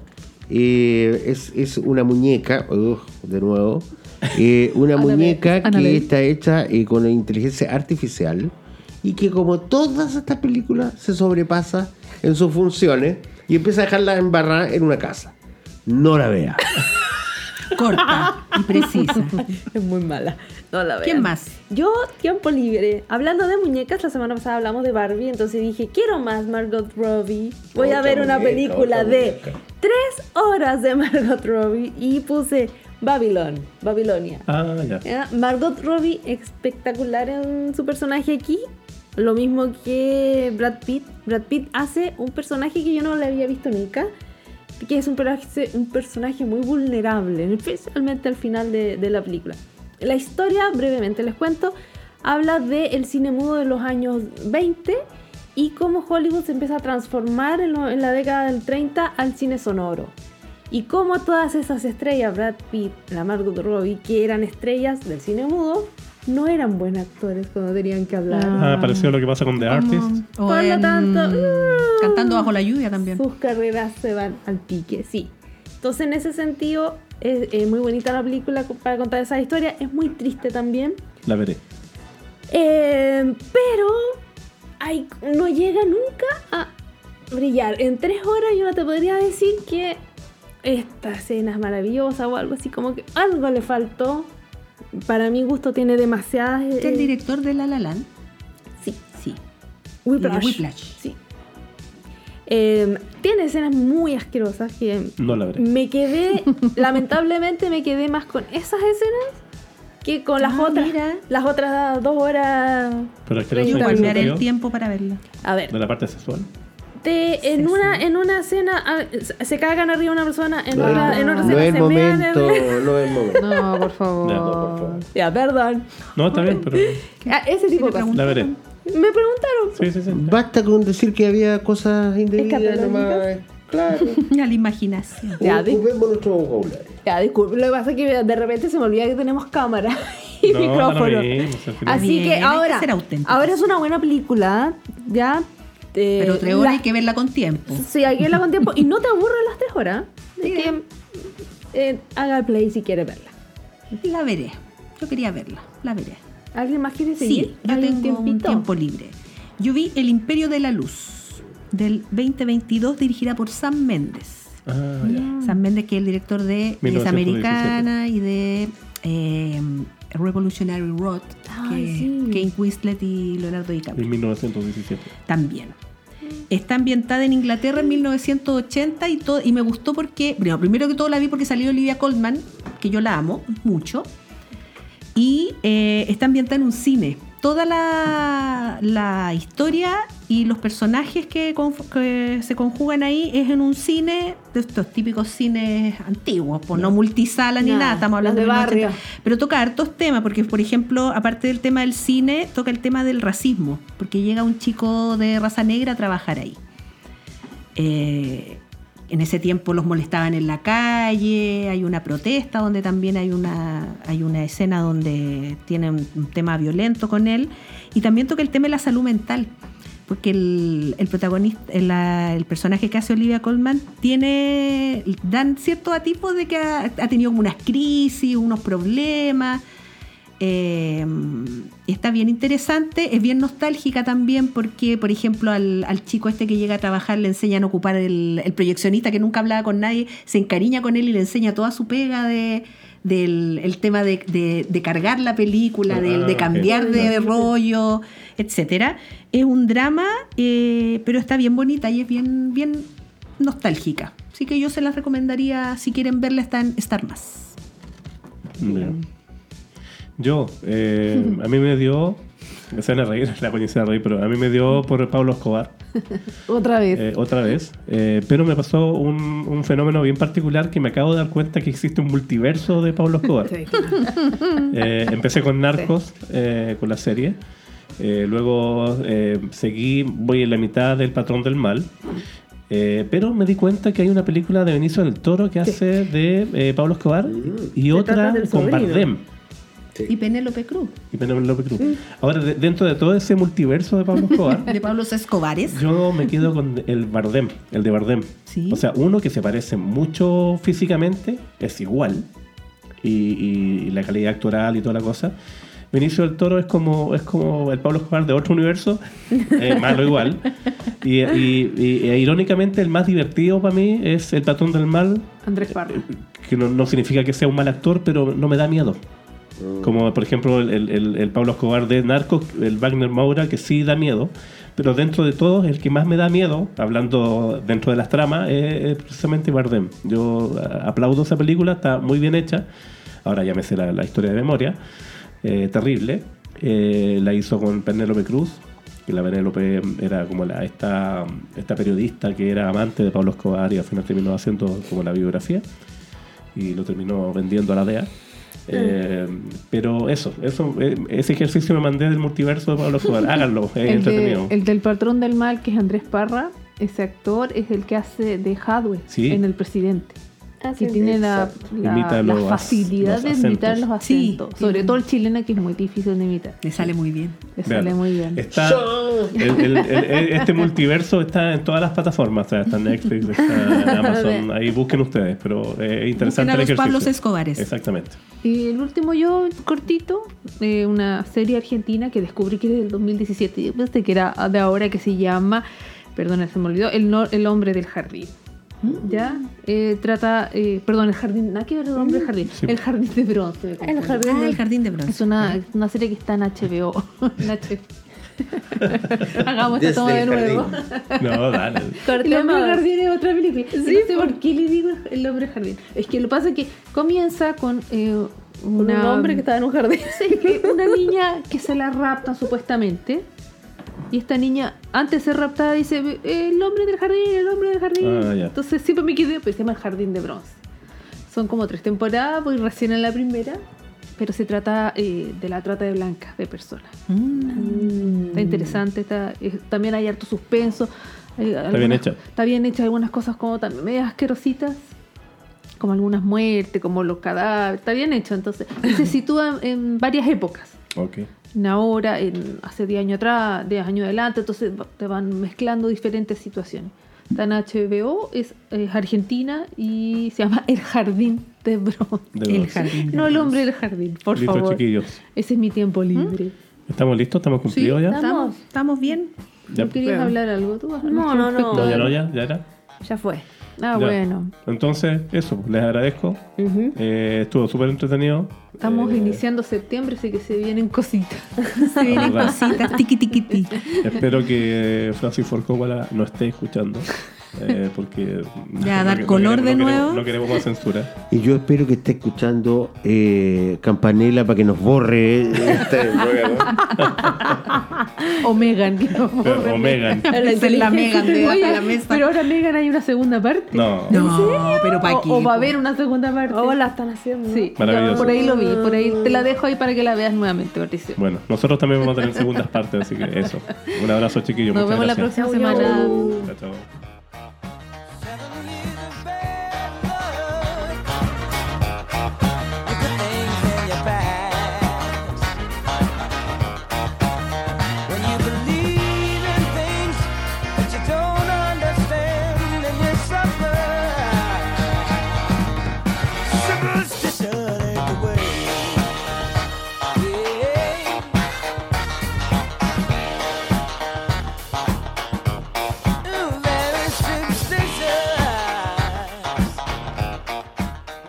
[SPEAKER 5] Eh, es, es una muñeca, ugh, de nuevo, eh,
[SPEAKER 6] [laughs]
[SPEAKER 5] una
[SPEAKER 4] Annabelle,
[SPEAKER 5] muñeca
[SPEAKER 4] Annabelle.
[SPEAKER 5] que está hecha eh, con inteligencia artificial y que como todas estas películas se sobrepasa en sus funciones y empieza a dejarla embarrada en una casa. No la
[SPEAKER 6] [laughs]
[SPEAKER 5] vea.
[SPEAKER 3] Corta y
[SPEAKER 4] [laughs]
[SPEAKER 3] precisa. [laughs]
[SPEAKER 6] Es muy mala. No la vean.
[SPEAKER 3] ¿Quién más?
[SPEAKER 6] Yo, tiempo libre. Hablando de muñecas, la semana pasada hablamos de Barbie, entonces dije, quiero más Margot Robbie. Voy a
[SPEAKER 5] Otra
[SPEAKER 6] ver una
[SPEAKER 5] muñeca,
[SPEAKER 6] película
[SPEAKER 5] otra
[SPEAKER 6] de
[SPEAKER 5] muñeca.
[SPEAKER 6] tres horas de [laughs] Margot Robbie y puse Babylon, Babilonia.
[SPEAKER 2] Ah, ya.
[SPEAKER 6] Ya, Margot Robbie espectacular en su personaje aquí. Lo mismo que Brad Pitt. Brad Pitt hace un personaje que yo no le había visto nunca. Que es un personaje, un personaje muy vulnerable, especialmente al final de, de la película. La historia, brevemente les cuento, habla del el cine mudo de los años 20 y cómo Hollywood se empieza a transformar en, lo- en la década del 30 al cine sonoro. Y como todas esas estrellas, Brad Pitt, la Margot Robbie, que eran estrellas del cine mudo, no eran buenos actores cuando tenían que hablar.
[SPEAKER 4] Ah.
[SPEAKER 2] Ah, parecido a lo que pasa con The Artist.
[SPEAKER 3] O
[SPEAKER 6] Por lo
[SPEAKER 3] en-
[SPEAKER 6] tanto, mm.
[SPEAKER 3] Cantando bajo la lluvia también.
[SPEAKER 6] Sus carreras se van al pique, sí. Entonces, en ese sentido, es, es muy bonita la película co- para contar esa historia. Es muy triste también.
[SPEAKER 2] La veré.
[SPEAKER 6] Eh, pero ay, no llega nunca a brillar. En tres horas yo no te podría decir que esta escena es maravillosa o algo así, como que algo le faltó. Para mi gusto tiene demasiadas... eh,
[SPEAKER 3] ¿Es el director de La La Land?
[SPEAKER 6] Sí.
[SPEAKER 3] Sí.
[SPEAKER 6] Whiplash.
[SPEAKER 3] Y de Whiplash.
[SPEAKER 6] Sí. Eh, tiene escenas muy asquerosas que
[SPEAKER 2] No la veré.
[SPEAKER 3] [laughs]
[SPEAKER 6] me quedé, lamentablemente me quedé más con esas escenas que con las
[SPEAKER 3] Ah,
[SPEAKER 6] otras.
[SPEAKER 3] mira.
[SPEAKER 6] Las otras dos horas.
[SPEAKER 2] Pero es que no
[SPEAKER 6] Yo
[SPEAKER 2] sé
[SPEAKER 3] Yo
[SPEAKER 2] en
[SPEAKER 6] igual
[SPEAKER 2] qué
[SPEAKER 3] igual me haré
[SPEAKER 2] sentido,
[SPEAKER 3] el tiempo para verla.
[SPEAKER 6] A ver,
[SPEAKER 2] de la parte sexual.
[SPEAKER 6] te- en, una, en una escena ah, se- se cagan arriba una persona, en otra, en otra
[SPEAKER 5] no
[SPEAKER 6] escena
[SPEAKER 5] es
[SPEAKER 6] se
[SPEAKER 5] el
[SPEAKER 6] mean
[SPEAKER 5] momento,
[SPEAKER 6] arriba.
[SPEAKER 5] no es el
[SPEAKER 6] [laughs]
[SPEAKER 5] momento.
[SPEAKER 4] No, por favor.
[SPEAKER 2] Ya, no, por
[SPEAKER 5] Oh. favor.
[SPEAKER 6] Ya, perdón.
[SPEAKER 2] No, está bien, pero
[SPEAKER 6] Ah, ese tipo de cosas.
[SPEAKER 2] la veré.
[SPEAKER 6] Me preguntaron.
[SPEAKER 2] Sí,
[SPEAKER 6] [laughs]
[SPEAKER 2] sí, sí.
[SPEAKER 5] Basta con decir que había cosas indebidas nomás. Claro.
[SPEAKER 3] A la imaginación.
[SPEAKER 6] [laughs] Ya, di-
[SPEAKER 5] Ocupemos nuestro vocabulario.
[SPEAKER 6] ya, disculpe, lo que pasa es que de repente se me olvida que tenemos cámara [laughs]
[SPEAKER 2] No,
[SPEAKER 6] y
[SPEAKER 2] da
[SPEAKER 6] micrófono.
[SPEAKER 2] lo mismo, o sea, al final-
[SPEAKER 6] Así
[SPEAKER 3] Bien, hay
[SPEAKER 6] que
[SPEAKER 3] que
[SPEAKER 6] ahora,
[SPEAKER 3] ser auténticos.
[SPEAKER 6] ahora es una buena película, ¿ya? Eh,
[SPEAKER 3] Pero tres horas
[SPEAKER 6] la-
[SPEAKER 3] hay que verla con tiempo.
[SPEAKER 6] Sí, hay que verla con tiempo. Y no te aburren las tres horas. Así
[SPEAKER 3] Mira.
[SPEAKER 6] que, eh, haga play si quiere verla.
[SPEAKER 3] La veré. Yo quería verla. La veré.
[SPEAKER 6] ¿Alguien más quiere seguir?
[SPEAKER 3] Sí, yo
[SPEAKER 6] ¿Hay un
[SPEAKER 3] tengo un
[SPEAKER 6] tiempito?
[SPEAKER 3] tiempo libre. Yo vi El Imperio de la Luz del 2022 dirigida por Sam Méndez.
[SPEAKER 2] Ah, ya.
[SPEAKER 3] Sam Méndez que es el director de eh, Es
[SPEAKER 2] 1917.
[SPEAKER 3] Americana y de eh, Revolutionary Road,
[SPEAKER 6] Ay,
[SPEAKER 3] que
[SPEAKER 6] sí.
[SPEAKER 3] Kate Winslet y Leonardo DiCaprio.
[SPEAKER 2] En 1917.
[SPEAKER 3] también. Está ambientada en Inglaterra en 1980 y, todo, y me gustó porque, bueno, primero que todo la vi porque salió Olivia Colman, que yo la amo mucho, y eh, está ambientada en un cine. Toda la, la historia y los personajes que, conf- que se conjugan ahí es en un cine, de estos típicos cines antiguos, pues no, multisala ni
[SPEAKER 6] No,
[SPEAKER 3] nada, estamos hablando
[SPEAKER 6] los de
[SPEAKER 3] 1980.
[SPEAKER 6] barrio.
[SPEAKER 3] Pero toca hartos temas, porque por ejemplo, aparte del tema del cine, toca el tema del racismo, porque llega un chico de raza negra a trabajar ahí. Eh, en ese tiempo los molestaban en la calle, hay una protesta donde también hay una, hay una escena donde tienen un tema violento con él, y también toca el tema de la salud mental. Porque el, el protagonista, el, la- el personaje que hace Olivia Colman, tiene, dan ciertos atisbos de que ha, ha tenido como unas crisis, unos problemas. Eh, y está bien interesante, es bien nostálgica también porque, por ejemplo, al, al chico este que llega a trabajar le enseñan a ocupar el, el proyeccionista que nunca hablaba con nadie, se encariña con él y le enseña toda su pega de del el tema de, de- de cargar la película, del- de,
[SPEAKER 2] Ah,
[SPEAKER 3] cambiar
[SPEAKER 2] ok.
[SPEAKER 3] de rollo, etcétera. Es un drama, eh, pero está bien bonita y es bien, bien nostálgica. Así que yo se las recomendaría, si quieren verla, está en Star Más.
[SPEAKER 2] Ya. Yo, eh, a mí me dio. Se van a reír, [laughs] la coña se va a reír, pero a mí me dio por Pablo Escobar.
[SPEAKER 4] Otra vez.
[SPEAKER 2] Eh, otra vez. Eh, pero me pasó un, un fenómeno bien particular que me acabo de dar cuenta que existe un multiverso de Pablo
[SPEAKER 6] [laughs]
[SPEAKER 2] Escobar. Eh, empecé con Narcos, eh, con la serie. Eh, luego eh, seguí, voy en la mitad del Patrón del Mal. Eh, pero me di cuenta que hay una película de Benicio del Toro que hace de eh, Pablo Escobar y otra
[SPEAKER 6] trata del
[SPEAKER 2] con
[SPEAKER 6] sobrino.
[SPEAKER 2] Bardem
[SPEAKER 3] Y Penélope Cruz,
[SPEAKER 2] y Penélope López Cruz. Ahora, de- dentro de todo ese multiverso de Pablo
[SPEAKER 6] [laughs]
[SPEAKER 2] Escobar,
[SPEAKER 3] de Pablo Escobares.
[SPEAKER 2] Yo me quedo con el Bardem, el de Bardem.
[SPEAKER 3] Sí.
[SPEAKER 2] O sea, uno que se parece mucho físicamente, es igual, y, y- y la calidad actoral y toda la cosa. Benicio del Toro es como, es como el Pablo Escobar de otro universo, eh, malo igual. Y, y- y- e irónicamente, el más divertido para mí es el patrón del mal,
[SPEAKER 4] Andrés
[SPEAKER 2] eh,
[SPEAKER 4] Parra.
[SPEAKER 2] que no, no significa que sea un mal actor, pero no me da miedo. Como por ejemplo el, el- el- el Pablo Escobar de Narcos, el Wagner Moura, que sí da miedo, pero dentro de todos el que más me da miedo, hablando dentro de las tramas, es, es precisamente Bardem. Yo a- aplaudo esa película, está muy bien hecha. Ahora ya me sé la, la historia de memoria, eh, terrible. Eh, la hizo con Penélope Cruz, que la Penélope era como la, esta, esta periodista que era amante de Pablo Escobar y al final terminó haciendo como la biografía y lo terminó vendiendo a la DEA. Eh,
[SPEAKER 4] Mm.
[SPEAKER 2] pero eso, eso eh, ese ejercicio me mandé del multiverso de Pablo
[SPEAKER 4] [laughs]
[SPEAKER 2] Escobar. Háganlo, es
[SPEAKER 4] El, de-
[SPEAKER 2] entretenido.
[SPEAKER 4] el del patrón del mal, que es Andrés Parra, ese actor es el que hace de Hadwe
[SPEAKER 2] Sí.
[SPEAKER 4] en El Presidente.
[SPEAKER 6] Así
[SPEAKER 4] Que tiene la, la-
[SPEAKER 2] Imita
[SPEAKER 4] la
[SPEAKER 2] los ac- los
[SPEAKER 4] facilidad de imitar
[SPEAKER 2] acentos.
[SPEAKER 4] los
[SPEAKER 3] Sí.
[SPEAKER 4] acentos. Sobre todo el chileno, que es muy difícil de imitar.
[SPEAKER 3] Le sale muy bien.
[SPEAKER 4] Le
[SPEAKER 2] Vean,
[SPEAKER 4] sale muy bien.
[SPEAKER 2] Está, el- el- el- el- este multiverso está en todas las plataformas, o sea, está en Netflix, está
[SPEAKER 3] [laughs]
[SPEAKER 2] en Amazon, ahí busquen ustedes, pero eh, es interesante
[SPEAKER 3] Busquen a
[SPEAKER 2] el
[SPEAKER 3] los
[SPEAKER 2] ejercicio.
[SPEAKER 3] Pablos Escobares.
[SPEAKER 2] Exactamente.
[SPEAKER 4] Y el último yo, cortito, eh, una serie argentina que descubrí que es del 2017, yo pensé este que era de ahora, que se llama, perdón, se me olvidó, El, no- el Hombre del Jardín. ¿Ya? Eh, trata, eh, perdón, el jardín, nada que ver el hombre del jardín,
[SPEAKER 2] Sí.
[SPEAKER 4] el jardín de bronce. me confundo.
[SPEAKER 6] El jardín
[SPEAKER 3] Ah,
[SPEAKER 6] del-
[SPEAKER 3] el jardín de
[SPEAKER 4] Es
[SPEAKER 3] bronce.
[SPEAKER 4] una, es una serie que está en HBO. [laughs] En HBO. Hagamos
[SPEAKER 5] Desde
[SPEAKER 4] esta toma de
[SPEAKER 5] el
[SPEAKER 4] nuevo.
[SPEAKER 5] jardín.
[SPEAKER 2] No, dale.
[SPEAKER 4] El hombre
[SPEAKER 6] Cortemos.
[SPEAKER 4] del jardín es otra película. no sé por qué le digo el hombre del jardín. Es que lo que pasa es que comienza con eh,
[SPEAKER 6] Un
[SPEAKER 4] una,
[SPEAKER 6] hombre que estaba en un jardín.
[SPEAKER 4] Sí, que una niña que se la raptan supuestamente. Y esta niña, antes de ser raptada, dice: El hombre del jardín, el hombre del jardín.
[SPEAKER 2] Ah, ya.
[SPEAKER 4] Entonces siempre me quedé, pues se llama el jardín de bronce. Son como tres temporadas, voy recién en la primera. Pero se trata eh, de la trata de blancas, de personas.
[SPEAKER 2] Mm.
[SPEAKER 4] Está interesante, está, es- también hay harto suspenso. hay algunas-
[SPEAKER 2] bien hecha.
[SPEAKER 4] Está bien hecha, algunas cosas como también medias asquerositas, como algunas muertes, como los cadáveres, está bien
[SPEAKER 2] [laughs]
[SPEAKER 4] hecho. Entonces, y se sitúa en, en varias épocas.
[SPEAKER 2] Ok.
[SPEAKER 4] En ahora, en, hace 10 años atrás, 10 años adelante, entonces va- te van mezclando diferentes situaciones. Está en HBO, es, es Argentina y se llama El Jardín de Bronce.
[SPEAKER 2] De
[SPEAKER 3] El
[SPEAKER 2] bronce.
[SPEAKER 3] jardín. de
[SPEAKER 4] No el
[SPEAKER 3] bronce.
[SPEAKER 4] hombre del jardín, por
[SPEAKER 2] Listo,
[SPEAKER 4] favor.
[SPEAKER 2] chiquillos.
[SPEAKER 4] Ese es mi tiempo libre.
[SPEAKER 2] ¿Estamos listos? ¿Estamos
[SPEAKER 3] Sí,
[SPEAKER 2] cumplidos ya?
[SPEAKER 3] estamos, estamos bien.
[SPEAKER 2] Ya.
[SPEAKER 4] ¿Tú querías
[SPEAKER 6] Bueno.
[SPEAKER 4] hablar algo tú? Arnold?
[SPEAKER 6] No, no, no.
[SPEAKER 2] No, ya no, ya, ya era.
[SPEAKER 6] Ya fue.
[SPEAKER 4] Ah,
[SPEAKER 2] Ya.
[SPEAKER 4] bueno.
[SPEAKER 2] Entonces, eso, les agradezco.
[SPEAKER 6] Ujú.
[SPEAKER 2] Eh, estuvo súper entretenido.
[SPEAKER 4] Estamos
[SPEAKER 2] Eh,
[SPEAKER 4] iniciando septiembre, así que se vienen cositas.
[SPEAKER 3] Se vienen
[SPEAKER 2] verdad.
[SPEAKER 3] cositas, tiqui tiqui tiqui.
[SPEAKER 2] Espero que Francis Ford Coppola no esté escuchando. eh,
[SPEAKER 4] [laughs]
[SPEAKER 2] porque
[SPEAKER 3] Le va a
[SPEAKER 2] no
[SPEAKER 3] dar
[SPEAKER 2] que- no
[SPEAKER 3] color
[SPEAKER 2] queremos-
[SPEAKER 3] de
[SPEAKER 2] no queremos-
[SPEAKER 3] nuevo.
[SPEAKER 2] no queremos más censura
[SPEAKER 5] Y yo espero que esté escuchando eh, Campanela para que nos borre este
[SPEAKER 4] O Megan. que no.
[SPEAKER 2] Pero- o Megan
[SPEAKER 3] Esa es la Megan de baja
[SPEAKER 4] Oye,
[SPEAKER 3] la mesa.
[SPEAKER 4] Pero ahora Megan hay una segunda parte.
[SPEAKER 2] no
[SPEAKER 3] No, pero pa'
[SPEAKER 4] O-
[SPEAKER 3] aquí.
[SPEAKER 4] O, va a
[SPEAKER 3] po.
[SPEAKER 4] haber una segunda parte.
[SPEAKER 6] Oh, la están haciendo.
[SPEAKER 4] Sí,
[SPEAKER 2] Maravilloso.
[SPEAKER 4] yo por ahí lo vi, por ahí te la dejo ahí para que la veas nuevamente, Patricio.
[SPEAKER 2] bueno nosotros también vamos a tener segundas partes así que eso un abrazo chiquillos
[SPEAKER 4] Nos
[SPEAKER 2] muchas
[SPEAKER 4] vemos la
[SPEAKER 2] gracias
[SPEAKER 4] próxima semana.
[SPEAKER 2] Chao, chao.